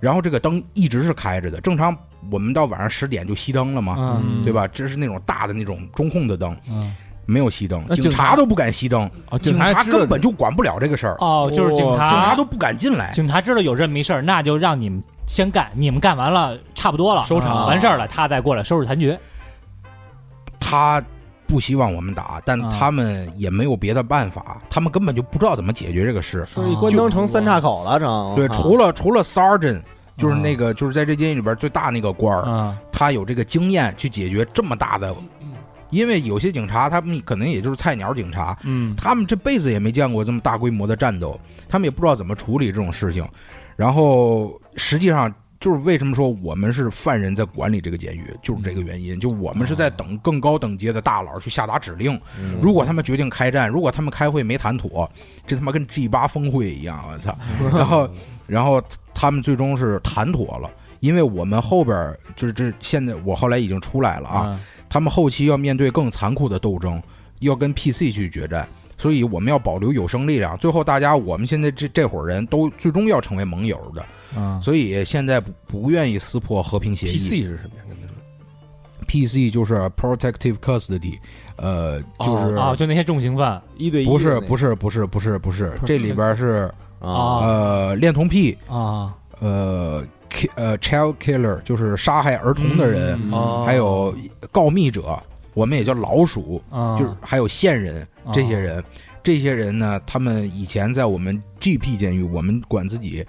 [SPEAKER 7] 然后这个灯一直是开着的，正常我们到晚上十点就熄灯了嘛，
[SPEAKER 8] 嗯
[SPEAKER 7] 对吧？这是那种大的那种中控的灯，
[SPEAKER 8] 嗯
[SPEAKER 7] 没有熄灯，
[SPEAKER 8] 那
[SPEAKER 7] 警
[SPEAKER 8] 警
[SPEAKER 7] 察
[SPEAKER 8] 察
[SPEAKER 7] 都不敢熄灯，
[SPEAKER 8] 啊，
[SPEAKER 7] 警
[SPEAKER 8] 察知道
[SPEAKER 7] 根本就管不了这个事儿，
[SPEAKER 6] 哦，就是警
[SPEAKER 8] 哇
[SPEAKER 7] 警察
[SPEAKER 6] 察，
[SPEAKER 7] 都不敢进来。
[SPEAKER 6] 警察知道有这么一事儿，那就让你们先干，你们干完了差不多了，
[SPEAKER 8] 收场
[SPEAKER 6] 完事儿了，他再过来收拾残局。
[SPEAKER 7] 他不希望我们打，但
[SPEAKER 6] 啊
[SPEAKER 7] 他们也没有别的办法，他们根本就不知道怎么解决这个事。
[SPEAKER 3] 是一关灯成三岔口了，成
[SPEAKER 7] 对，
[SPEAKER 3] 啊
[SPEAKER 7] 除了除了 sergeant，就是那个就是在这监狱里边最大那个官儿，
[SPEAKER 8] 啊，
[SPEAKER 7] 他有这个经验去解决这么大的。因为有些警察，他们可能也就是菜鸟警察，
[SPEAKER 8] 嗯
[SPEAKER 7] 他们这辈子也没见过这么大规模的战斗，他们也不知道怎么处理这种事情。然后实际上就是为什么说我们是犯人在管理这个监狱，就是这个原因。就我们是在等更高等阶的大佬去下达指令。如果他们决定开战，如果他们开会没谈妥，这他妈跟 G 八峰会一样，我操！然后，然后他们最终是谈妥了。因为我们后边儿就是这现在我后来已经出来了啊，
[SPEAKER 8] 啊，
[SPEAKER 7] 他们后期要面对更残酷的斗争，要跟 PC 去决战，所以我们要保留有生力量。最后，大家我们现在这这伙人都最终要成为盟友的，
[SPEAKER 6] 嗯
[SPEAKER 8] 啊
[SPEAKER 7] 所以现在不不愿意撕破和平协议。
[SPEAKER 1] PC 是什么呀？
[SPEAKER 7] PC 就是 Protective Custody，呃，就是、
[SPEAKER 6] 哦，就那些重刑犯
[SPEAKER 3] 一对一
[SPEAKER 7] 不是不
[SPEAKER 3] 是
[SPEAKER 7] 是不是不是不是，这里边是
[SPEAKER 3] 啊，
[SPEAKER 7] 呃恋童癖，
[SPEAKER 6] 啊，
[SPEAKER 7] 呃 ki- 呃 child killer 就是杀害儿童的人，
[SPEAKER 1] 哦
[SPEAKER 7] 还有告密者，我们也叫老鼠，
[SPEAKER 8] 啊
[SPEAKER 7] 就是还有线人这些人，这些人呢，他们以前在我们 GP 监狱，我们管自己，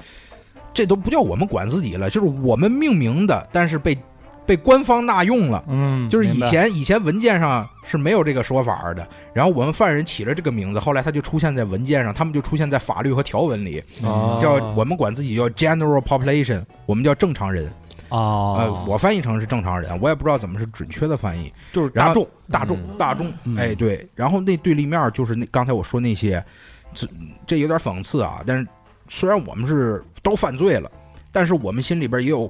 [SPEAKER 7] 这都不叫我们管自己了，就是我们命名的，但是被被官方纳用了。
[SPEAKER 8] 嗯，
[SPEAKER 7] 就是以
[SPEAKER 8] 明白
[SPEAKER 7] 前以前文件上是没有这个说法儿的，然后我们犯人起了这个名字，后来他就出现在文件上，他们就出现在法律和条文里，
[SPEAKER 6] 嗯
[SPEAKER 8] 哦
[SPEAKER 7] 叫我们管自己叫 general population，我们叫正常人，
[SPEAKER 6] 哦，
[SPEAKER 7] 呃，我翻译成是正常人，我也不知道怎么是准确的翻译，
[SPEAKER 1] 就是
[SPEAKER 7] 然
[SPEAKER 1] 大
[SPEAKER 7] 后
[SPEAKER 1] 众，
[SPEAKER 7] 大众，
[SPEAKER 6] 嗯
[SPEAKER 7] 大众，哎，对。然后那对立面就是那刚才我说那些，这这有点讽刺啊。但是虽然我们是都犯罪了，但是我们心里边也有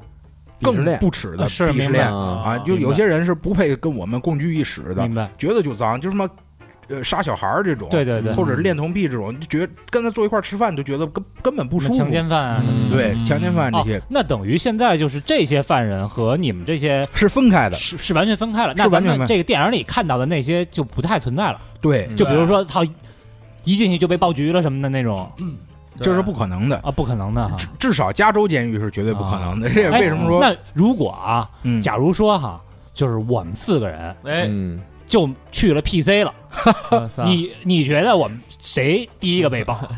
[SPEAKER 3] 鄙视
[SPEAKER 7] 更
[SPEAKER 3] 链
[SPEAKER 7] 不耻的
[SPEAKER 6] 啊是
[SPEAKER 7] 鄙视
[SPEAKER 6] 明白
[SPEAKER 7] 链
[SPEAKER 3] 啊
[SPEAKER 7] 啊，就有些人是不配跟我们共居一室的
[SPEAKER 6] 明，白，
[SPEAKER 7] 觉得就脏，就什么呃杀小孩儿这种，
[SPEAKER 6] 对对对，
[SPEAKER 7] 或者恋童癖这种，就觉得跟他坐一块儿吃饭就觉得根根本不舒服
[SPEAKER 6] 强，奸犯啊，
[SPEAKER 8] 嗯
[SPEAKER 7] 对强奸犯这些
[SPEAKER 6] 哦，那等于现在就是这些犯人和你们这些
[SPEAKER 7] 是分开的，
[SPEAKER 6] 是是完全分开了，
[SPEAKER 7] 是
[SPEAKER 6] 那
[SPEAKER 7] 完
[SPEAKER 6] 咱
[SPEAKER 7] 全分
[SPEAKER 6] 们这个电影里看到的那些就不太存在了，
[SPEAKER 7] 对，啊
[SPEAKER 6] 就比如说操，一进去就被爆局了什么的那种
[SPEAKER 7] 这是不可能的。
[SPEAKER 6] 啊，不可能的哈
[SPEAKER 7] 至。至少加州监狱是绝对不可能的，这也 为什么说
[SPEAKER 6] 哎那如果啊，
[SPEAKER 7] 嗯
[SPEAKER 6] 假如说哈，就是我们四个人
[SPEAKER 8] 哎，
[SPEAKER 3] 嗯，
[SPEAKER 6] 就去了 PC 了，
[SPEAKER 8] 我操
[SPEAKER 6] 你你觉得我们谁第一个被 爆？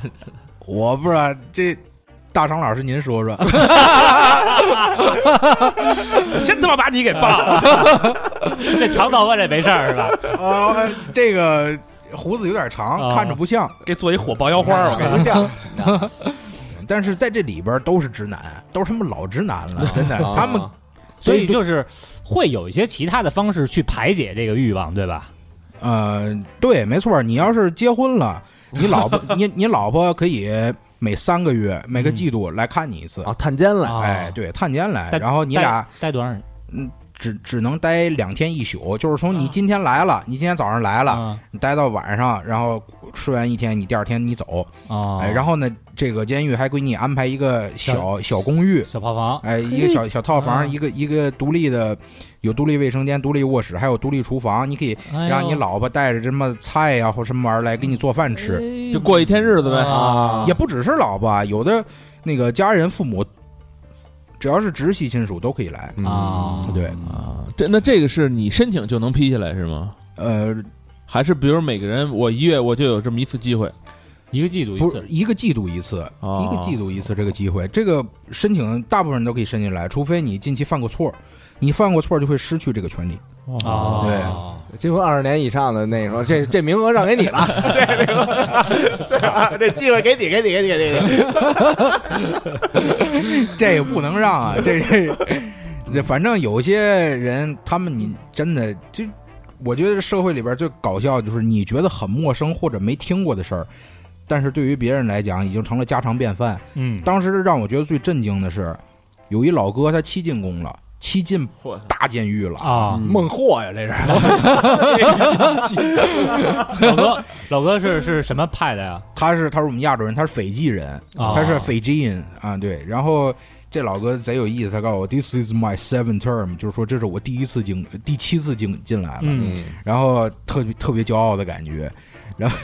[SPEAKER 7] 我不知道这大长老师您说 说，
[SPEAKER 1] 先他妈把你给爆了！
[SPEAKER 6] 这长早晚这没事儿是 吧？
[SPEAKER 7] 呃，这个胡子有点长，
[SPEAKER 6] 啊
[SPEAKER 7] 看着不像，
[SPEAKER 1] 给做一火爆腰花儿，我跟你
[SPEAKER 3] 不像
[SPEAKER 7] 但是在这里边都是直男，都是他们老直男 了，真的，
[SPEAKER 3] 啊
[SPEAKER 7] 他们
[SPEAKER 6] 所以
[SPEAKER 7] 对
[SPEAKER 6] 就是会有一些其他的方式去排解这个欲望，对吧？
[SPEAKER 7] 呃，对，没错，你要是结婚了，你老婆，你你老婆可以每三个月、每个季度来看你一次。
[SPEAKER 3] 啊，探监来，
[SPEAKER 6] 啊
[SPEAKER 7] 哎，对，探监来，
[SPEAKER 6] 但
[SPEAKER 7] 然后你俩
[SPEAKER 6] 待多长时间？
[SPEAKER 7] 只只能待两天一宿，就是从你今天来了，你今天早上来了，
[SPEAKER 6] 啊
[SPEAKER 7] 你待到晚上，然后睡完一天，你第二天你走，
[SPEAKER 6] 哦
[SPEAKER 7] 哎，然后呢，这个监狱还给你安排一个小小公寓，
[SPEAKER 6] 小泡房
[SPEAKER 7] 哎，一个小小套
[SPEAKER 6] 啊
[SPEAKER 7] 房，一个一个独立的，有独立卫生间、独立卧室，还有独立厨房，你可以
[SPEAKER 6] 哎
[SPEAKER 7] 哎让你老婆带着什么菜呀、或什么玩意儿来给你做饭吃，
[SPEAKER 8] 就过一天日子呗，
[SPEAKER 6] 哎啊
[SPEAKER 7] 也不只是老婆，有的那个家人、父母，只要是直系亲属都可以来。
[SPEAKER 1] 嗯
[SPEAKER 6] 啊，
[SPEAKER 7] 对，
[SPEAKER 8] 啊，这那这个是你申请就能批下来是吗？
[SPEAKER 7] 呃，
[SPEAKER 8] 还是比如每个人我一月我就有这么一次机会
[SPEAKER 6] 一个季度一
[SPEAKER 7] 不是
[SPEAKER 6] 次，
[SPEAKER 7] 一个季度一次，
[SPEAKER 8] 哦
[SPEAKER 7] 一个季度一次这个机会，这个申请大部分人都可以申请来，除非你近期犯过错，你犯过错就会失去这个权利。
[SPEAKER 8] 啊
[SPEAKER 6] 哦，
[SPEAKER 7] 对
[SPEAKER 3] 结婚二十年以上的那说，这这名额让给你了， 这名额让，啊这机会给你，给你，给你，给你。
[SPEAKER 7] 这也不能让啊，这这这，反正有些人他们你真的就，我觉得社会里边最搞笑的就是你觉得很陌生或者没听过的事儿，但是对于别人来讲已经成了家常便饭。
[SPEAKER 8] 嗯，
[SPEAKER 7] 当时让我觉得最震惊的是，有一老哥他七进宫了，七进
[SPEAKER 8] 嚯
[SPEAKER 7] 大监狱了。
[SPEAKER 6] 啊，
[SPEAKER 3] 孟获呀，这是
[SPEAKER 6] 老哥，老哥是是什么派的呀？
[SPEAKER 7] 他是他是我们亚洲人，他是斐济人，
[SPEAKER 3] 哦
[SPEAKER 6] 啊
[SPEAKER 7] 他是斐济人啊，对。然后这老哥贼有意思，他告诉我 “This is my seventh term”，就是说这是我第一次进第七次进进来了，
[SPEAKER 8] 嗯，
[SPEAKER 7] 然后特别特别骄傲的感觉。然 后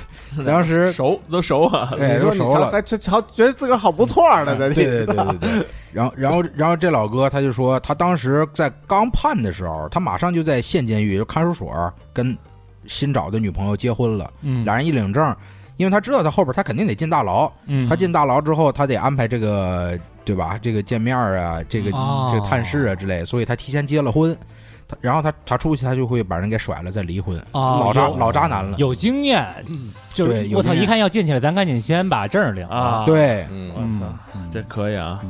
[SPEAKER 7] 当时
[SPEAKER 8] 熟都熟啊，
[SPEAKER 7] 哎
[SPEAKER 3] 你
[SPEAKER 7] 都
[SPEAKER 3] 说你
[SPEAKER 7] 熟
[SPEAKER 3] 瞧，
[SPEAKER 7] 了，
[SPEAKER 3] 还瞧瞧，觉得自个儿好不错呢，在
[SPEAKER 7] 对
[SPEAKER 3] 这
[SPEAKER 7] 对对对对。然后然后然后这老哥他就说，他当时在刚判的时候，他马上就在县监狱就看守所跟新找的女朋友结婚了，
[SPEAKER 8] 嗯
[SPEAKER 7] 俩人一领证。因为他知道他后边他肯定得进大牢，
[SPEAKER 8] 嗯
[SPEAKER 7] 他进大牢之后，他得安排这个对吧？这个见面啊，这个、
[SPEAKER 6] 哦
[SPEAKER 7] 这个探视啊之类，所以他提前结了婚。他然后他他出去，他就会把人给甩了，再离婚。
[SPEAKER 6] 哦
[SPEAKER 7] 老渣
[SPEAKER 6] 有
[SPEAKER 7] 老渣男了，
[SPEAKER 6] 有经验，就
[SPEAKER 7] 对
[SPEAKER 6] 是
[SPEAKER 7] 有
[SPEAKER 6] 我操，
[SPEAKER 7] 经验
[SPEAKER 6] 一看要进去了，咱赶紧先把证儿领了
[SPEAKER 8] 啊，，
[SPEAKER 7] 对，
[SPEAKER 8] 我
[SPEAKER 3] 嗯，
[SPEAKER 8] 操，这可以啊，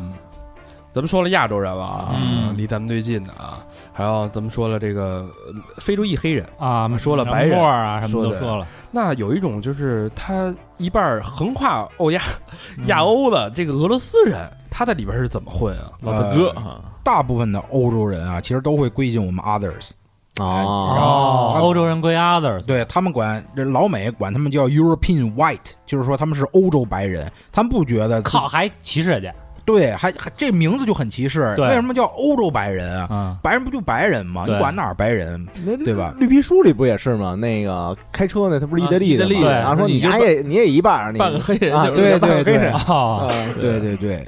[SPEAKER 1] 咱们说了亚洲人了啊，
[SPEAKER 8] 嗯
[SPEAKER 1] 离咱们最近的啊，还有咱们说了这个呃非洲裔黑人，
[SPEAKER 6] 啊，
[SPEAKER 1] 说了
[SPEAKER 6] 什么
[SPEAKER 1] 白人
[SPEAKER 6] 沫儿啊，什么
[SPEAKER 1] 说
[SPEAKER 6] 都
[SPEAKER 1] 的
[SPEAKER 6] 说了，
[SPEAKER 1] 那有一种就是他一半儿横跨欧亚、亚欧的这个俄罗斯人，他在里边是怎么混啊？
[SPEAKER 8] 老大哥啊，
[SPEAKER 7] 呃大部分的欧洲人啊，其实都会归进我们 others，然
[SPEAKER 3] 哦，
[SPEAKER 7] 后
[SPEAKER 6] 欧洲人归 others，
[SPEAKER 7] 对他们管这老美管他们叫 European White，就是说他们是欧洲白人，他们不觉得自
[SPEAKER 6] 靠，还歧视人家
[SPEAKER 7] 对，还还这名字就很歧视。
[SPEAKER 6] 对
[SPEAKER 7] 为什么叫欧洲白人啊？
[SPEAKER 6] 啊，
[SPEAKER 7] 白人不就白人吗？你
[SPEAKER 6] 对
[SPEAKER 7] 管哪儿白人？
[SPEAKER 3] 那
[SPEAKER 7] 对吧
[SPEAKER 3] 绿皮书里不也是吗？那个开车呢，他不是意大利的
[SPEAKER 8] 啊意大利
[SPEAKER 3] 吗？
[SPEAKER 8] 的
[SPEAKER 3] 然后说
[SPEAKER 8] 你
[SPEAKER 3] 你
[SPEAKER 8] 就
[SPEAKER 3] 丫也你也一半儿，你
[SPEAKER 8] 半个黑人
[SPEAKER 3] 啊，
[SPEAKER 8] 就是
[SPEAKER 7] 对
[SPEAKER 3] 半个
[SPEAKER 7] 对对
[SPEAKER 3] 黑人啊
[SPEAKER 6] 哦，
[SPEAKER 7] 对对对，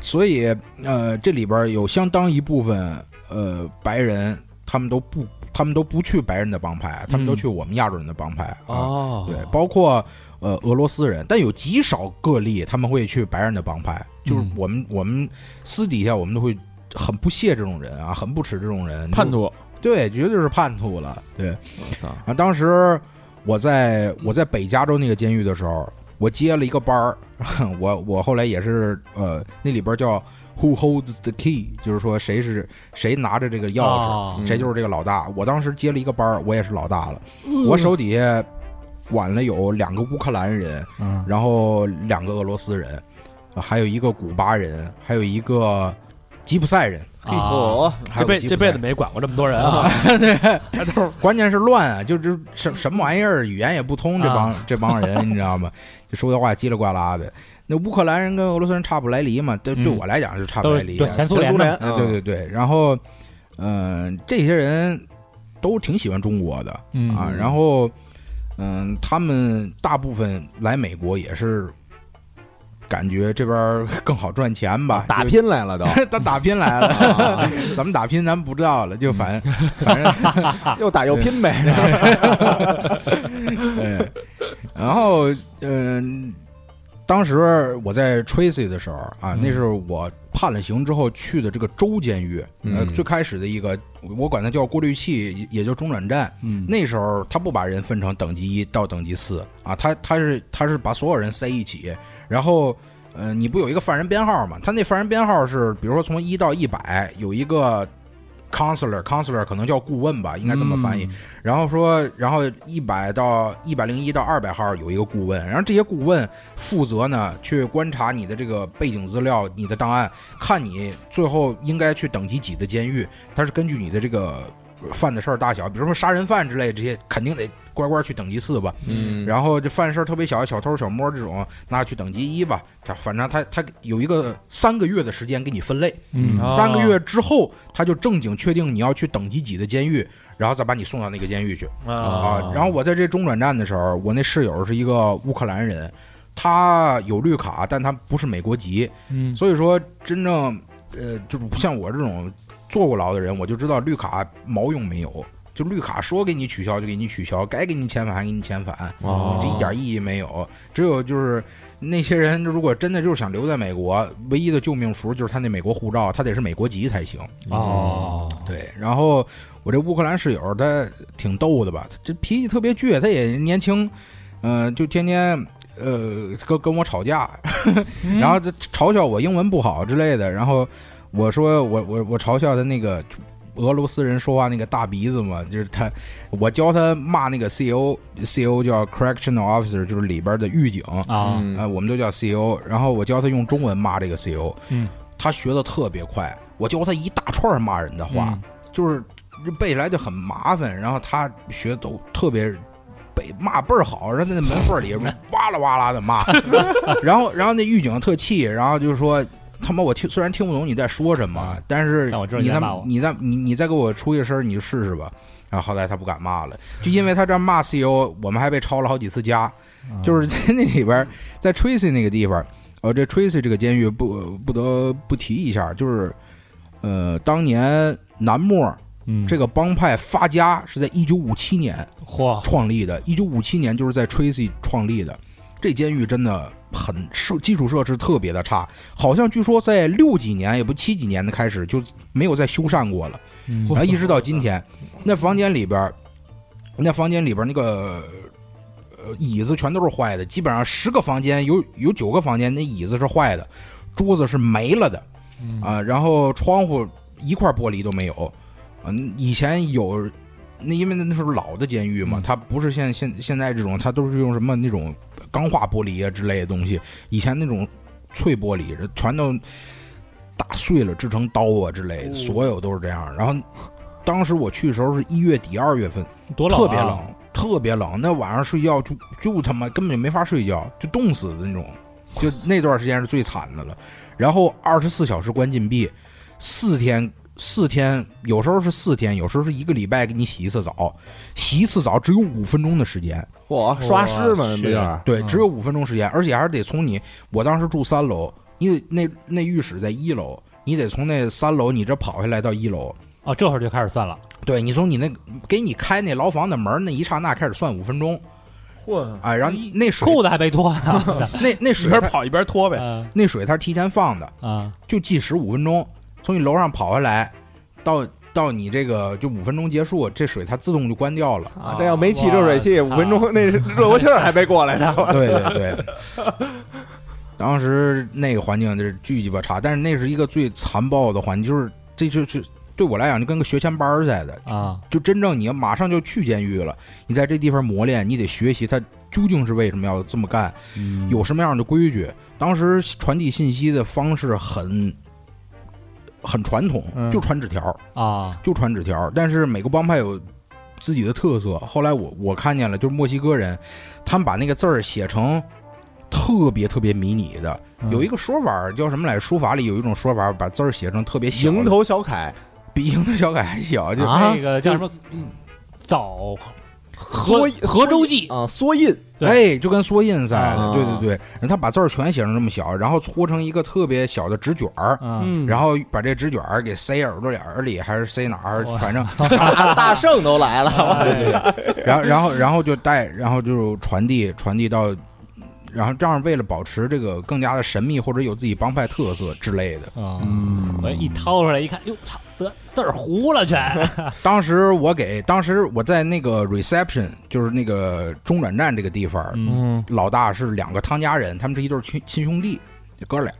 [SPEAKER 7] 所以呃，这里边儿有相当一部分呃白人，他们都不，他们都不去白人的帮派，他们都
[SPEAKER 6] 嗯
[SPEAKER 7] 去我们亚洲人的帮派、啊。
[SPEAKER 1] 哦
[SPEAKER 7] 对，包括呃俄罗斯人，但有极少个例他们会去白人的帮派，就是
[SPEAKER 6] 嗯
[SPEAKER 7] 我们、我们私底下我们都会很不屑这种人啊，很不耻这种人，
[SPEAKER 8] 叛，徒，
[SPEAKER 7] 对，绝对是叛徒了，对。
[SPEAKER 8] 我操，
[SPEAKER 7] 啊，当时我在我在北加州那个监狱的时候，我接了一个班儿， 我我后来也是呃，那里边叫 Who holds the key，就是说谁是谁拿着这个钥匙，
[SPEAKER 6] 哦
[SPEAKER 7] 谁就是这个老大。我当时接了一个班儿，我也是老大了，我手底下管了有两个乌克兰人，
[SPEAKER 6] 嗯
[SPEAKER 7] 然后两个俄罗斯人，呃还有一个古巴人，还有一个吉普赛人。
[SPEAKER 6] 啊
[SPEAKER 3] 哦，
[SPEAKER 1] 这
[SPEAKER 7] 还有
[SPEAKER 1] 辈
[SPEAKER 7] 吉
[SPEAKER 1] 这
[SPEAKER 7] 普赛
[SPEAKER 1] 辈子没管过这么多人啊！
[SPEAKER 7] 关键是乱啊，就这
[SPEAKER 6] 嗯
[SPEAKER 7] 什什么玩意儿，语言也不通，这帮、
[SPEAKER 6] 啊
[SPEAKER 7] 这帮人你知道吗？就说的话叽里呱啦的。那乌克兰人跟俄罗斯人差不来离嘛，对、
[SPEAKER 6] 嗯
[SPEAKER 7] 对我来讲是差不
[SPEAKER 6] 都
[SPEAKER 7] 来
[SPEAKER 6] 是
[SPEAKER 7] 离。
[SPEAKER 6] 对前苏联
[SPEAKER 3] 前
[SPEAKER 6] 的，
[SPEAKER 7] 哎
[SPEAKER 3] 啊
[SPEAKER 7] 对对对，然后，嗯、这些人都挺喜欢中国的
[SPEAKER 8] 嗯
[SPEAKER 7] 啊，然后，嗯、他们大部分来美国也是感觉这边儿 更好赚钱
[SPEAKER 6] 哦
[SPEAKER 7] 吧，
[SPEAKER 3] 打
[SPEAKER 7] 就
[SPEAKER 3] 拼来 了都，
[SPEAKER 7] 他打拼来 了，啊咱们打拼咱们不知道了，就反
[SPEAKER 6] 嗯
[SPEAKER 7] 反正
[SPEAKER 3] 又打又拼 呗，
[SPEAKER 7] 对，哎然后嗯、当时我在 Tracy 的时候啊，那是我判了刑之后去的这个州监狱，呃，
[SPEAKER 3] 嗯
[SPEAKER 7] 最开始的一个，我管它叫过滤器，也叫中转站。
[SPEAKER 8] 嗯
[SPEAKER 7] 那时候他不把人分成等级一到等级四啊，他他是他是把所有人塞一起，然后。呃，你不有一个犯人编号吗？他那犯人编号是，比如说从一到一百，有一个 counselor，counselor 可能叫顾问吧，应该这么翻译。然后说，然后一百到一百零一到二百号有一个顾问，然后这些顾问负责呢去观察你的这个背景资料、你的档案，看你最后应该去等级几的监狱。他是根据你的这个犯的事儿大小，比如说杀人犯之类这些，肯定得乖乖去等级四吧。
[SPEAKER 3] 嗯
[SPEAKER 7] 然后这犯事儿特别小，小偷小摸这种，那去等级一吧。他反正他他有一个三个月的时间给你分类，
[SPEAKER 8] 嗯
[SPEAKER 7] 三个月之后他就正经确定你要去等级几的监狱，然后再把你送到那个监狱去。
[SPEAKER 8] 啊，
[SPEAKER 7] 啊，然后我在这中转站的时候，我那室友是一个乌克兰人，他有绿卡，但他不是美国籍，
[SPEAKER 8] 嗯
[SPEAKER 7] 所以说真正呃，就是像我这种坐过牢的人，我就知道绿卡毛用没有，就绿卡说给你取消就给你取消，该给你遣返还给你遣返，
[SPEAKER 3] 哦
[SPEAKER 7] 这一点意义没有。只有就是那些人，如果真的就是想留在美国，唯一的救命符就是他那美国护照，他得是美国籍才行。
[SPEAKER 3] 嗯
[SPEAKER 6] 哦，
[SPEAKER 7] 对，然后我这乌克兰室友他挺逗的吧，他这脾气特别倔，他也年轻，呃，就天天呃跟跟我吵架， 然后他嘲笑我英文不好之类的，然后我说我我我嘲笑他那个。俄罗斯人说话那个大鼻子嘛，就是他，我教他骂那个 C O C O 叫 correctional officer，就是里边的狱警，
[SPEAKER 6] 啊，
[SPEAKER 3] 嗯
[SPEAKER 7] 呃，我们都叫 CEO，然后我教他用中文骂这个 CEO，
[SPEAKER 8] 嗯，
[SPEAKER 7] 他学的特别快，我教他一大串骂人的话，就是背起来就很麻烦，然后他学都特别。背骂倍儿好，然后在那门缝
[SPEAKER 6] 嗯
[SPEAKER 7] 里 哇啦哇啦 的骂，然后然后那狱警特气，然后就说他妈我听虽然听不懂你在说什么，但是
[SPEAKER 6] 嗯但我知道
[SPEAKER 7] 你
[SPEAKER 6] 你在
[SPEAKER 7] 再
[SPEAKER 6] 骂我
[SPEAKER 7] 你再你你再给我出一声儿你就试试吧。然后后来他不敢骂了，就因为他这样骂 CEO，我们还被抄了好几次家，
[SPEAKER 6] 嗯
[SPEAKER 7] 就是在那里边儿在 Tracy 那个地方，呃，这 Tracy 这个监狱不不得不提一下，就是，呃，当年南莫
[SPEAKER 8] 嗯
[SPEAKER 7] 这个帮派发家是在一九五七年
[SPEAKER 6] 嚯，
[SPEAKER 7] 创立的，一九五七年就是在 Tracy 创立的。这监狱真的很设基础设施特别的差，好像据说在六几年也不七几年的开始就没有再修缮过了。然后一直到今天，那房间里边儿，那房间里边儿那个呃椅子全都是坏的，基本上十个房间有有九个房间那椅子是坏的，桌子是没了的，啊，然后窗户一块玻璃都没有，嗯，以前有。那因为那时候老的监狱嘛，它不是现现现在这种，它都是用什么那种钢化玻璃啊之类的东西。以前那种脆玻璃全都打碎了，制成刀啊之类的，所有都是这样。然后当时我去的时候是一月底二月份，
[SPEAKER 6] 多冷，啊
[SPEAKER 7] 特别冷，，特别冷。那晚上睡觉就就他妈根本就没法睡觉，就冻死的那种。就那段时间是最惨的了。然后二十四小时关禁闭，四天四天，有时候是四天，有时候是一个礼拜给你洗一次澡，洗一次澡只有五分钟的时间。
[SPEAKER 3] 嚯，刷尸嘛，那不就是？
[SPEAKER 7] 对，只有五分钟时间，而且还是得从你，我当时住三楼，你得那那浴室在一楼，你得从那三楼你这跑下来到一楼，
[SPEAKER 6] 哦，这会儿就开始算了，
[SPEAKER 7] 对你从你那给你开那牢房的门儿那一刹那开始算五分钟，
[SPEAKER 8] 嚯，
[SPEAKER 7] 哎，然后那水
[SPEAKER 6] 裤子还没脱 呢，
[SPEAKER 7] 那那
[SPEAKER 1] 一
[SPEAKER 7] 水
[SPEAKER 1] 边
[SPEAKER 7] 它
[SPEAKER 1] 跑一边拖呗。
[SPEAKER 6] 嗯
[SPEAKER 7] 那水它是提前放的，
[SPEAKER 6] 啊，
[SPEAKER 7] 就计时五分钟，从你楼上跑下来到。到你这个就五分钟结束，这水它自动就关掉了。
[SPEAKER 3] 啊，这要没气热水器，
[SPEAKER 6] 哇
[SPEAKER 3] 五分钟那热锅气儿还没过来呢。
[SPEAKER 7] 对对对，当时那个环境就是巨鸡巴差，但是那是一个最残暴的环境，就是这就是对我来讲就跟个学前班儿似的，
[SPEAKER 6] 啊，
[SPEAKER 7] 就真正你马上就去监狱了，你在这地方磨练，你得学习它究竟是为什么要这么干，
[SPEAKER 3] 嗯
[SPEAKER 7] 有什么样的规矩。当时传递信息的方式很很传统，
[SPEAKER 8] 嗯
[SPEAKER 7] 就传纸条。
[SPEAKER 6] 啊，
[SPEAKER 7] 就传纸条。但是每个帮派有自己的特色。后来我我看见了，就是墨西哥人，他们把那个字儿写成特别特别迷你的。
[SPEAKER 3] 嗯
[SPEAKER 6] 嗯
[SPEAKER 7] 有一个说法儿叫什么来？书法里有一种说法儿，把字儿写成特别小的，
[SPEAKER 3] 蝇头小楷
[SPEAKER 7] 比蝇头小楷还小，就、
[SPEAKER 3] 啊
[SPEAKER 6] 那个叫什么？枣
[SPEAKER 3] 缩
[SPEAKER 6] 河河州记
[SPEAKER 3] 啊，缩印
[SPEAKER 6] 对
[SPEAKER 7] 哎，就跟缩印似的。
[SPEAKER 3] 啊
[SPEAKER 7] 对对对，然后他把字儿全写成这么小，然后搓成一个特别小的纸卷儿。
[SPEAKER 1] 嗯
[SPEAKER 6] 嗯，
[SPEAKER 7] 然后把这纸卷儿给塞耳朵眼儿里，还是塞哪儿？
[SPEAKER 6] 哇
[SPEAKER 7] 反正
[SPEAKER 3] 大大圣都来了，
[SPEAKER 6] 哎
[SPEAKER 7] 然后，然后，然后就带，然后就传递，传递到，然后这样为了保持这个更加的神秘或者有自己帮派特色之类的。
[SPEAKER 6] 嗯，我一掏出来一看，哟，操，得字儿糊了全，
[SPEAKER 7] 当时我给，当时我在那个 reception，就是那个中转站这个地方，
[SPEAKER 8] 嗯，
[SPEAKER 7] 老大是两个汤家人，他们是一对儿亲亲兄弟，哥俩，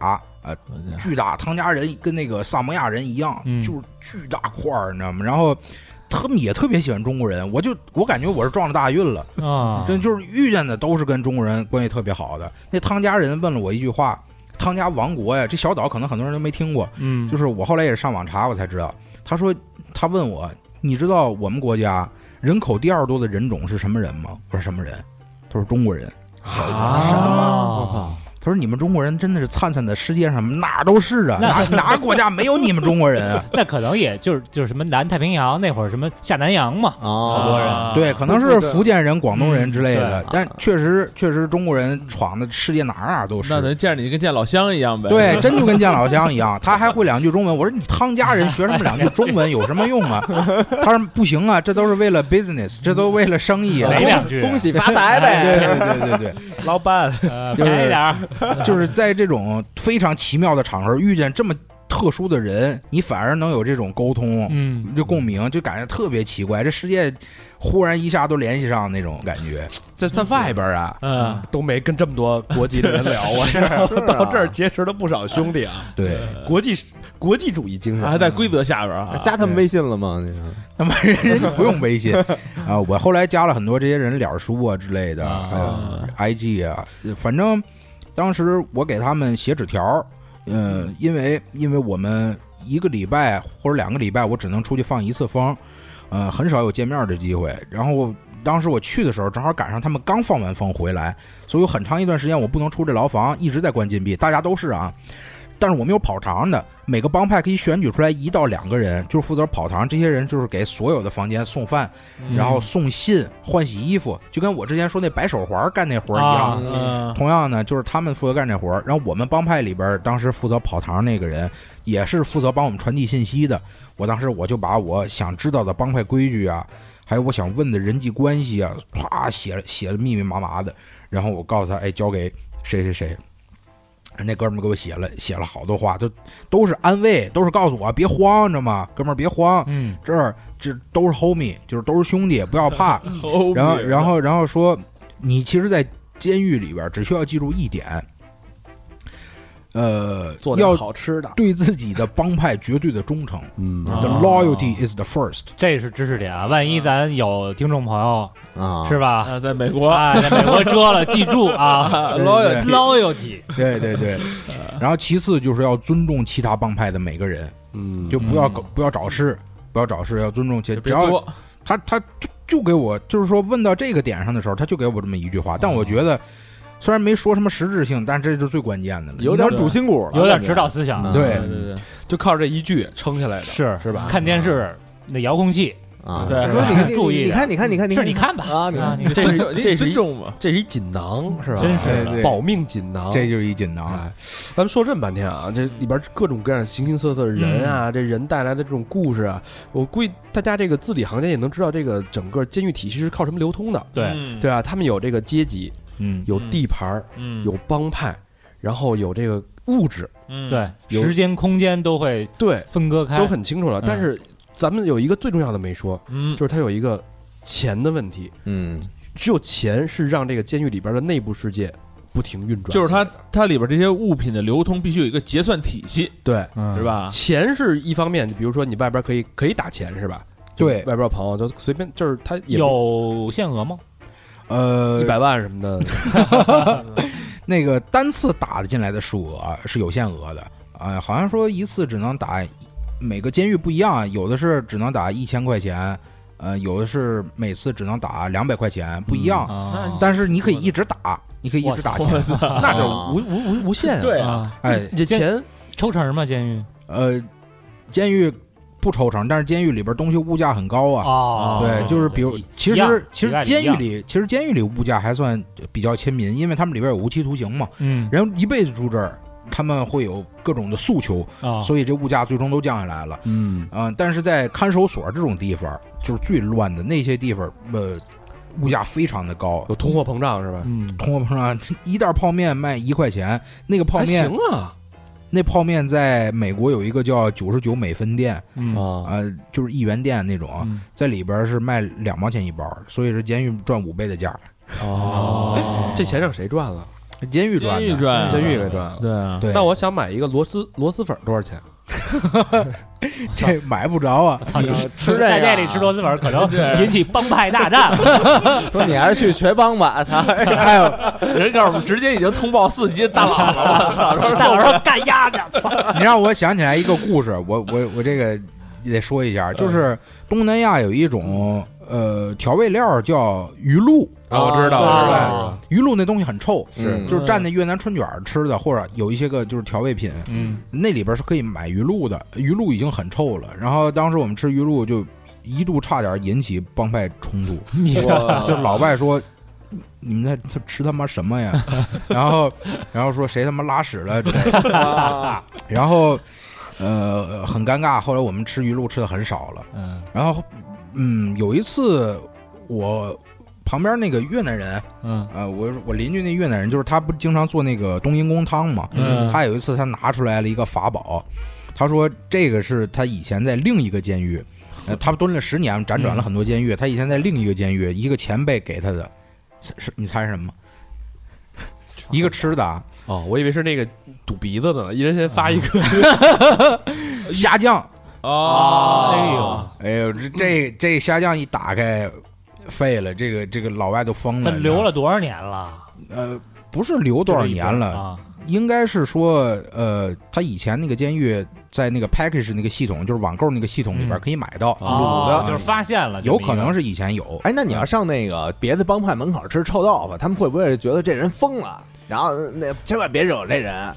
[SPEAKER 7] 呃，巨大汤家人跟那个萨摩亚人一样，
[SPEAKER 8] 嗯
[SPEAKER 7] 就是巨大块儿，你知道吗？然后。他们也特别喜欢中国人，我就我感觉我是撞了大运了，
[SPEAKER 8] 嗯
[SPEAKER 6] 啊
[SPEAKER 7] 真就是遇见的都是跟中国人关系特别好的。那汤家人问了我一句话：“汤家王国呀，这小岛可能很多人都没听过。”
[SPEAKER 8] 嗯
[SPEAKER 7] 就是我后来也是上网查我才知道，他说他问我：“你知道我们国家人口第二多
[SPEAKER 1] 啊
[SPEAKER 7] 的人种是什么人吗？”我说：“什么人？”他说：“中国人。
[SPEAKER 6] 啊，
[SPEAKER 7] 他说你们中国人真的是灿灿的，世界上哪儿都是啊，哪哪个国家没有你们中国人 啊？
[SPEAKER 6] 那可能也就是就是什么南太平洋那会儿什么下南洋嘛，好
[SPEAKER 3] 啊
[SPEAKER 6] 多人
[SPEAKER 8] 啊
[SPEAKER 7] 对，可能
[SPEAKER 3] 对
[SPEAKER 7] 是
[SPEAKER 3] 对
[SPEAKER 7] 福建人、广东人之类的
[SPEAKER 6] 嗯，
[SPEAKER 7] 但确实确实中国人闯的世界哪儿哪儿都
[SPEAKER 8] 那
[SPEAKER 7] 是。
[SPEAKER 8] 咱见着你跟见老乡一样呗。
[SPEAKER 7] 对，真就跟见老乡一样，他还会两句中文。我说你汤家人学什么两句中文有什么用啊？他说不行啊，这都是为了 business，这都为了生意。啊
[SPEAKER 6] 没两句，
[SPEAKER 3] 恭喜发财
[SPEAKER 7] 对
[SPEAKER 3] 呗！
[SPEAKER 7] 对对对对，
[SPEAKER 5] 老板，
[SPEAKER 6] 呃
[SPEAKER 7] 就是
[SPEAKER 6] 便宜点儿，
[SPEAKER 7] 就是在这种非常奇妙的场合遇见这么特殊的人，你反而能有这种沟通，
[SPEAKER 6] 嗯，
[SPEAKER 7] 就共鸣，就感觉特别奇怪，这世界忽然一下都联系上那种感觉。
[SPEAKER 1] 在在外边啊，
[SPEAKER 8] 嗯，
[SPEAKER 1] 都没跟这么多国籍的人聊啊，然后 到这儿结识了不少兄弟啊，
[SPEAKER 7] 对，
[SPEAKER 1] 国际国际主义精神
[SPEAKER 8] 还在规则下边儿啊。
[SPEAKER 3] 加他们微信了吗？那个
[SPEAKER 7] 他妈人人家不用微信啊，我后来加了很多这些人脸书啊之类的，还有 IG 啊，反正当时我给他们写纸条儿，嗯、因为因为我们一个礼拜或者两个礼拜我只能出去放一次风，呃，很少有见面的机会。然后当时我去的时候，正好赶上他们刚放完风回来，所以有很长一段时间我不能出这牢房，一直在关禁闭，大家都是啊。但是我们有跑堂的，每个帮派可以选举出来一到两个人，就是负责跑堂。这些人就是给所有的房间送饭，
[SPEAKER 6] 嗯
[SPEAKER 7] 然后送信、换洗衣服，就跟我之前说那白手环干那活儿一样。
[SPEAKER 6] 啊
[SPEAKER 8] 嗯，
[SPEAKER 7] 同样呢，就是他们负责干这活儿，然后我们帮派里边儿当时负责跑堂那个人，也是负责帮我们传递信息的。我当时我就把我想知道的帮派规矩啊，还有我想问的人际关系啊，啪写了写了密密麻麻的，然后我告诉他，哎，交给谁谁谁。那哥们儿给我写了写了好多话，都都是安慰，都是告诉我别慌，你知道吗？哥们儿别慌，
[SPEAKER 6] 嗯，
[SPEAKER 7] 这儿这都是 homie，就是都是兄弟，不要怕。
[SPEAKER 8] 后
[SPEAKER 7] 然后，然后，然后说，你其实，在监狱里边儿只需要记住一点，呃，
[SPEAKER 1] 做点
[SPEAKER 7] 要
[SPEAKER 1] 好吃的，
[SPEAKER 7] 对自己的帮派绝对的忠诚。
[SPEAKER 3] 嗯
[SPEAKER 6] 啊
[SPEAKER 7] The loyalty is the first。
[SPEAKER 6] 这是知识点啊。万一咱有听众朋友
[SPEAKER 3] 啊，
[SPEAKER 6] 是吧？
[SPEAKER 8] 啊，在美国
[SPEAKER 6] 啊，在美国遮了，记住啊
[SPEAKER 7] 对对
[SPEAKER 6] ，loyalty，
[SPEAKER 7] 对对对。然后，其次就是要尊重其他帮派的每个人，
[SPEAKER 1] 嗯，
[SPEAKER 7] 就不要
[SPEAKER 6] 嗯
[SPEAKER 7] 搞不要找事，不要找事，要尊重其。只
[SPEAKER 8] 就别
[SPEAKER 7] 要
[SPEAKER 8] 作，
[SPEAKER 7] 他他就就给我，就是说问到这个点上的时候，他就给我这么一句话。但我觉得，虽然没说什么实质性，但这就是最关键的了。
[SPEAKER 3] 有点主心骨了，
[SPEAKER 6] 有点指导思想，
[SPEAKER 3] 嗯
[SPEAKER 6] 啊
[SPEAKER 7] 对
[SPEAKER 8] 对对对，
[SPEAKER 1] 就靠这一句撑起来的，
[SPEAKER 6] 是
[SPEAKER 1] 是吧？
[SPEAKER 6] 看电视那遥控器，
[SPEAKER 3] 啊。
[SPEAKER 8] 对
[SPEAKER 3] 说你你
[SPEAKER 6] 注意
[SPEAKER 3] 你看你看你看你
[SPEAKER 6] 是
[SPEAKER 3] 看
[SPEAKER 6] 你看吧，
[SPEAKER 3] 啊，你
[SPEAKER 6] 啊
[SPEAKER 3] 看，
[SPEAKER 6] 你看
[SPEAKER 1] 这是这是
[SPEAKER 8] 尊 重你尊
[SPEAKER 1] 一
[SPEAKER 8] 重嘛？
[SPEAKER 1] 这是一锦囊是吧？哎
[SPEAKER 6] 真是
[SPEAKER 7] 对
[SPEAKER 6] 的
[SPEAKER 7] 对，
[SPEAKER 1] 保命锦囊，
[SPEAKER 7] 这就是一锦囊。
[SPEAKER 1] 哎，咱们说这么半天啊，这里边各种各样形形色色的人啊，这人带来的这种故事啊，我估计大家这个字里行间也能知道，这个整个监狱体系是靠什么流通的，
[SPEAKER 6] 对，
[SPEAKER 8] 嗯，
[SPEAKER 1] 对啊，他们有这个阶级，
[SPEAKER 7] 嗯，
[SPEAKER 1] 有地盘儿，
[SPEAKER 8] 嗯，
[SPEAKER 1] 有帮派，然后有这个物质，
[SPEAKER 8] 嗯，
[SPEAKER 6] 对，
[SPEAKER 1] 有
[SPEAKER 6] 时间空间都会
[SPEAKER 1] 对，
[SPEAKER 6] 分割开，
[SPEAKER 1] 都很清楚了。
[SPEAKER 6] 嗯
[SPEAKER 1] 但是咱们有一个最重要的没说，
[SPEAKER 8] 嗯，
[SPEAKER 1] 就是它有一个钱的问题，
[SPEAKER 3] 嗯，
[SPEAKER 1] 只有钱是让这个监狱里边的内部世界不停运转起
[SPEAKER 8] 就
[SPEAKER 1] 来
[SPEAKER 8] 是
[SPEAKER 1] 的，
[SPEAKER 8] 它它里边这些物品的流通必须有一个结算体系，
[SPEAKER 1] 对。
[SPEAKER 6] 嗯
[SPEAKER 8] 是吧？
[SPEAKER 1] 钱是一方面，比如说你外边可以可以打钱是吧？就
[SPEAKER 7] 对
[SPEAKER 1] 外边朋友就随便，就是他也
[SPEAKER 6] 有限额吗？
[SPEAKER 7] 呃
[SPEAKER 1] 一，百万什么 的，
[SPEAKER 7] 那个单次打进来的数额是有限额的，呃，好像说一次只能打，每个监狱不一样，有的是只能打一千块钱，呃，有的是每次只能打两百块钱，不一样。
[SPEAKER 6] 啊
[SPEAKER 8] 那
[SPEAKER 7] 但是你可以一直打，你可以一直 打钱。
[SPEAKER 1] 那就无无无无限啊。
[SPEAKER 8] 对啊，
[SPEAKER 6] 啊，
[SPEAKER 7] 哎，
[SPEAKER 1] 你这钱
[SPEAKER 6] 抽成吗？监狱
[SPEAKER 7] 呃，监狱不抽成，但是监狱里边东西物价很高啊。
[SPEAKER 6] 哦
[SPEAKER 7] 对，就是比如，其
[SPEAKER 6] 一样
[SPEAKER 7] 实其
[SPEAKER 6] 一样
[SPEAKER 7] 实监
[SPEAKER 6] 一
[SPEAKER 7] 狱
[SPEAKER 6] 样
[SPEAKER 7] 里，其实监狱里物价还算比较亲民，因为他们里边有无期徒刑嘛。
[SPEAKER 6] 嗯，
[SPEAKER 7] 人一辈子住这儿，他们会有各种的诉求，
[SPEAKER 6] 啊，
[SPEAKER 7] 所以这物价最终都降下来了。
[SPEAKER 5] 嗯，
[SPEAKER 7] 嗯、但是在看守所这种地方，就是最乱的那些地方，呃，物价非常的高
[SPEAKER 1] 有。通货膨胀是吧？
[SPEAKER 6] 嗯，
[SPEAKER 7] 通货膨胀，啊一袋泡面卖一块钱，那个泡
[SPEAKER 1] 还
[SPEAKER 7] 面
[SPEAKER 1] 行，啊
[SPEAKER 7] 那泡面在美国有一个叫九十九美分店，
[SPEAKER 6] 嗯
[SPEAKER 1] 啊，
[SPEAKER 7] 呃，就是一元店那种，啊
[SPEAKER 6] 嗯
[SPEAKER 7] 在里边是卖两毛钱一包，所以是监狱赚五倍的价，
[SPEAKER 1] 嗯哦，啊这钱让谁赚了？
[SPEAKER 7] 监狱赚
[SPEAKER 8] 监
[SPEAKER 7] 的。
[SPEAKER 8] 狱赚啊，
[SPEAKER 1] 监狱给赚了。
[SPEAKER 8] 对啊，
[SPEAKER 7] 对，
[SPEAKER 1] 那我想买一个螺蛳螺蛳粉多少钱？
[SPEAKER 7] 这买不着啊，
[SPEAKER 6] 操，你
[SPEAKER 3] 吃这个啊
[SPEAKER 6] 在店里吃螺蛳粉，可能引起帮派大战。
[SPEAKER 3] 说你还是去全帮吧，他
[SPEAKER 7] 还有
[SPEAKER 8] 人告诉我们直接已经通报四级大佬了，我操，说
[SPEAKER 6] 大佬说干鸭的，操
[SPEAKER 7] 你让我想起来一个故事，我我我这个也得
[SPEAKER 1] 嗯
[SPEAKER 7] 说一下，就是东南亚有一种呃调味料叫鱼露，
[SPEAKER 1] 啊，我知道，
[SPEAKER 7] 对
[SPEAKER 1] 我知
[SPEAKER 7] 对
[SPEAKER 1] 道，
[SPEAKER 7] 鱼露那东西很臭，
[SPEAKER 3] 是
[SPEAKER 7] 就是蘸那越南春卷儿吃的，或者有一些个就是调味品，
[SPEAKER 8] 嗯，
[SPEAKER 7] 那里边是可以买鱼露的，鱼露已经很臭了。然后当时我们吃鱼露就一度差点引起帮派冲突，
[SPEAKER 1] 啊
[SPEAKER 7] 就老外说。你们在这吃他妈什么呀？ 然后，然后说谁他妈拉屎了之类的，然后，呃，很尴尬。后来我们吃鱼露吃的很少了，
[SPEAKER 6] 嗯
[SPEAKER 7] 然后，嗯，有一次我旁边那个越南人，
[SPEAKER 8] 嗯
[SPEAKER 7] 呃，我我邻居那越南人，就是他不经常做那个冬阴功汤嘛，
[SPEAKER 8] 嗯
[SPEAKER 7] 他有一次他拿出来了一个法宝，他说这个是他以前在另一个监狱，呃，他蹲了十年，辗转了很多监狱，他以前在另一个监狱，一个前辈给他的，是是你猜是什么？一个吃的啊，
[SPEAKER 1] 哦，我以为是那个堵鼻子的呢，一人先发一个，
[SPEAKER 7] 虾酱，
[SPEAKER 8] 哦，
[SPEAKER 6] 哎呦，
[SPEAKER 7] 哎呦，这
[SPEAKER 6] 嗯
[SPEAKER 7] 这这虾酱一打开，废了，这个这个老外都疯
[SPEAKER 6] 这
[SPEAKER 7] 了，
[SPEAKER 6] 留了多少年了？
[SPEAKER 7] 呃，不是留多少年了，
[SPEAKER 6] 啊？
[SPEAKER 7] 应该是说，呃，他以前那个监狱在那个 package 那个系统，就是网购那个系统里边可以买到，啊
[SPEAKER 6] 哦，就是发现了，
[SPEAKER 7] 有可能
[SPEAKER 6] 是
[SPEAKER 7] 是以前有。
[SPEAKER 3] 哎，那你要上那个别的帮派门口吃臭豆腐，他们会不会觉得这人疯了？然后那千万别惹这人，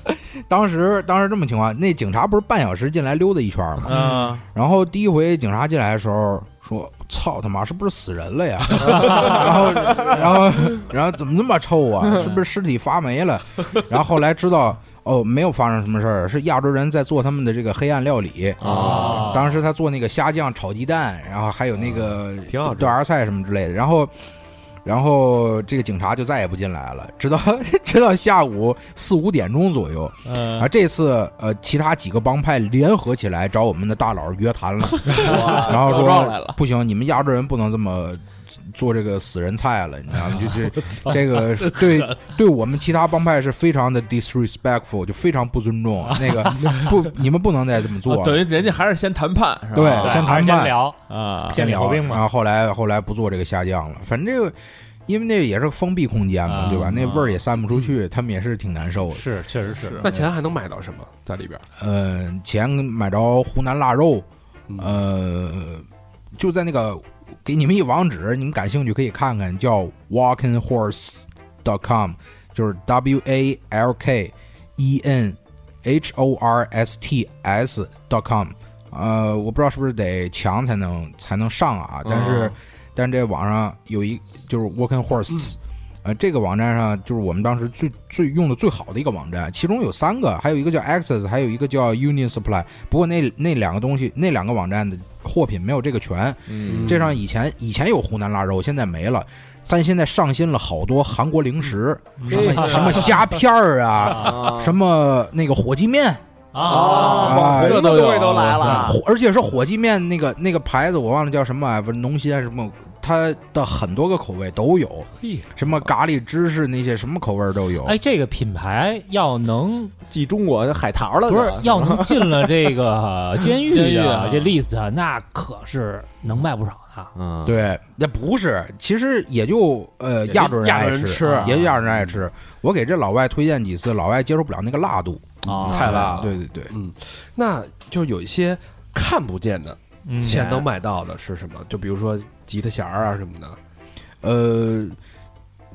[SPEAKER 7] 当时当时这么情况，那警察不是半小时进来溜达一圈吗？
[SPEAKER 8] 嗯，
[SPEAKER 7] 然后第一回警察进来的时候说：“操他妈，是不是死人了呀？”然后然后然后怎么那么臭啊？是不是尸体发霉了？然后后来知道哦，没有发生什么事儿，是亚洲人在做他们的这个黑暗料理。
[SPEAKER 6] 哦，
[SPEAKER 7] 当时他做那个虾酱炒鸡蛋，然后还有那个
[SPEAKER 1] 嗯挺 好吃
[SPEAKER 7] 豆芽菜什么之类的，然后。然后这个警察就再也不进来了，直到 直到下午四五点钟左右。
[SPEAKER 8] 嗯
[SPEAKER 7] 啊，这次呃，其他几个帮派联合起来找我们的大佬约 谈了，然后
[SPEAKER 8] 告状来
[SPEAKER 7] 说
[SPEAKER 8] 了
[SPEAKER 7] 不行，你们亚洲人不能这么做这个死人菜了，你知 道吗？就这这个是对对我们其他帮派是非常的 disrespectful，就非常不尊重。啊 那个不，你们不能再这么做
[SPEAKER 8] 哦
[SPEAKER 7] 了。
[SPEAKER 8] 等于人家还是先谈判，是吧
[SPEAKER 7] 对
[SPEAKER 6] 对
[SPEAKER 7] 先
[SPEAKER 6] 还是
[SPEAKER 7] 谈
[SPEAKER 6] 先
[SPEAKER 7] 判
[SPEAKER 6] 聊，
[SPEAKER 8] 啊，
[SPEAKER 6] 先礼后兵
[SPEAKER 7] 然
[SPEAKER 6] 嘛。
[SPEAKER 7] 后后来后来不做这个下降了，反正这个因为那也是个封闭空间嘛，
[SPEAKER 6] 啊
[SPEAKER 7] 对吧？那味儿也散不出去，他们也是挺难受的。
[SPEAKER 6] 是，确实是。
[SPEAKER 1] 那钱还能买到什么在里边？
[SPEAKER 7] 呃，前买着湖南腊肉，呃，就在那个给你们一网址，你们感兴趣可以看看，叫 walkinghorse.com，就是 W A L K E N H O R S T S dot com。呃，我不知道是不是得强才能才能上啊，但是、但这网上有一就是 Walking Horse，、呃，这个网站上就是我们当时最最用的最好的一个网站，其中有三个，还有一个叫 Access，还有一个叫 Union Supply。不过那那两个东西，那两个网站的货品没有这个全。
[SPEAKER 3] 嗯
[SPEAKER 7] 这上以前以前有湖南腊肉，现在没了。但现在上新了好多韩国零食，什
[SPEAKER 3] 哎
[SPEAKER 7] 么什么虾片儿 啊，什么那个火鸡面，
[SPEAKER 6] 啊，
[SPEAKER 7] 啊
[SPEAKER 3] 网红的东西哦都来了，
[SPEAKER 7] 火而且是火鸡面那个那个牌子，我忘了叫什么啊，不是农心还是什么，它的很多个口味都有，
[SPEAKER 1] 嘿，
[SPEAKER 7] 什么咖喱芝士那些什么口味都有。
[SPEAKER 6] 哎，这个品牌要能
[SPEAKER 3] 继中国海淘了，
[SPEAKER 6] 不是要能进了这 个监
[SPEAKER 8] 监
[SPEAKER 6] 狱
[SPEAKER 8] 狱
[SPEAKER 6] 啊
[SPEAKER 8] 啊，
[SPEAKER 6] 这 list 那可是能卖不少的。
[SPEAKER 1] 啊
[SPEAKER 3] 嗯，
[SPEAKER 7] 对，那不是，其实也就呃亚洲人
[SPEAKER 1] 亚洲
[SPEAKER 7] 爱
[SPEAKER 1] 人
[SPEAKER 7] 吃啊
[SPEAKER 1] 吃，啊
[SPEAKER 7] 也就亚洲人爱吃。我给这老外推荐几次，老外接受不了那个辣度，
[SPEAKER 6] 啊
[SPEAKER 1] 太辣了
[SPEAKER 7] 对对对，
[SPEAKER 1] 那就有一些看不见的
[SPEAKER 6] 嗯
[SPEAKER 1] 钱能买到的是什么？就比如说吉他弦儿啊什么的。
[SPEAKER 7] 呃。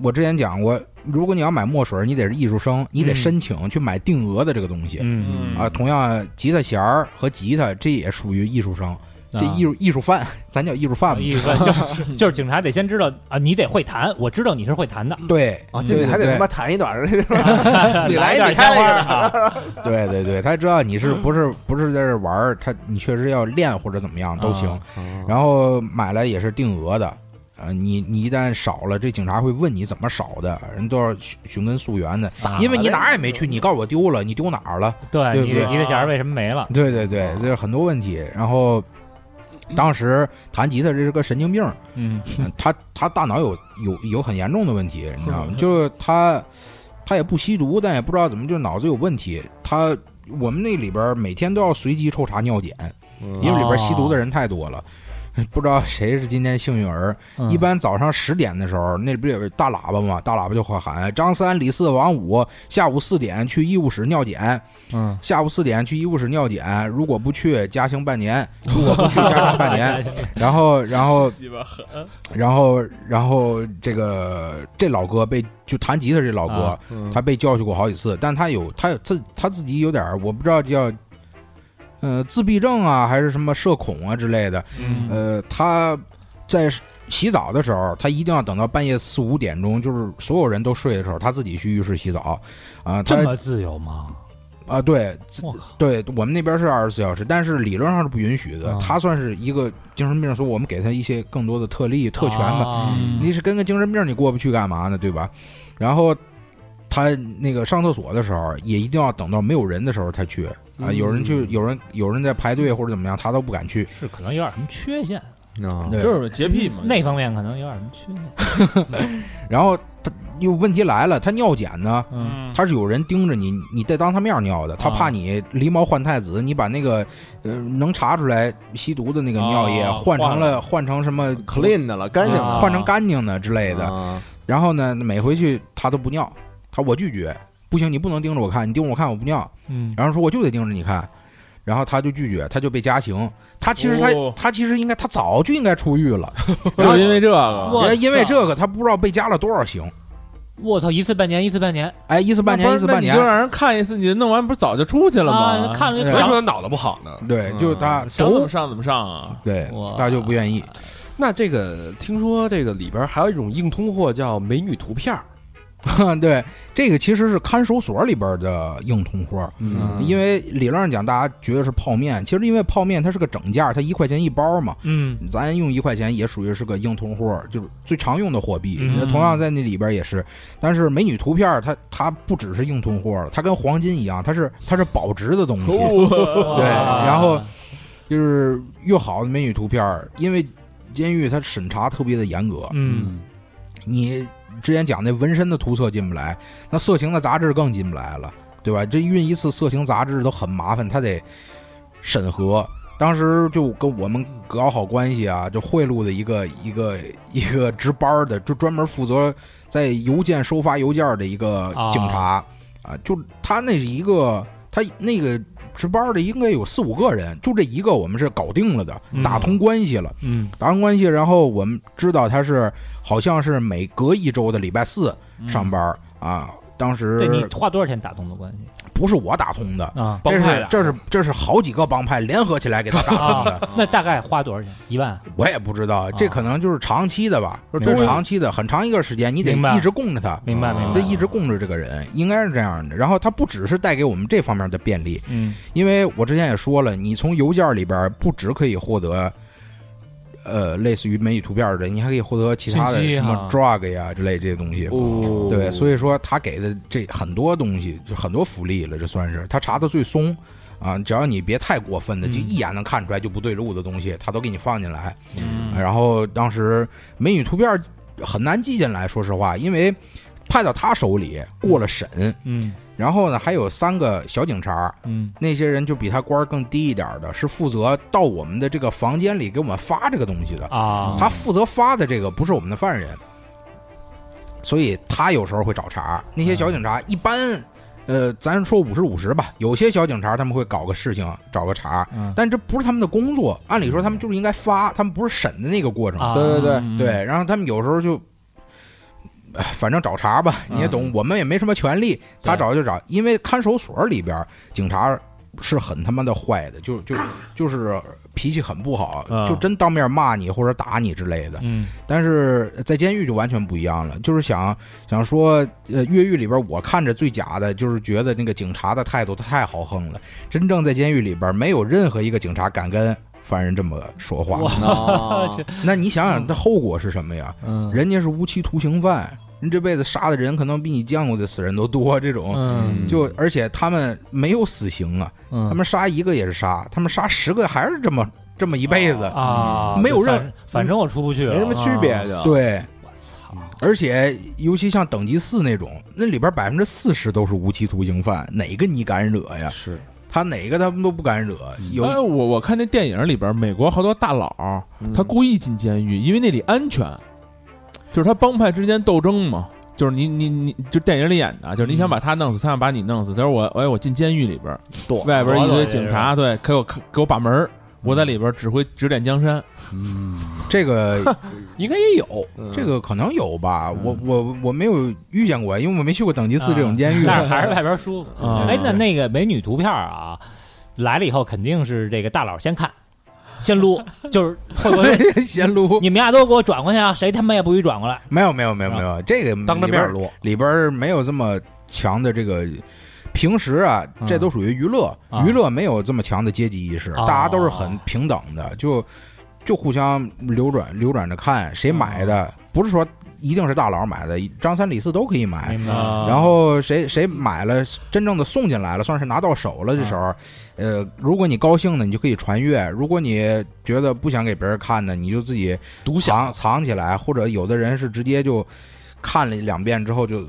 [SPEAKER 7] 我之前讲过，如果你要买墨水，你得是艺术生，你得
[SPEAKER 6] 嗯
[SPEAKER 7] 申请去买定额的这个东西。
[SPEAKER 6] 嗯
[SPEAKER 7] 啊，同样吉他弦儿和吉他，这也属于艺术生，
[SPEAKER 1] 啊
[SPEAKER 6] 嗯
[SPEAKER 7] 这艺术艺术犯，咱叫艺术
[SPEAKER 1] 哎
[SPEAKER 7] 犯吧。
[SPEAKER 6] 意思啊就是就是警察得先知道啊，你得会弹，我知道你是会 弹的，
[SPEAKER 7] 对，
[SPEAKER 3] 啊，进去还得
[SPEAKER 7] 对
[SPEAKER 3] 他妈弹一段儿， 你来
[SPEAKER 6] 来点
[SPEAKER 3] 你
[SPEAKER 6] 鲜
[SPEAKER 3] 开
[SPEAKER 6] 花
[SPEAKER 3] 了一
[SPEAKER 6] 儿
[SPEAKER 3] 个，
[SPEAKER 6] 啊，
[SPEAKER 7] 对对对，他知道你是不是不是在这玩儿，他你确实要练或者怎么样都行
[SPEAKER 6] 啊。
[SPEAKER 3] 嗯哦
[SPEAKER 7] 然后买了也是定额的，呃，你你一旦少了，这警察会问你怎么少的，人都要寻寻根溯源的，因为你哪儿也没去，你告诉我丢了，你丢哪儿了？
[SPEAKER 6] 对，
[SPEAKER 7] 对
[SPEAKER 6] 你
[SPEAKER 7] 不
[SPEAKER 6] 这
[SPEAKER 7] 对
[SPEAKER 6] 吉他弦儿为什么没了？
[SPEAKER 7] 对对对，这是很多问题。然后当时弹吉他这是个神经病，
[SPEAKER 6] 嗯
[SPEAKER 7] 嗯他他大脑有有有很严重的问题，你知道吗？就是他他也不吸毒，但也不知道怎么就脑子有问题。他我们那里边每天都要随机抽查尿检，因为里边吸毒的人太多了。不知道谁是今天幸运儿。
[SPEAKER 8] 嗯
[SPEAKER 7] 一般早上十点的时候，那不有大喇叭嘛，大喇叭就会喊张三、李四、王五，下午四点去医务室尿检，
[SPEAKER 8] 嗯，
[SPEAKER 7] 下午四点去医务室尿检，如果不去加刑半年，如果不去加刑半年。然后，然后，
[SPEAKER 8] 鸡巴狠，
[SPEAKER 7] 然后，然后这个这老哥被就弹吉他这老哥，
[SPEAKER 6] 啊
[SPEAKER 7] 他被教训过好几次，但他有他有自他自己有点儿我不知道叫，呃，自闭症啊，还是什么社恐啊之类的。
[SPEAKER 8] 嗯
[SPEAKER 7] 呃，他在洗澡的时候，他一定要等到半夜四五点钟，就是所有人都睡的时候，他自己去浴室洗澡。啊、
[SPEAKER 6] 这
[SPEAKER 7] 他啊、
[SPEAKER 6] 么自由吗？
[SPEAKER 7] 对
[SPEAKER 6] 我靠，
[SPEAKER 7] 对，我们那边是二十四小时，但是理论上是不允许的。
[SPEAKER 6] 啊
[SPEAKER 7] 他算是一个精神病，所以我们给他一些更多的嗯特例特权吧。
[SPEAKER 6] 吧
[SPEAKER 7] 你是跟个精神病你过不去干嘛呢？对吧？然后他那个上厕所的时候，也一定要等到没有人的时候才去啊、有人去，有人有人在排队或者怎么样，他都不敢去。
[SPEAKER 6] 是可能有点什么缺陷，
[SPEAKER 3] 啊
[SPEAKER 7] 对
[SPEAKER 8] 就是洁癖嘛，
[SPEAKER 6] 那方面可能有点什么缺陷。
[SPEAKER 7] 然后他又问题来了，他尿检呢，
[SPEAKER 6] 嗯，
[SPEAKER 7] 他是有人盯着你，你得当他面尿的，他
[SPEAKER 8] 啊
[SPEAKER 7] 怕你狸猫换太子，你把那个呃能查出来吸毒的那个尿液
[SPEAKER 8] 哦
[SPEAKER 7] 换成
[SPEAKER 8] 换
[SPEAKER 7] 了换成什么
[SPEAKER 3] clean 的了，干净
[SPEAKER 6] 啊
[SPEAKER 3] 的
[SPEAKER 7] 换成干净的之类的。
[SPEAKER 3] 啊
[SPEAKER 7] 然后呢，每回去他都不尿，他我拒绝，不行，你不能盯着我看，你盯着我看我不尿。
[SPEAKER 8] 嗯
[SPEAKER 7] 然后说我就得盯着你看，然后他就拒绝，他就被加刑。他其实他、
[SPEAKER 8] 哦
[SPEAKER 7] 他其实应该他早就应该出狱了，
[SPEAKER 8] 就因为这个，嗯
[SPEAKER 6] 我操
[SPEAKER 7] 因为这个他不知道被加了多少刑。
[SPEAKER 6] 嗯我操，一次半年，一次半年
[SPEAKER 7] 哎，一次 半年，一次半年
[SPEAKER 8] 那不是那你就，让人看一次，你弄完不是早就出去了
[SPEAKER 6] 啊
[SPEAKER 8] 吗？，
[SPEAKER 6] 看了就
[SPEAKER 7] 对
[SPEAKER 1] 谁
[SPEAKER 6] 想
[SPEAKER 1] 说他脑子不好呢？
[SPEAKER 7] 对，就是他
[SPEAKER 8] 想怎么上怎么上啊！
[SPEAKER 7] 对
[SPEAKER 6] 哇
[SPEAKER 7] 他就不愿意。
[SPEAKER 1] 那这个听说这个里边还有一种硬通货叫美女图片儿，
[SPEAKER 7] 对，这个其实是看守所里边的硬通货，
[SPEAKER 3] 嗯
[SPEAKER 7] 因为理论上讲，大家觉得是泡面，其实因为泡面它是个整价，它一块钱一包嘛。
[SPEAKER 6] 嗯，
[SPEAKER 7] 咱用一块钱也属于是个硬通货，就是最常用的货币。
[SPEAKER 6] 嗯
[SPEAKER 7] 那同样在那里边也是，但是美女图片儿它它不只是硬通货了，它跟黄金一样，它是它是保值的东西。
[SPEAKER 6] 对
[SPEAKER 7] 然后就是越好的美女图片儿，因为监狱它审查特别的严格，
[SPEAKER 6] 嗯，
[SPEAKER 7] 你之前讲那纹身的图册进不来，那色情的杂志更进不来了，对吧？这运一次色情杂志都很麻烦，他得审核。当时就跟我们搞好关系啊，就贿赂的一个一个一个值班的，就专门负责在邮件收发邮件的一个警察啊，就他那是一个他那个值班的应该有四五个人，就这一个我们是搞定了的，
[SPEAKER 6] 嗯
[SPEAKER 7] 打通关系了。
[SPEAKER 6] 嗯
[SPEAKER 7] 打完关系，然后我们知道他是好像是每隔一周的礼拜四
[SPEAKER 6] 嗯
[SPEAKER 7] 上班、啊。当时
[SPEAKER 6] 对你花多少钱打通的关系
[SPEAKER 7] 不是我打通的，
[SPEAKER 6] 啊？
[SPEAKER 7] 这
[SPEAKER 1] 帮派
[SPEAKER 7] 是
[SPEAKER 1] 的
[SPEAKER 7] 这是这是好几个帮派联合起来给 他打通的，
[SPEAKER 6] 啊那大概花多少钱？一万？
[SPEAKER 7] 我也不知道，这可能就是长期的吧，
[SPEAKER 6] 啊
[SPEAKER 7] 都是长期的，很长一段时间，你得
[SPEAKER 6] 明白
[SPEAKER 7] 一直供着他，
[SPEAKER 6] 明白
[SPEAKER 8] 啊
[SPEAKER 6] 明白。
[SPEAKER 7] 得一直供着这个人，应该是这样的。然后他不只是带给我们这方面的便利，
[SPEAKER 8] 嗯，
[SPEAKER 7] 因为我之前也说了，你从邮件里边不只可以获得，呃，类似于美女图片的，你还可以获得其他的
[SPEAKER 8] 信息
[SPEAKER 7] 什么
[SPEAKER 8] 哈
[SPEAKER 7] drug 呀之类这些东西。
[SPEAKER 1] 哦
[SPEAKER 7] 对，所
[SPEAKER 1] 以
[SPEAKER 7] 以说他给的这很多东西，就很多福利了，这算是他查的最松啊，只要你别太过分的，
[SPEAKER 8] 嗯
[SPEAKER 7] 就一眼能看出来就不对路的东西，他都给你放进来。
[SPEAKER 8] 嗯
[SPEAKER 6] 嗯
[SPEAKER 7] 然后当时美女图片很难记进来，说实话，因为派到他手里过了审，
[SPEAKER 8] 嗯
[SPEAKER 7] 然后呢还有三个小警察，
[SPEAKER 8] 嗯，
[SPEAKER 7] 那些人就比他官儿更低一点儿的，是负责到我们的这个房间里给我们发这个东西的。
[SPEAKER 6] 啊，
[SPEAKER 7] 他负责发的这个不是我们的犯人，所以他有时候会找茬。那些小警察一般，呃，咱说五十五十吧，有些小警察他们会搞个事情找个茬
[SPEAKER 8] 嗯，
[SPEAKER 7] 但这不是他们的工作。按理说他们就是应该发，他们不是审的那个过程。
[SPEAKER 6] 啊，
[SPEAKER 3] 对对对，
[SPEAKER 8] 嗯
[SPEAKER 7] 对，然后他们有时候就，哎反正找茬吧，你也
[SPEAKER 8] 嗯
[SPEAKER 7] 懂，我们也没什么权利，他找就找，因为看守所里边儿警察是很他妈的坏的，就就就是脾气很不好，
[SPEAKER 8] 嗯
[SPEAKER 7] 就真当面骂你或者打你之类的。
[SPEAKER 8] 嗯
[SPEAKER 7] 但是在监狱就完全不一样了，就是想想说，呃，越狱里边我看着最假的就是觉得那个警察的态度太豪横了，真正在监狱里边没有任何一个警察敢跟犯人这么说话。
[SPEAKER 3] 啊
[SPEAKER 7] 那你想想，这后果是什么呀？
[SPEAKER 8] 嗯
[SPEAKER 7] 人家是无期徒刑犯，人这辈子杀的人可能比你见过的死人都多。这种
[SPEAKER 8] 嗯
[SPEAKER 7] 就而且他们没有死刑啊，他
[SPEAKER 8] 嗯，
[SPEAKER 7] 们杀一个也是杀，他们杀十个还是这么这么一辈子。
[SPEAKER 6] 啊，
[SPEAKER 7] 没有
[SPEAKER 6] 就反
[SPEAKER 7] 任
[SPEAKER 6] 反正我出不去了，啊
[SPEAKER 3] 没什么区别就。
[SPEAKER 7] 对，
[SPEAKER 6] 我操，
[SPEAKER 7] 而且尤其像等级四那种，那里边百分之四十都是无期徒刑犯，哪个你敢惹呀？
[SPEAKER 1] 是
[SPEAKER 7] 他哪个他们都不敢惹。有
[SPEAKER 8] 哎，我我看那电影里边，美国好多大佬他
[SPEAKER 3] 嗯
[SPEAKER 8] 故意进监狱，因为那里安全，就是他帮派之间斗争嘛。就是你你你就电影里演的，就是
[SPEAKER 3] 嗯
[SPEAKER 8] 你想把他弄死，他想把你弄死。他说我哎我进监狱里边，
[SPEAKER 3] 躲
[SPEAKER 8] 外边一堆警察，对，给我看给我把门儿我在里边指挥指点江山。
[SPEAKER 7] 这个
[SPEAKER 1] 应该也有，
[SPEAKER 7] 这个可能有吧，我我我没有遇见过，因为我没去过等级四这
[SPEAKER 6] 啊
[SPEAKER 7] 种监狱。
[SPEAKER 6] 但是还是外边舒服。
[SPEAKER 8] 啊
[SPEAKER 6] 哎，那那个美女图片啊，来了以后肯定是这个大佬先看，先撸，就是会 不会
[SPEAKER 7] 闲撸
[SPEAKER 6] 你们俩都给我转过去啊？谁他妈也不许转过来。
[SPEAKER 7] 没有没有没有没有，这个
[SPEAKER 1] 啊当着
[SPEAKER 7] 里边
[SPEAKER 1] 面撸，
[SPEAKER 7] 里边没有这么强的这个。平时啊，这都属于娱乐，
[SPEAKER 6] 啊
[SPEAKER 7] 娱乐没有这么强的阶级意识，
[SPEAKER 1] 啊
[SPEAKER 6] 哦
[SPEAKER 7] 大家都是很平等的，就就互相流转流转着看谁买的，
[SPEAKER 1] 啊
[SPEAKER 7] 不是说一定是大佬买的，张三李四都可以买，
[SPEAKER 6] 明白吗？
[SPEAKER 7] 哎
[SPEAKER 1] 啊
[SPEAKER 7] 然后谁谁买了，真正的送进来了，算是拿到手了。这
[SPEAKER 1] 啊
[SPEAKER 7] 时候，呃，如果你高兴呢，你就可以传阅；如果你觉得不想给别人看呢，你就自己独享藏起来，或者有的人是直接就看了两遍之后就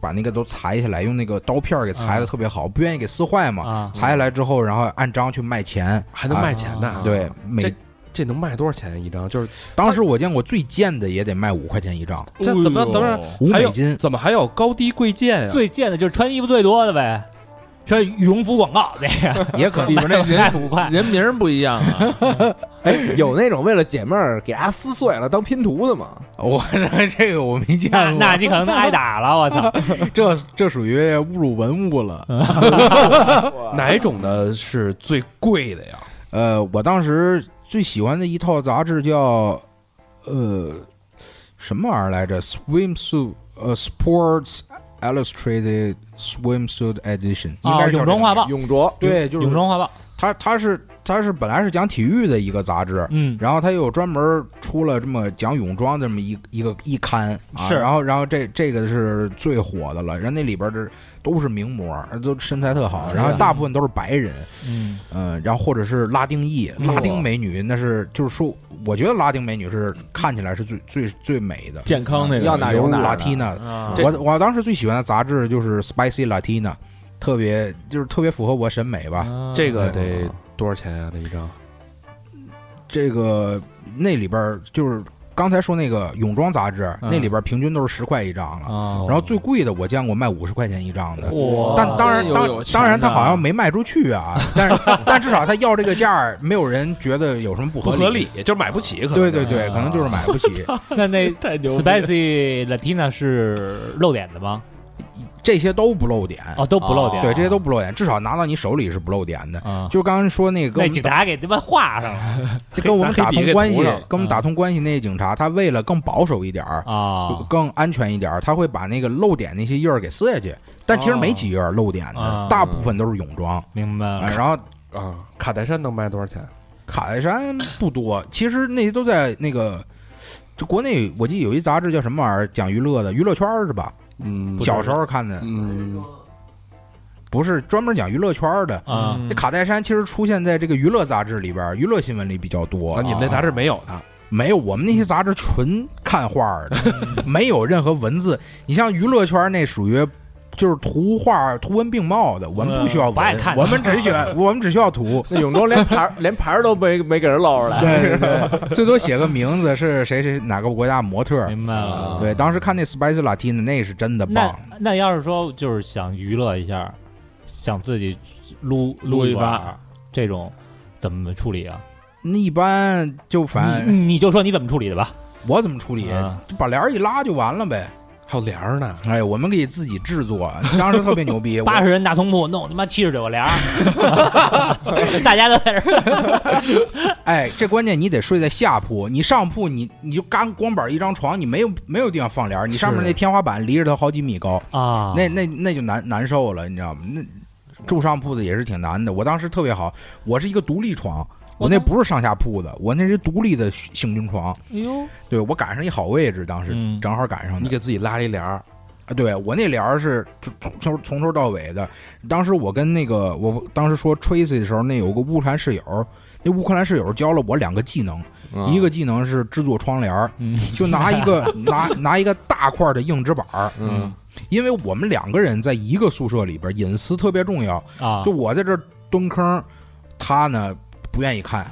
[SPEAKER 7] 把那个都裁下来，用那个刀片儿给
[SPEAKER 1] 啊
[SPEAKER 7] 裁的特别好，不愿意给撕坏嘛。
[SPEAKER 6] 啊，
[SPEAKER 7] 裁下来之后，然后按张去卖钱，
[SPEAKER 1] 还能
[SPEAKER 7] 啊
[SPEAKER 1] 卖钱呢。
[SPEAKER 7] 对，每
[SPEAKER 1] 这能卖多少钱一张？就是
[SPEAKER 7] 当时我见过最贱的也得卖五块钱一张，
[SPEAKER 1] 这怎么怎么
[SPEAKER 7] 哎五
[SPEAKER 1] 还
[SPEAKER 7] 美
[SPEAKER 1] 有
[SPEAKER 7] 金。
[SPEAKER 1] 怎么还有高低贵贱
[SPEAKER 8] 啊
[SPEAKER 1] 呀？
[SPEAKER 6] 最贱的就是穿衣服最多的呗，穿羽绒服广告那个，
[SPEAKER 7] 也可
[SPEAKER 8] 里边那 人
[SPEAKER 6] 卖五块。
[SPEAKER 8] 人名儿不一样啊，
[SPEAKER 3] 哎，有那种为了解闷儿给它撕碎了当拼图的吗？
[SPEAKER 7] 我这个我没见
[SPEAKER 6] 那
[SPEAKER 7] 过，
[SPEAKER 6] 那你可能挨打了，我 操！
[SPEAKER 7] 这这属于侮辱文物了。
[SPEAKER 6] 嗯
[SPEAKER 1] 哪种的是最贵的呀？
[SPEAKER 7] 呃，我当时最喜欢的一套杂志叫呃什么玩意儿来着？Swimsuit 呃 Sports Illustrated Swimsuit Edition，应
[SPEAKER 6] 啊
[SPEAKER 7] 该，是叫
[SPEAKER 6] 泳
[SPEAKER 7] 这
[SPEAKER 6] 装
[SPEAKER 7] 个
[SPEAKER 6] 画
[SPEAKER 7] 名
[SPEAKER 6] 报
[SPEAKER 7] 儿。，
[SPEAKER 3] 泳着
[SPEAKER 7] 对，就
[SPEAKER 6] 泳
[SPEAKER 7] 是
[SPEAKER 6] 装画报，
[SPEAKER 7] 它，它是它是本来是讲体育的一个杂志，
[SPEAKER 6] 嗯，
[SPEAKER 7] 然后他又专门出了这么讲泳装的这么一一个一刊，啊、
[SPEAKER 6] 是
[SPEAKER 7] 然后然后这这个是最火的了，人那里边这都是名模，都身材特好，
[SPEAKER 6] 啊
[SPEAKER 7] 然后大部分都是白人，
[SPEAKER 6] 嗯，
[SPEAKER 7] 嗯，然后或者是拉丁裔、
[SPEAKER 3] 嗯
[SPEAKER 7] 拉丁美女，那是就是说，我觉得拉丁美女是看起来是最最最美的，嗯
[SPEAKER 8] 健康那个
[SPEAKER 3] 要哪有
[SPEAKER 7] 有
[SPEAKER 3] 哪儿
[SPEAKER 7] 拉
[SPEAKER 3] 的嗯
[SPEAKER 7] 缇娜。
[SPEAKER 8] 啊
[SPEAKER 7] 我我当时最喜欢的杂志就是《Spicy Latina》，特别就是特别符合我审美
[SPEAKER 8] 嗯
[SPEAKER 7] 吧。
[SPEAKER 1] 这个
[SPEAKER 7] 嗯
[SPEAKER 1] 得多少钱啊呀？这一张
[SPEAKER 7] 这个那里边儿就是刚才说那个泳装杂志，
[SPEAKER 6] 嗯
[SPEAKER 7] 那里边儿平均都是十块一张
[SPEAKER 8] 哦
[SPEAKER 7] 了。
[SPEAKER 6] 啊，
[SPEAKER 7] 然后最贵的我见过卖五十块钱一张的，
[SPEAKER 6] 嚯
[SPEAKER 7] 但当然
[SPEAKER 8] 真有
[SPEAKER 7] 当
[SPEAKER 8] 有钱
[SPEAKER 7] 当然他
[SPEAKER 8] 的
[SPEAKER 7] 好像没卖出去啊，但是但至少他要这个价儿，没有人觉得有什么不
[SPEAKER 1] 不
[SPEAKER 7] 合
[SPEAKER 1] 合理，就是买不起，可能
[SPEAKER 7] 对对对，
[SPEAKER 6] 啊
[SPEAKER 7] 可能就是买不起。
[SPEAKER 6] 那那
[SPEAKER 8] 太牛逼了
[SPEAKER 6] Spicy Latina 是露脸的吗？
[SPEAKER 7] 这些都不露点，
[SPEAKER 8] 哎
[SPEAKER 6] 哦，都不露脸，
[SPEAKER 7] 对，这些都不露点，至少拿到你手里是不露点的。
[SPEAKER 6] 啊。
[SPEAKER 7] 就刚刚说那个跟
[SPEAKER 6] 那
[SPEAKER 7] 我
[SPEAKER 6] 警
[SPEAKER 7] 们
[SPEAKER 6] 察给他妈画上了
[SPEAKER 7] 打跟我们
[SPEAKER 1] 黑
[SPEAKER 7] 打
[SPEAKER 1] 笔
[SPEAKER 7] 通
[SPEAKER 1] 给
[SPEAKER 7] 关系
[SPEAKER 1] 涂上了，嗯
[SPEAKER 7] 跟我们打通关系那些警察，他为了更保守一点儿，
[SPEAKER 1] 哦
[SPEAKER 6] 啊
[SPEAKER 7] 更安全一点儿，他会把那个露点那些印儿给撕下去。但其实
[SPEAKER 1] 哦
[SPEAKER 7] 没几页儿露点
[SPEAKER 6] 啊
[SPEAKER 7] 的，大部分都是泳装。
[SPEAKER 6] 明白
[SPEAKER 1] 嗯
[SPEAKER 7] 啊
[SPEAKER 6] 了，
[SPEAKER 7] 然后
[SPEAKER 1] 啊，卡戴珊能卖多少钱？
[SPEAKER 7] 卡戴珊不多，其实那些都在那个，就国内我记得有一杂志叫什么玩意儿，讲娱乐的，娱乐圈儿是吧？
[SPEAKER 1] 嗯
[SPEAKER 7] 小时候看的，
[SPEAKER 1] 嗯，
[SPEAKER 7] 不是专门讲娱乐圈儿的。
[SPEAKER 8] 嗯
[SPEAKER 6] 啊，
[SPEAKER 7] 这卡戴珊其实出现在这个娱乐杂志里边儿，娱乐新闻里比较多。
[SPEAKER 1] 啊，你们那杂志没有它，
[SPEAKER 7] 没有，我们那些杂志纯看画儿的，
[SPEAKER 6] 嗯
[SPEAKER 7] 没有任何文字。你像娱乐圈那属于就是图画、图文并茂的，我们不需要
[SPEAKER 6] 嗯不爱
[SPEAKER 7] 文
[SPEAKER 6] 看，
[SPEAKER 7] 我们只 喜欢我们只需要图。
[SPEAKER 3] 那泳装连牌儿连牌儿都没没给人露出来，
[SPEAKER 7] 对 对对，最多写个名字是谁谁哪个国家模特儿。
[SPEAKER 6] 啊明白了。
[SPEAKER 8] 嗯
[SPEAKER 7] 对，当时看那 Spice Latina 那是真的
[SPEAKER 6] 嗯那
[SPEAKER 7] 棒，
[SPEAKER 6] 那要是说就是想娱乐一下，想自己撸
[SPEAKER 8] 撸一发
[SPEAKER 6] 把这种。怎么处理啊？
[SPEAKER 7] 那一般就反
[SPEAKER 6] 你你就说你怎么处理的吧。
[SPEAKER 7] 我怎么处理
[SPEAKER 6] 啊，
[SPEAKER 7] 就把帘儿一拉就完了呗。
[SPEAKER 1] 还有帘儿呢。
[SPEAKER 7] 哎，我们可以自己制作，啊当时特别牛 逼。我
[SPEAKER 6] 八十人大通铺弄他妈七十九个帘儿， 大家都在 这儿
[SPEAKER 7] 哎，这关键你得睡在下铺，你上铺你你就干光板一张床，你没有没有地方放帘儿，你上面那天花板离着它好几米高，
[SPEAKER 6] 啊
[SPEAKER 7] 那那那就难难受了，你知道吗？那住上铺的也是挺难的。我当时特别好，我是一个独立床，我那不是上下铺的，我那是独立的行军床。
[SPEAKER 6] 哎呦，
[SPEAKER 7] 对我赶上一好位置，当时、
[SPEAKER 6] 嗯
[SPEAKER 7] 正好赶上
[SPEAKER 1] 你
[SPEAKER 7] 的。
[SPEAKER 1] 给自己拉了一帘儿，
[SPEAKER 7] 啊对我那帘儿是就从从从头到尾的。当时我跟那个我当时说 Tracy 的时候，那有个乌克兰室友，那乌克兰室友教了我两个技能。
[SPEAKER 1] 啊
[SPEAKER 3] 嗯
[SPEAKER 7] 一个技能是制作窗帘儿，
[SPEAKER 6] 嗯
[SPEAKER 7] 就拿 一个拿拿一个大块儿的硬纸板儿，
[SPEAKER 3] 嗯
[SPEAKER 7] 因为我们两个人在一个宿舍里边儿，隐私特别重要。
[SPEAKER 6] 啊
[SPEAKER 7] 就我在这儿蹲坑，他呢不愿意看，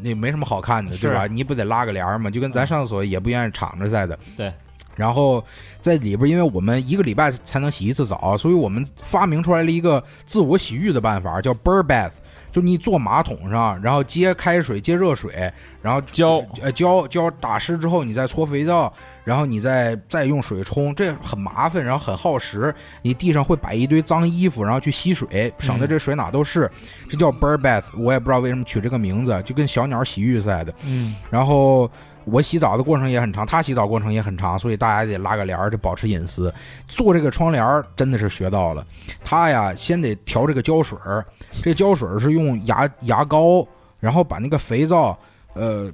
[SPEAKER 7] 那没什么好看的，对吧？你不得拉个帘儿吗？就跟咱上厕所也不愿意敞着似的。
[SPEAKER 6] 对。
[SPEAKER 7] 然后在里边，因为我们一个礼拜才能洗一次澡，所以我们发明出来了一个自我洗浴的办法，叫 bird bath，就你坐马桶上，然后接开水、接热水，然后
[SPEAKER 8] 浇
[SPEAKER 7] 呃浇浇打湿之后，你再搓肥皂，然后你再再用水冲，这很麻烦，然后很耗时。你地上会摆一堆脏衣服，然后去吸水，省得这水哪都是。这叫 bird bath，我也不知道为什么取这个名字，就跟小鸟洗浴似的。
[SPEAKER 8] 嗯，
[SPEAKER 7] 然后我洗澡的过程也很长，他洗澡过程也很长，所以大家得拉个帘儿，得保持隐私。做这个窗帘儿真的是学到了，他呀先得调这个胶水儿，这胶水儿是用牙牙膏，然后把那个肥皂，呃，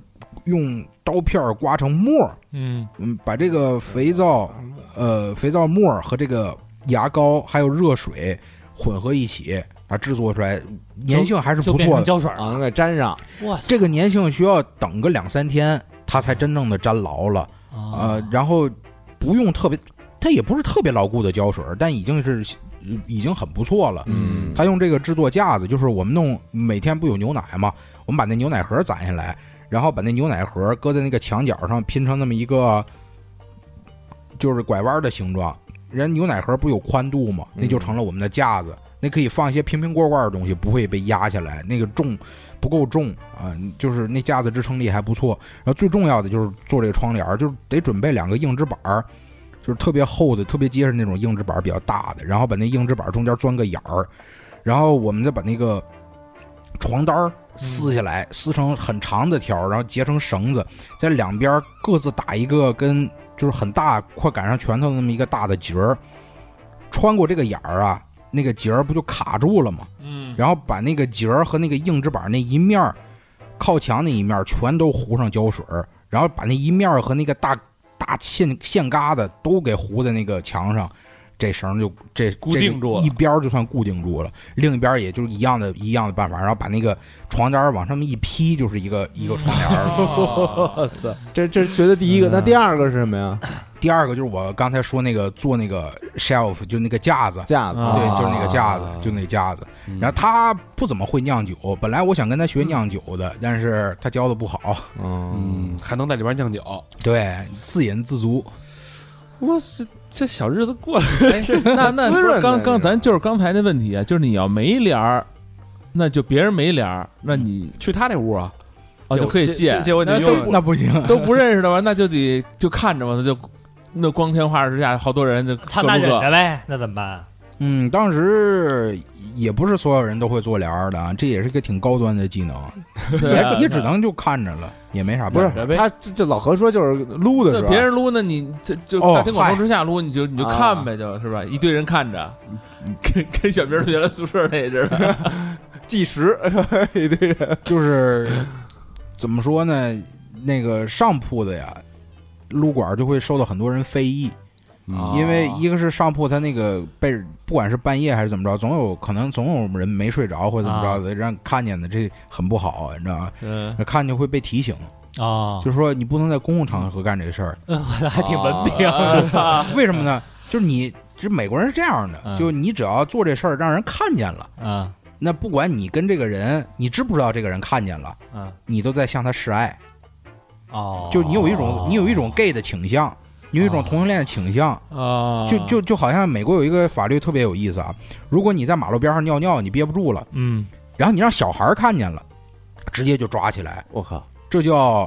[SPEAKER 7] 用刀片儿刮成沫儿，
[SPEAKER 8] 嗯，
[SPEAKER 7] 嗯，把这个肥皂，呃，肥皂沫儿和这个牙膏还有热水混合一起。啊，制作出来粘性还是
[SPEAKER 6] 就
[SPEAKER 7] 不
[SPEAKER 6] 变
[SPEAKER 7] 错
[SPEAKER 6] 成
[SPEAKER 7] 的，
[SPEAKER 6] 胶水了。
[SPEAKER 3] 啊，给粘上，
[SPEAKER 6] 哇塞！
[SPEAKER 7] 这个粘性需要等个两三天，它才真正的粘牢了。
[SPEAKER 6] 啊
[SPEAKER 7] 呃，然后不用特别，它也不是特别牢固的胶水，但已经是已经很不错了。
[SPEAKER 3] 嗯
[SPEAKER 7] 他用这个制作架子，就是我们弄每天不有牛奶嘛，我们把那牛奶盒攒下来，然后把那牛奶盒搁在那个墙角上拼成那么一个，就是拐弯的形状。人牛奶盒不有宽度吗？那就成了我们的架子，那可以放一些瓶瓶罐罐的东西，不会被压下来。那个重不够重啊、就是那架子支撑力还不错。然后最重要的就是做这个窗帘儿，就是得准备两个硬纸板儿，就是特别厚的、特别结实那种硬纸板儿，比较大的，然后把那硬纸板儿中间钻个眼儿，然后我们再把那个床单儿撕下来，撕成很长的条儿，然后结成绳子，在两边儿各自打一个跟就是很大，快赶上拳头的那么一个大的结儿，穿过这个眼儿啊，那个结儿不就卡住了吗？嗯，然后把那个结儿和那个硬纸板那一面儿，靠墙那一面儿全都糊上胶水儿，然后把那一面儿和那个大大线线疙瘩都给糊在那个墙上。这绳儿就这
[SPEAKER 1] 固定住
[SPEAKER 7] 这
[SPEAKER 1] 了
[SPEAKER 7] 一边儿就算固定住了，另一边儿也就是一样的一样的办法，然后把那个床单儿往上面一披，就是一个一个窗帘儿了。
[SPEAKER 3] 我操，这这是学的第一个，那第二个是什么呀？
[SPEAKER 7] 第二个就是我刚才说那个做那个 shelf，就那个架子，
[SPEAKER 3] 架子，
[SPEAKER 8] 啊
[SPEAKER 7] 对，就是那个架子，就那个架子。
[SPEAKER 1] 嗯
[SPEAKER 7] 然后他不怎么会酿酒，本来我想跟他学酿酒的，但是他教的不好，
[SPEAKER 3] 嗯，
[SPEAKER 1] 嗯，还能在里边酿酒，
[SPEAKER 7] 对，自饮自足。
[SPEAKER 1] 我这这小日子过得
[SPEAKER 8] 那那
[SPEAKER 3] 滋
[SPEAKER 8] 不
[SPEAKER 3] 润的
[SPEAKER 8] 是刚刚
[SPEAKER 3] 这个
[SPEAKER 8] 咱就是刚才那问题啊，就是你要没帘儿，那就别人没帘儿，那
[SPEAKER 3] 嗯
[SPEAKER 8] 你
[SPEAKER 1] 去他那屋啊，
[SPEAKER 8] 哦就可以
[SPEAKER 1] 借
[SPEAKER 8] 借，
[SPEAKER 1] 借我
[SPEAKER 8] 那
[SPEAKER 1] 得
[SPEAKER 8] 都
[SPEAKER 1] 用
[SPEAKER 8] 不
[SPEAKER 1] 啊，
[SPEAKER 7] 那不行，
[SPEAKER 8] 都不认识的话，那就得就看着吧，那就那光天化日之下，好多人就
[SPEAKER 6] 他
[SPEAKER 8] 各
[SPEAKER 6] 那
[SPEAKER 8] 路
[SPEAKER 6] 忍
[SPEAKER 8] 各
[SPEAKER 6] 着呗，那怎么办？
[SPEAKER 7] 嗯，当时也不是所有人都会做帘儿的啊，这也是一个挺高端的技能，
[SPEAKER 8] 对啊
[SPEAKER 7] 也也只能就看着了，也没啥
[SPEAKER 3] 不
[SPEAKER 7] 办
[SPEAKER 3] 是
[SPEAKER 7] 法。
[SPEAKER 3] 他这这老何说就是撸的
[SPEAKER 8] 对
[SPEAKER 3] 时候，啊
[SPEAKER 8] 别人撸，那你这就
[SPEAKER 7] 哦
[SPEAKER 8] 大庭广众
[SPEAKER 7] 嗨
[SPEAKER 8] 之下撸，你就你就看呗，就是吧？一堆人看着，跟跟小明儿原来宿舍那也似 的，
[SPEAKER 3] 计时，一堆人，
[SPEAKER 7] 就是怎么说呢？那个上铺的呀，撸管儿就会受到很多人非议，因为一个是上铺，它那个被不管是半夜还是怎么着，总有可能总有人没睡着或者怎么着的，让看见的，这很不好，你知道吗？
[SPEAKER 8] 嗯，
[SPEAKER 7] 看见会被提醒，
[SPEAKER 6] 哦，
[SPEAKER 7] 就是说你不能在公共场合干这事儿。
[SPEAKER 6] 还 挺文明
[SPEAKER 8] 啊操
[SPEAKER 7] 为什么呢？就是你这美国人是这样的，
[SPEAKER 6] 嗯
[SPEAKER 7] 就你只要做这事儿让人看见了，
[SPEAKER 6] 啊
[SPEAKER 7] 那不管你跟这个人，你知不知道这个人看见了，
[SPEAKER 6] 啊
[SPEAKER 7] 你都在向他示爱。
[SPEAKER 6] 哦，
[SPEAKER 7] 就你有一种你有一种 gay 的倾向，你有一
[SPEAKER 3] 哦
[SPEAKER 7] 种同性恋的倾向，
[SPEAKER 8] 啊，
[SPEAKER 7] 就就就好像美国有一个法律特别有意思啊，如果你在马路边上尿尿，你憋不住了，
[SPEAKER 6] 嗯
[SPEAKER 7] 然后你让小孩儿看见了，直接就抓起来，
[SPEAKER 3] 我靠，
[SPEAKER 7] 这叫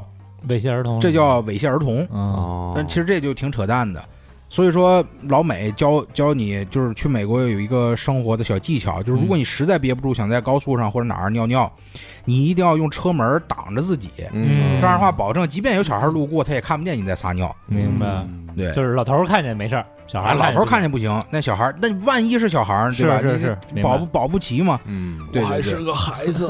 [SPEAKER 6] 猥亵儿童，
[SPEAKER 7] 这叫猥亵儿童。
[SPEAKER 6] 嗯
[SPEAKER 3] 哦
[SPEAKER 7] 但其实这就挺扯淡的。所以说，老美教教你就是去美国有一个生活的小技巧，就是
[SPEAKER 3] 嗯
[SPEAKER 7] 如果你实在憋不住，想在高速上或者哪儿尿尿，你一定要用车门挡着自己，
[SPEAKER 3] 嗯
[SPEAKER 7] 这样的话，保证即便有小孩路过，他也看不见你在撒尿。
[SPEAKER 6] 明白，
[SPEAKER 1] 嗯
[SPEAKER 7] 对，
[SPEAKER 6] 就是老头儿看见没事儿，小孩
[SPEAKER 7] 嗯啊，
[SPEAKER 6] 儿
[SPEAKER 7] 老头
[SPEAKER 3] 哎
[SPEAKER 7] 儿看
[SPEAKER 6] 见
[SPEAKER 7] 见不行，那小孩儿那万一是小孩儿，对吧？
[SPEAKER 6] 是是
[SPEAKER 7] 你
[SPEAKER 6] 是明白
[SPEAKER 7] 保不保不齐嘛？
[SPEAKER 3] 嗯，
[SPEAKER 7] 对
[SPEAKER 1] 我还
[SPEAKER 7] 对
[SPEAKER 1] 是
[SPEAKER 7] 对，
[SPEAKER 1] 个孩子。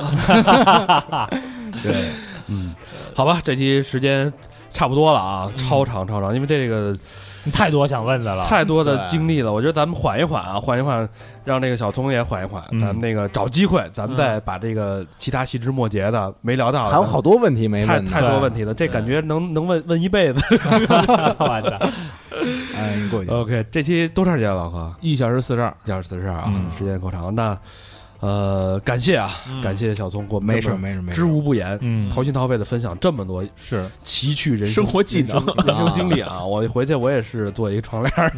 [SPEAKER 7] 对，
[SPEAKER 1] 嗯，好吧，这期时间差不多了啊，超长超长，因为这个
[SPEAKER 6] 就太多想问的 了，
[SPEAKER 1] 太多的
[SPEAKER 7] 对
[SPEAKER 1] 经历了，我觉得咱们缓一缓啊，缓一缓，让那个小聪也缓一缓，
[SPEAKER 6] 嗯
[SPEAKER 1] 咱们那个找机会，咱们再把这个其他细枝末节的没聊到的，
[SPEAKER 3] 还有好多问题没
[SPEAKER 1] 太
[SPEAKER 3] 问呢，
[SPEAKER 1] 太多问题了，这感觉能能问问一辈子。
[SPEAKER 6] 我 操，
[SPEAKER 7] 哎，
[SPEAKER 3] 呃
[SPEAKER 7] 你过去。
[SPEAKER 1] OK，这期多长时间了，老何？
[SPEAKER 8] 一小时四十二，
[SPEAKER 1] 一小时四十二啊，
[SPEAKER 8] 嗯
[SPEAKER 1] 时间够长。那呃，感谢啊，
[SPEAKER 8] 嗯
[SPEAKER 1] 感谢小聪给我们
[SPEAKER 7] 没
[SPEAKER 1] 这
[SPEAKER 7] 事
[SPEAKER 1] 么
[SPEAKER 7] 没事没事，
[SPEAKER 1] 知无不言，
[SPEAKER 8] 嗯
[SPEAKER 1] 掏心掏肺的分享这么多
[SPEAKER 8] 是
[SPEAKER 1] 奇趣人
[SPEAKER 2] 生活技能
[SPEAKER 1] 人生人生经历啊！我回去我也是做一个窗帘儿，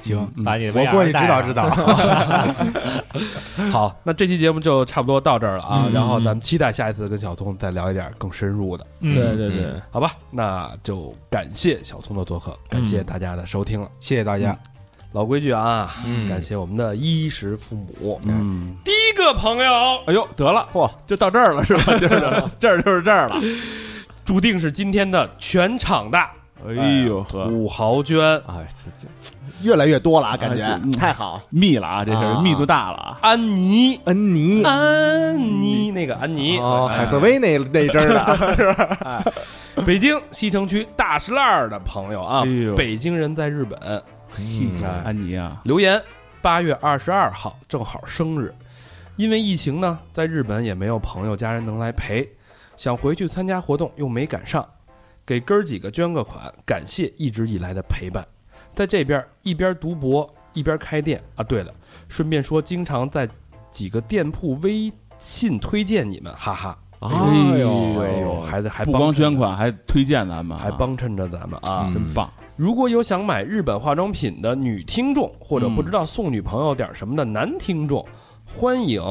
[SPEAKER 7] 行，
[SPEAKER 1] 嗯
[SPEAKER 6] 把你的
[SPEAKER 7] 我
[SPEAKER 6] VR
[SPEAKER 7] 过去指
[SPEAKER 6] 带
[SPEAKER 7] 导
[SPEAKER 6] 上
[SPEAKER 7] 指 导。
[SPEAKER 1] 好，那这期节目就差不多到这儿了啊，
[SPEAKER 8] 嗯
[SPEAKER 1] 然后咱们期待下一次跟小聪再聊一点更深入的，
[SPEAKER 8] 对
[SPEAKER 6] 嗯
[SPEAKER 8] 对对，
[SPEAKER 1] 好吧？那就感谢小聪的做客，
[SPEAKER 8] 嗯
[SPEAKER 1] 感谢大家的收听了。
[SPEAKER 7] 谢谢大家，
[SPEAKER 1] 老规矩啊，
[SPEAKER 3] 嗯
[SPEAKER 1] 感谢我们的衣食父母。
[SPEAKER 5] 嗯，
[SPEAKER 1] 第一个朋友
[SPEAKER 2] 哎呦，得了，
[SPEAKER 3] 嚯，
[SPEAKER 2] 就到这儿了是吧？就是这儿就是这儿了。
[SPEAKER 1] 注定是今天的全场大
[SPEAKER 2] 哎呦啊呵，
[SPEAKER 1] 土豪捐、
[SPEAKER 3] 哎，这这越来越多了啊，感觉、
[SPEAKER 2] 啊这
[SPEAKER 3] 太好。
[SPEAKER 2] 密了啊，这
[SPEAKER 3] 啊
[SPEAKER 2] 是密度大了啊。
[SPEAKER 1] 安妮、
[SPEAKER 3] 恩
[SPEAKER 2] 嗯
[SPEAKER 3] 妮，
[SPEAKER 1] 安妮那个安妮，
[SPEAKER 2] 啊
[SPEAKER 3] 哦，
[SPEAKER 1] 哎
[SPEAKER 3] 海瑟薇那那阵儿的，
[SPEAKER 1] 北京西城区大石烂儿的朋友啊
[SPEAKER 2] 哎，呦，
[SPEAKER 1] 北京人在日本
[SPEAKER 3] 嗯
[SPEAKER 1] 哎
[SPEAKER 2] 安妮啊，
[SPEAKER 1] 留言，八月二十二号正好生日，因为疫情呢，在日本也没有朋友家人能来陪，想回去参加活动又没赶上，给哥儿几个捐个款，感谢一直以来的陪伴。在这边一边读博一边开店啊，对了，顺便说，经常在几个店铺微信推荐你们，哈哈。
[SPEAKER 3] 哎呦
[SPEAKER 1] 哎
[SPEAKER 3] 哎
[SPEAKER 1] 呦，
[SPEAKER 3] 呦，
[SPEAKER 1] 孩子还
[SPEAKER 2] 不
[SPEAKER 1] 帮
[SPEAKER 2] 光
[SPEAKER 1] 衬
[SPEAKER 2] 捐
[SPEAKER 1] 着，
[SPEAKER 2] 款，还推荐咱们啊，
[SPEAKER 1] 还帮衬着咱们啊
[SPEAKER 3] 嗯。
[SPEAKER 2] 真棒。
[SPEAKER 1] 如果有想买日本化妆品的女听众，或者
[SPEAKER 2] 嗯
[SPEAKER 1] 不知道送女朋友点什么的男听众，欢迎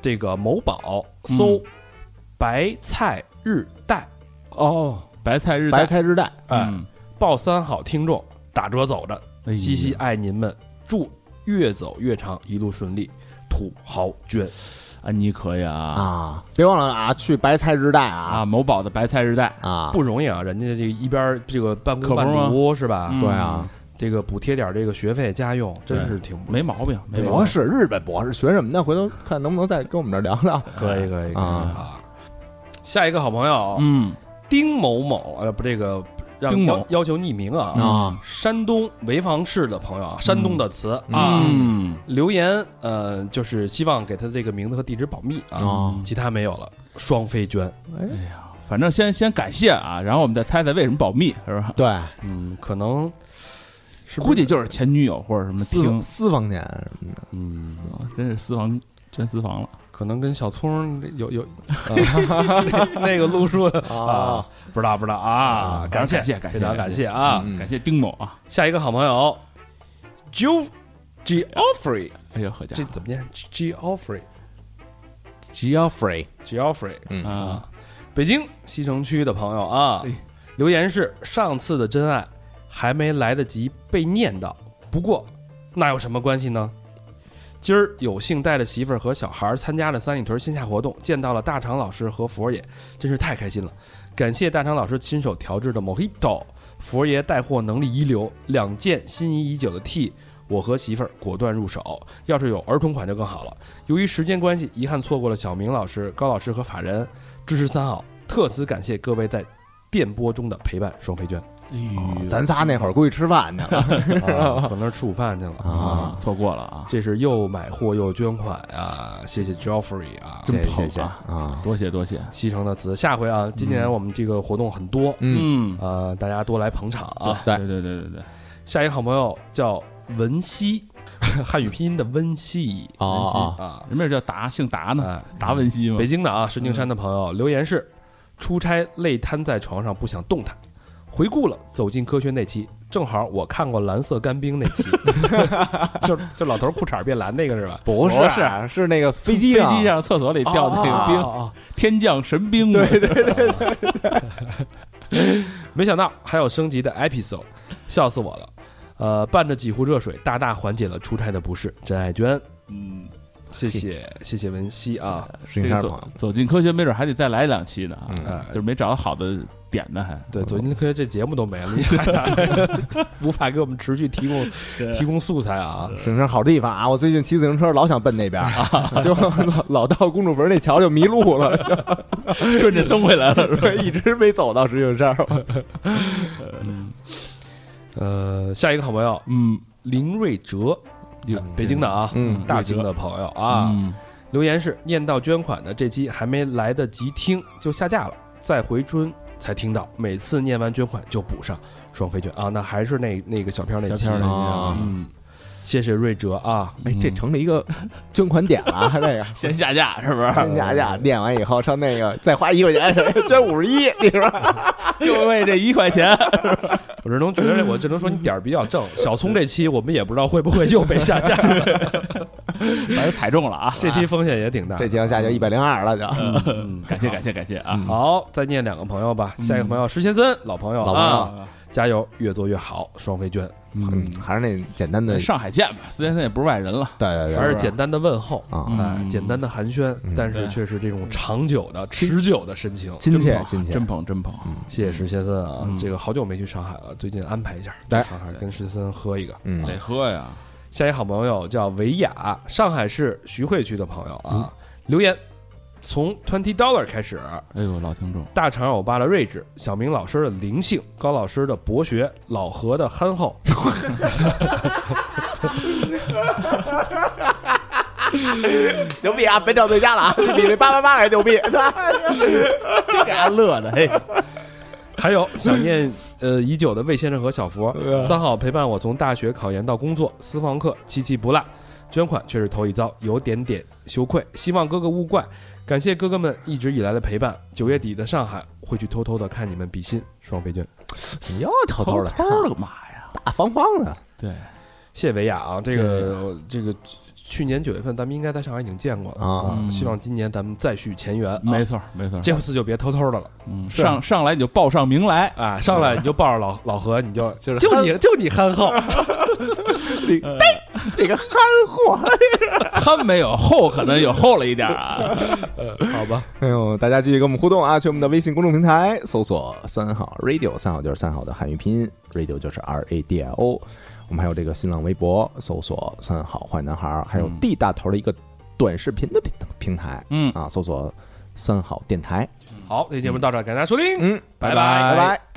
[SPEAKER 1] 这个某宝搜
[SPEAKER 2] 嗯
[SPEAKER 1] “白菜日贷
[SPEAKER 3] 哦，
[SPEAKER 2] 白菜日
[SPEAKER 3] 白，菜日代，”，
[SPEAKER 2] 嗯
[SPEAKER 1] 哎，，报三好听众打折走着，
[SPEAKER 2] 哎
[SPEAKER 1] 西西，爱您们，祝越走越长，一路顺利，土豪捐，
[SPEAKER 2] 安妮可以啊
[SPEAKER 3] 啊，别忘了啊，去白菜日代啊
[SPEAKER 2] 啊，某宝的白菜日代，
[SPEAKER 3] 啊，
[SPEAKER 1] 不容易啊！人家这一边儿这个半
[SPEAKER 2] 可不是
[SPEAKER 1] 工
[SPEAKER 2] 吗
[SPEAKER 1] 半读是吧？
[SPEAKER 2] 嗯
[SPEAKER 3] 对啊，
[SPEAKER 1] 这个补贴点儿这个学费家用，真
[SPEAKER 2] 对
[SPEAKER 1] 是挺不
[SPEAKER 2] 没毛病，没毛
[SPEAKER 3] 博
[SPEAKER 2] 病。
[SPEAKER 3] 士日本博士学什么的，回头看能不能再跟我们这儿聊聊。
[SPEAKER 1] 可以可以可以
[SPEAKER 3] 啊
[SPEAKER 1] 啊！下一个好朋友，
[SPEAKER 2] 嗯
[SPEAKER 1] 丁某某，呃，不，这个让
[SPEAKER 2] 丁某
[SPEAKER 1] 要要求匿名啊。
[SPEAKER 3] 啊
[SPEAKER 1] 山东潍坊市的朋友啊，山东的词、啊，
[SPEAKER 2] 嗯，
[SPEAKER 1] 留言呃，就是希望给他这个名字和地址保密啊，
[SPEAKER 3] 哦
[SPEAKER 1] 其他没有了。双飞娟，
[SPEAKER 2] 反正先先感谢啊，然后我们再猜猜为什么保密，是吧？
[SPEAKER 3] 对，
[SPEAKER 1] 嗯，可能是不
[SPEAKER 2] 估
[SPEAKER 1] 是
[SPEAKER 2] 计就是前女友或者什么听
[SPEAKER 3] 私，私房钱什么的，
[SPEAKER 1] 嗯，
[SPEAKER 2] 啊真是私房真私房了。
[SPEAKER 1] 可能跟小聪 有有、呃那那个路数啊
[SPEAKER 3] 哦，
[SPEAKER 1] 不知道不知道啊，感谢
[SPEAKER 2] 感谢感谢
[SPEAKER 1] 非常感谢啊，
[SPEAKER 3] 嗯
[SPEAKER 2] 感谢丁某啊！
[SPEAKER 1] 下一个好朋友 g e g Geoffrey，
[SPEAKER 2] 哎呦，好家
[SPEAKER 1] 这怎么念？Geoffrey，Geoffrey，
[SPEAKER 3] ，Geoffrey，嗯
[SPEAKER 2] 伙啊！
[SPEAKER 1] 北京西城区的朋友啊
[SPEAKER 2] 哎，
[SPEAKER 1] 留言是上次的真爱还没来得及被念叨，不过那有什么关系呢？今儿有幸带着媳妇儿和小孩儿参加了三里屯线下活动，见到了大长老师和佛爷，真是太开心了！感谢大长老师亲手调制的 Mojito，佛爷带货能力一流，两件心仪已久的 T，我和媳妇儿果断入手。要是有儿童款就更好了。由于时间关系，遗憾错过了小明老师、高老师和法人，支持三好，特此感谢各位在电波中的陪伴，双飞娟，
[SPEAKER 2] 哎
[SPEAKER 3] 哦咱仨那会儿过去吃饭去了
[SPEAKER 1] 啊、可能吃午饭去了
[SPEAKER 3] 啊，
[SPEAKER 2] 错过了啊，
[SPEAKER 1] 这是又买货又捐款啊！谢谢 Joffrey 啊，
[SPEAKER 2] 真
[SPEAKER 3] 谢
[SPEAKER 2] 捧
[SPEAKER 3] 谢谢
[SPEAKER 2] 啊！
[SPEAKER 3] 啊，
[SPEAKER 2] 多谢多谢。
[SPEAKER 1] 西城的词，下回啊，今年我们这个活动很多，
[SPEAKER 3] 嗯，
[SPEAKER 2] 嗯
[SPEAKER 1] 呃，大家多来捧场啊！
[SPEAKER 2] 对对对对对
[SPEAKER 1] 下一个好朋友叫文熙， 汉语拼音的温熙
[SPEAKER 3] 哦哦
[SPEAKER 1] 啊，
[SPEAKER 2] 人名叫达，姓达呢，
[SPEAKER 1] 哎
[SPEAKER 2] 达文西吗
[SPEAKER 1] 北？京的啊，石景山的朋友、留言是：出差累瘫在床上不想动弹。回顾了《走进科学》那期，正好我看过《蓝色干冰》那 期，就就老头裤衩变蓝那个是吧？
[SPEAKER 3] 不是啊是那个飞机
[SPEAKER 2] 飞机上啊厕所里掉的那个
[SPEAKER 1] 哦
[SPEAKER 2] 冰，
[SPEAKER 1] 哦
[SPEAKER 2] 天降神兵。对对，
[SPEAKER 1] 没想到还有升级的 episode，笑死我了。呃，伴着几壶热水，大大缓解了出差的不适。真爱娟，
[SPEAKER 2] 嗯，
[SPEAKER 1] 谢谢谢谢文熙啊，
[SPEAKER 3] 是
[SPEAKER 2] 这
[SPEAKER 3] 那
[SPEAKER 2] 个
[SPEAKER 3] 朋
[SPEAKER 2] 走
[SPEAKER 3] 友，
[SPEAKER 2] 走进科学，没准还得再来两期呢啊，
[SPEAKER 3] 嗯
[SPEAKER 1] 呃
[SPEAKER 2] 就是没找到好的点呢，还
[SPEAKER 1] 对，走进科学这节目都没了， 你还 无法给我们持续提供提供素材啊。
[SPEAKER 2] 嗯
[SPEAKER 3] 是那好地方啊！我最近骑自行车老想奔那边儿， 就老老到公主坟那桥就迷路了，
[SPEAKER 2] 顺着蹬回来了。
[SPEAKER 3] 对，一直没走到石景山。
[SPEAKER 1] 呃，下一个好朋友
[SPEAKER 2] 嗯
[SPEAKER 1] 林瑞哲，北京的啊，
[SPEAKER 3] 嗯
[SPEAKER 1] 大兴的朋友啊，，
[SPEAKER 2] 嗯
[SPEAKER 1] 留言是念到捐款的这期还没来得及听就下架了，再回春才听到，每次念完捐款就补上双飞券啊，那还是那那个小飘那期
[SPEAKER 2] 小飘那期
[SPEAKER 1] 啊
[SPEAKER 2] 啊
[SPEAKER 1] 嗯，谢谢瑞哲啊，
[SPEAKER 3] 哎，这成了一个捐款点了啊， 这个
[SPEAKER 2] 先下架是不是？
[SPEAKER 3] 真假假练完以后上那个再花一块钱 捐五十一，你说
[SPEAKER 2] 就为这一块钱，
[SPEAKER 1] 我只能觉得我只能说你点儿比较正。小聪这期我们也不知道会不会又被下 架，
[SPEAKER 2] 反正踩中了啊！
[SPEAKER 1] 这期风险也挺大嗯
[SPEAKER 3] 这。情况下就一百零二了就。
[SPEAKER 2] 感谢感谢感谢啊！
[SPEAKER 1] 好，再念两个朋友吧。下一个朋友石先森，嗯老朋友
[SPEAKER 3] 老朋友
[SPEAKER 1] 啊，加油，越做越好，双飞娟。
[SPEAKER 3] 嗯，还是那简单的，对
[SPEAKER 2] 上海见吧，四先生也不是外人了，
[SPEAKER 3] 对
[SPEAKER 1] 还
[SPEAKER 3] 对，
[SPEAKER 1] 是简单的问候
[SPEAKER 3] 啊
[SPEAKER 1] 哎，简单的寒暄，但是却是这种长久的、持久的深情。
[SPEAKER 3] 亲切
[SPEAKER 2] 捧
[SPEAKER 3] 亲切
[SPEAKER 2] 真。捧真捧，
[SPEAKER 1] 谢谢石先生啊，这个好久没去上海了，最近安排一下，
[SPEAKER 3] 对
[SPEAKER 1] 去上海跟石先生喝一个。
[SPEAKER 3] 嗯，
[SPEAKER 2] 得喝呀！
[SPEAKER 1] 下一好朋友叫维雅，上海市徐汇区的朋友啊，留言从 Twenty Dollar 开始，
[SPEAKER 2] 哎呦，老听众，
[SPEAKER 1] 大肠欧巴的睿智，小明老师的灵性，高老师的博学，老何的憨厚。
[SPEAKER 3] 牛逼啊！本场最佳了啊， 比那八八八还牛逼。
[SPEAKER 2] 给他乐的，嘿，
[SPEAKER 1] 还有想念呃已久的魏先生和小佛，三好陪伴我从大学考研到工作，私房课期期不落，捐款却是头一遭，有点点羞愧。希望哥哥勿怪，感谢哥哥们一直以来的陪伴。九月底的上海会去偷偷的看你们比心，双飞捐。
[SPEAKER 3] 你又偷
[SPEAKER 2] 偷
[SPEAKER 3] 偷的，
[SPEAKER 2] 偷的 干嘛呀？
[SPEAKER 3] 大方方的，
[SPEAKER 1] 谢谢维亚啊，这个这个去年九月份咱们应该在上海已经见过了
[SPEAKER 3] 啊
[SPEAKER 1] 啊，希望今年咱们再续前缘啊。
[SPEAKER 2] 没错没错，
[SPEAKER 1] 这次就别偷偷的了
[SPEAKER 2] 嗯上上来你就报上名来，
[SPEAKER 1] 啊！上来你就抱着老老何，你就
[SPEAKER 3] 就是
[SPEAKER 1] 就你就你憨厚，
[SPEAKER 3] 这个憨货。
[SPEAKER 2] 憨没有厚，可能有厚了一点啊。
[SPEAKER 1] 好吧？
[SPEAKER 3] 哎呦，大家继续跟我们互动啊！去我们的微信公众平台搜索“三好 radio”，三好就是三好的汉语拼音，radio 就是 R A D I O。我们还有这个新浪微博搜索“三好坏男孩儿”，还有
[SPEAKER 2] 嗯
[SPEAKER 3] D 大头的一个短视频的平平台
[SPEAKER 2] 嗯，
[SPEAKER 3] 啊，搜索“三好电台
[SPEAKER 1] 好，这期节目到这儿，感谢大家收听。”。
[SPEAKER 3] 嗯，
[SPEAKER 1] 拜拜
[SPEAKER 3] 拜拜。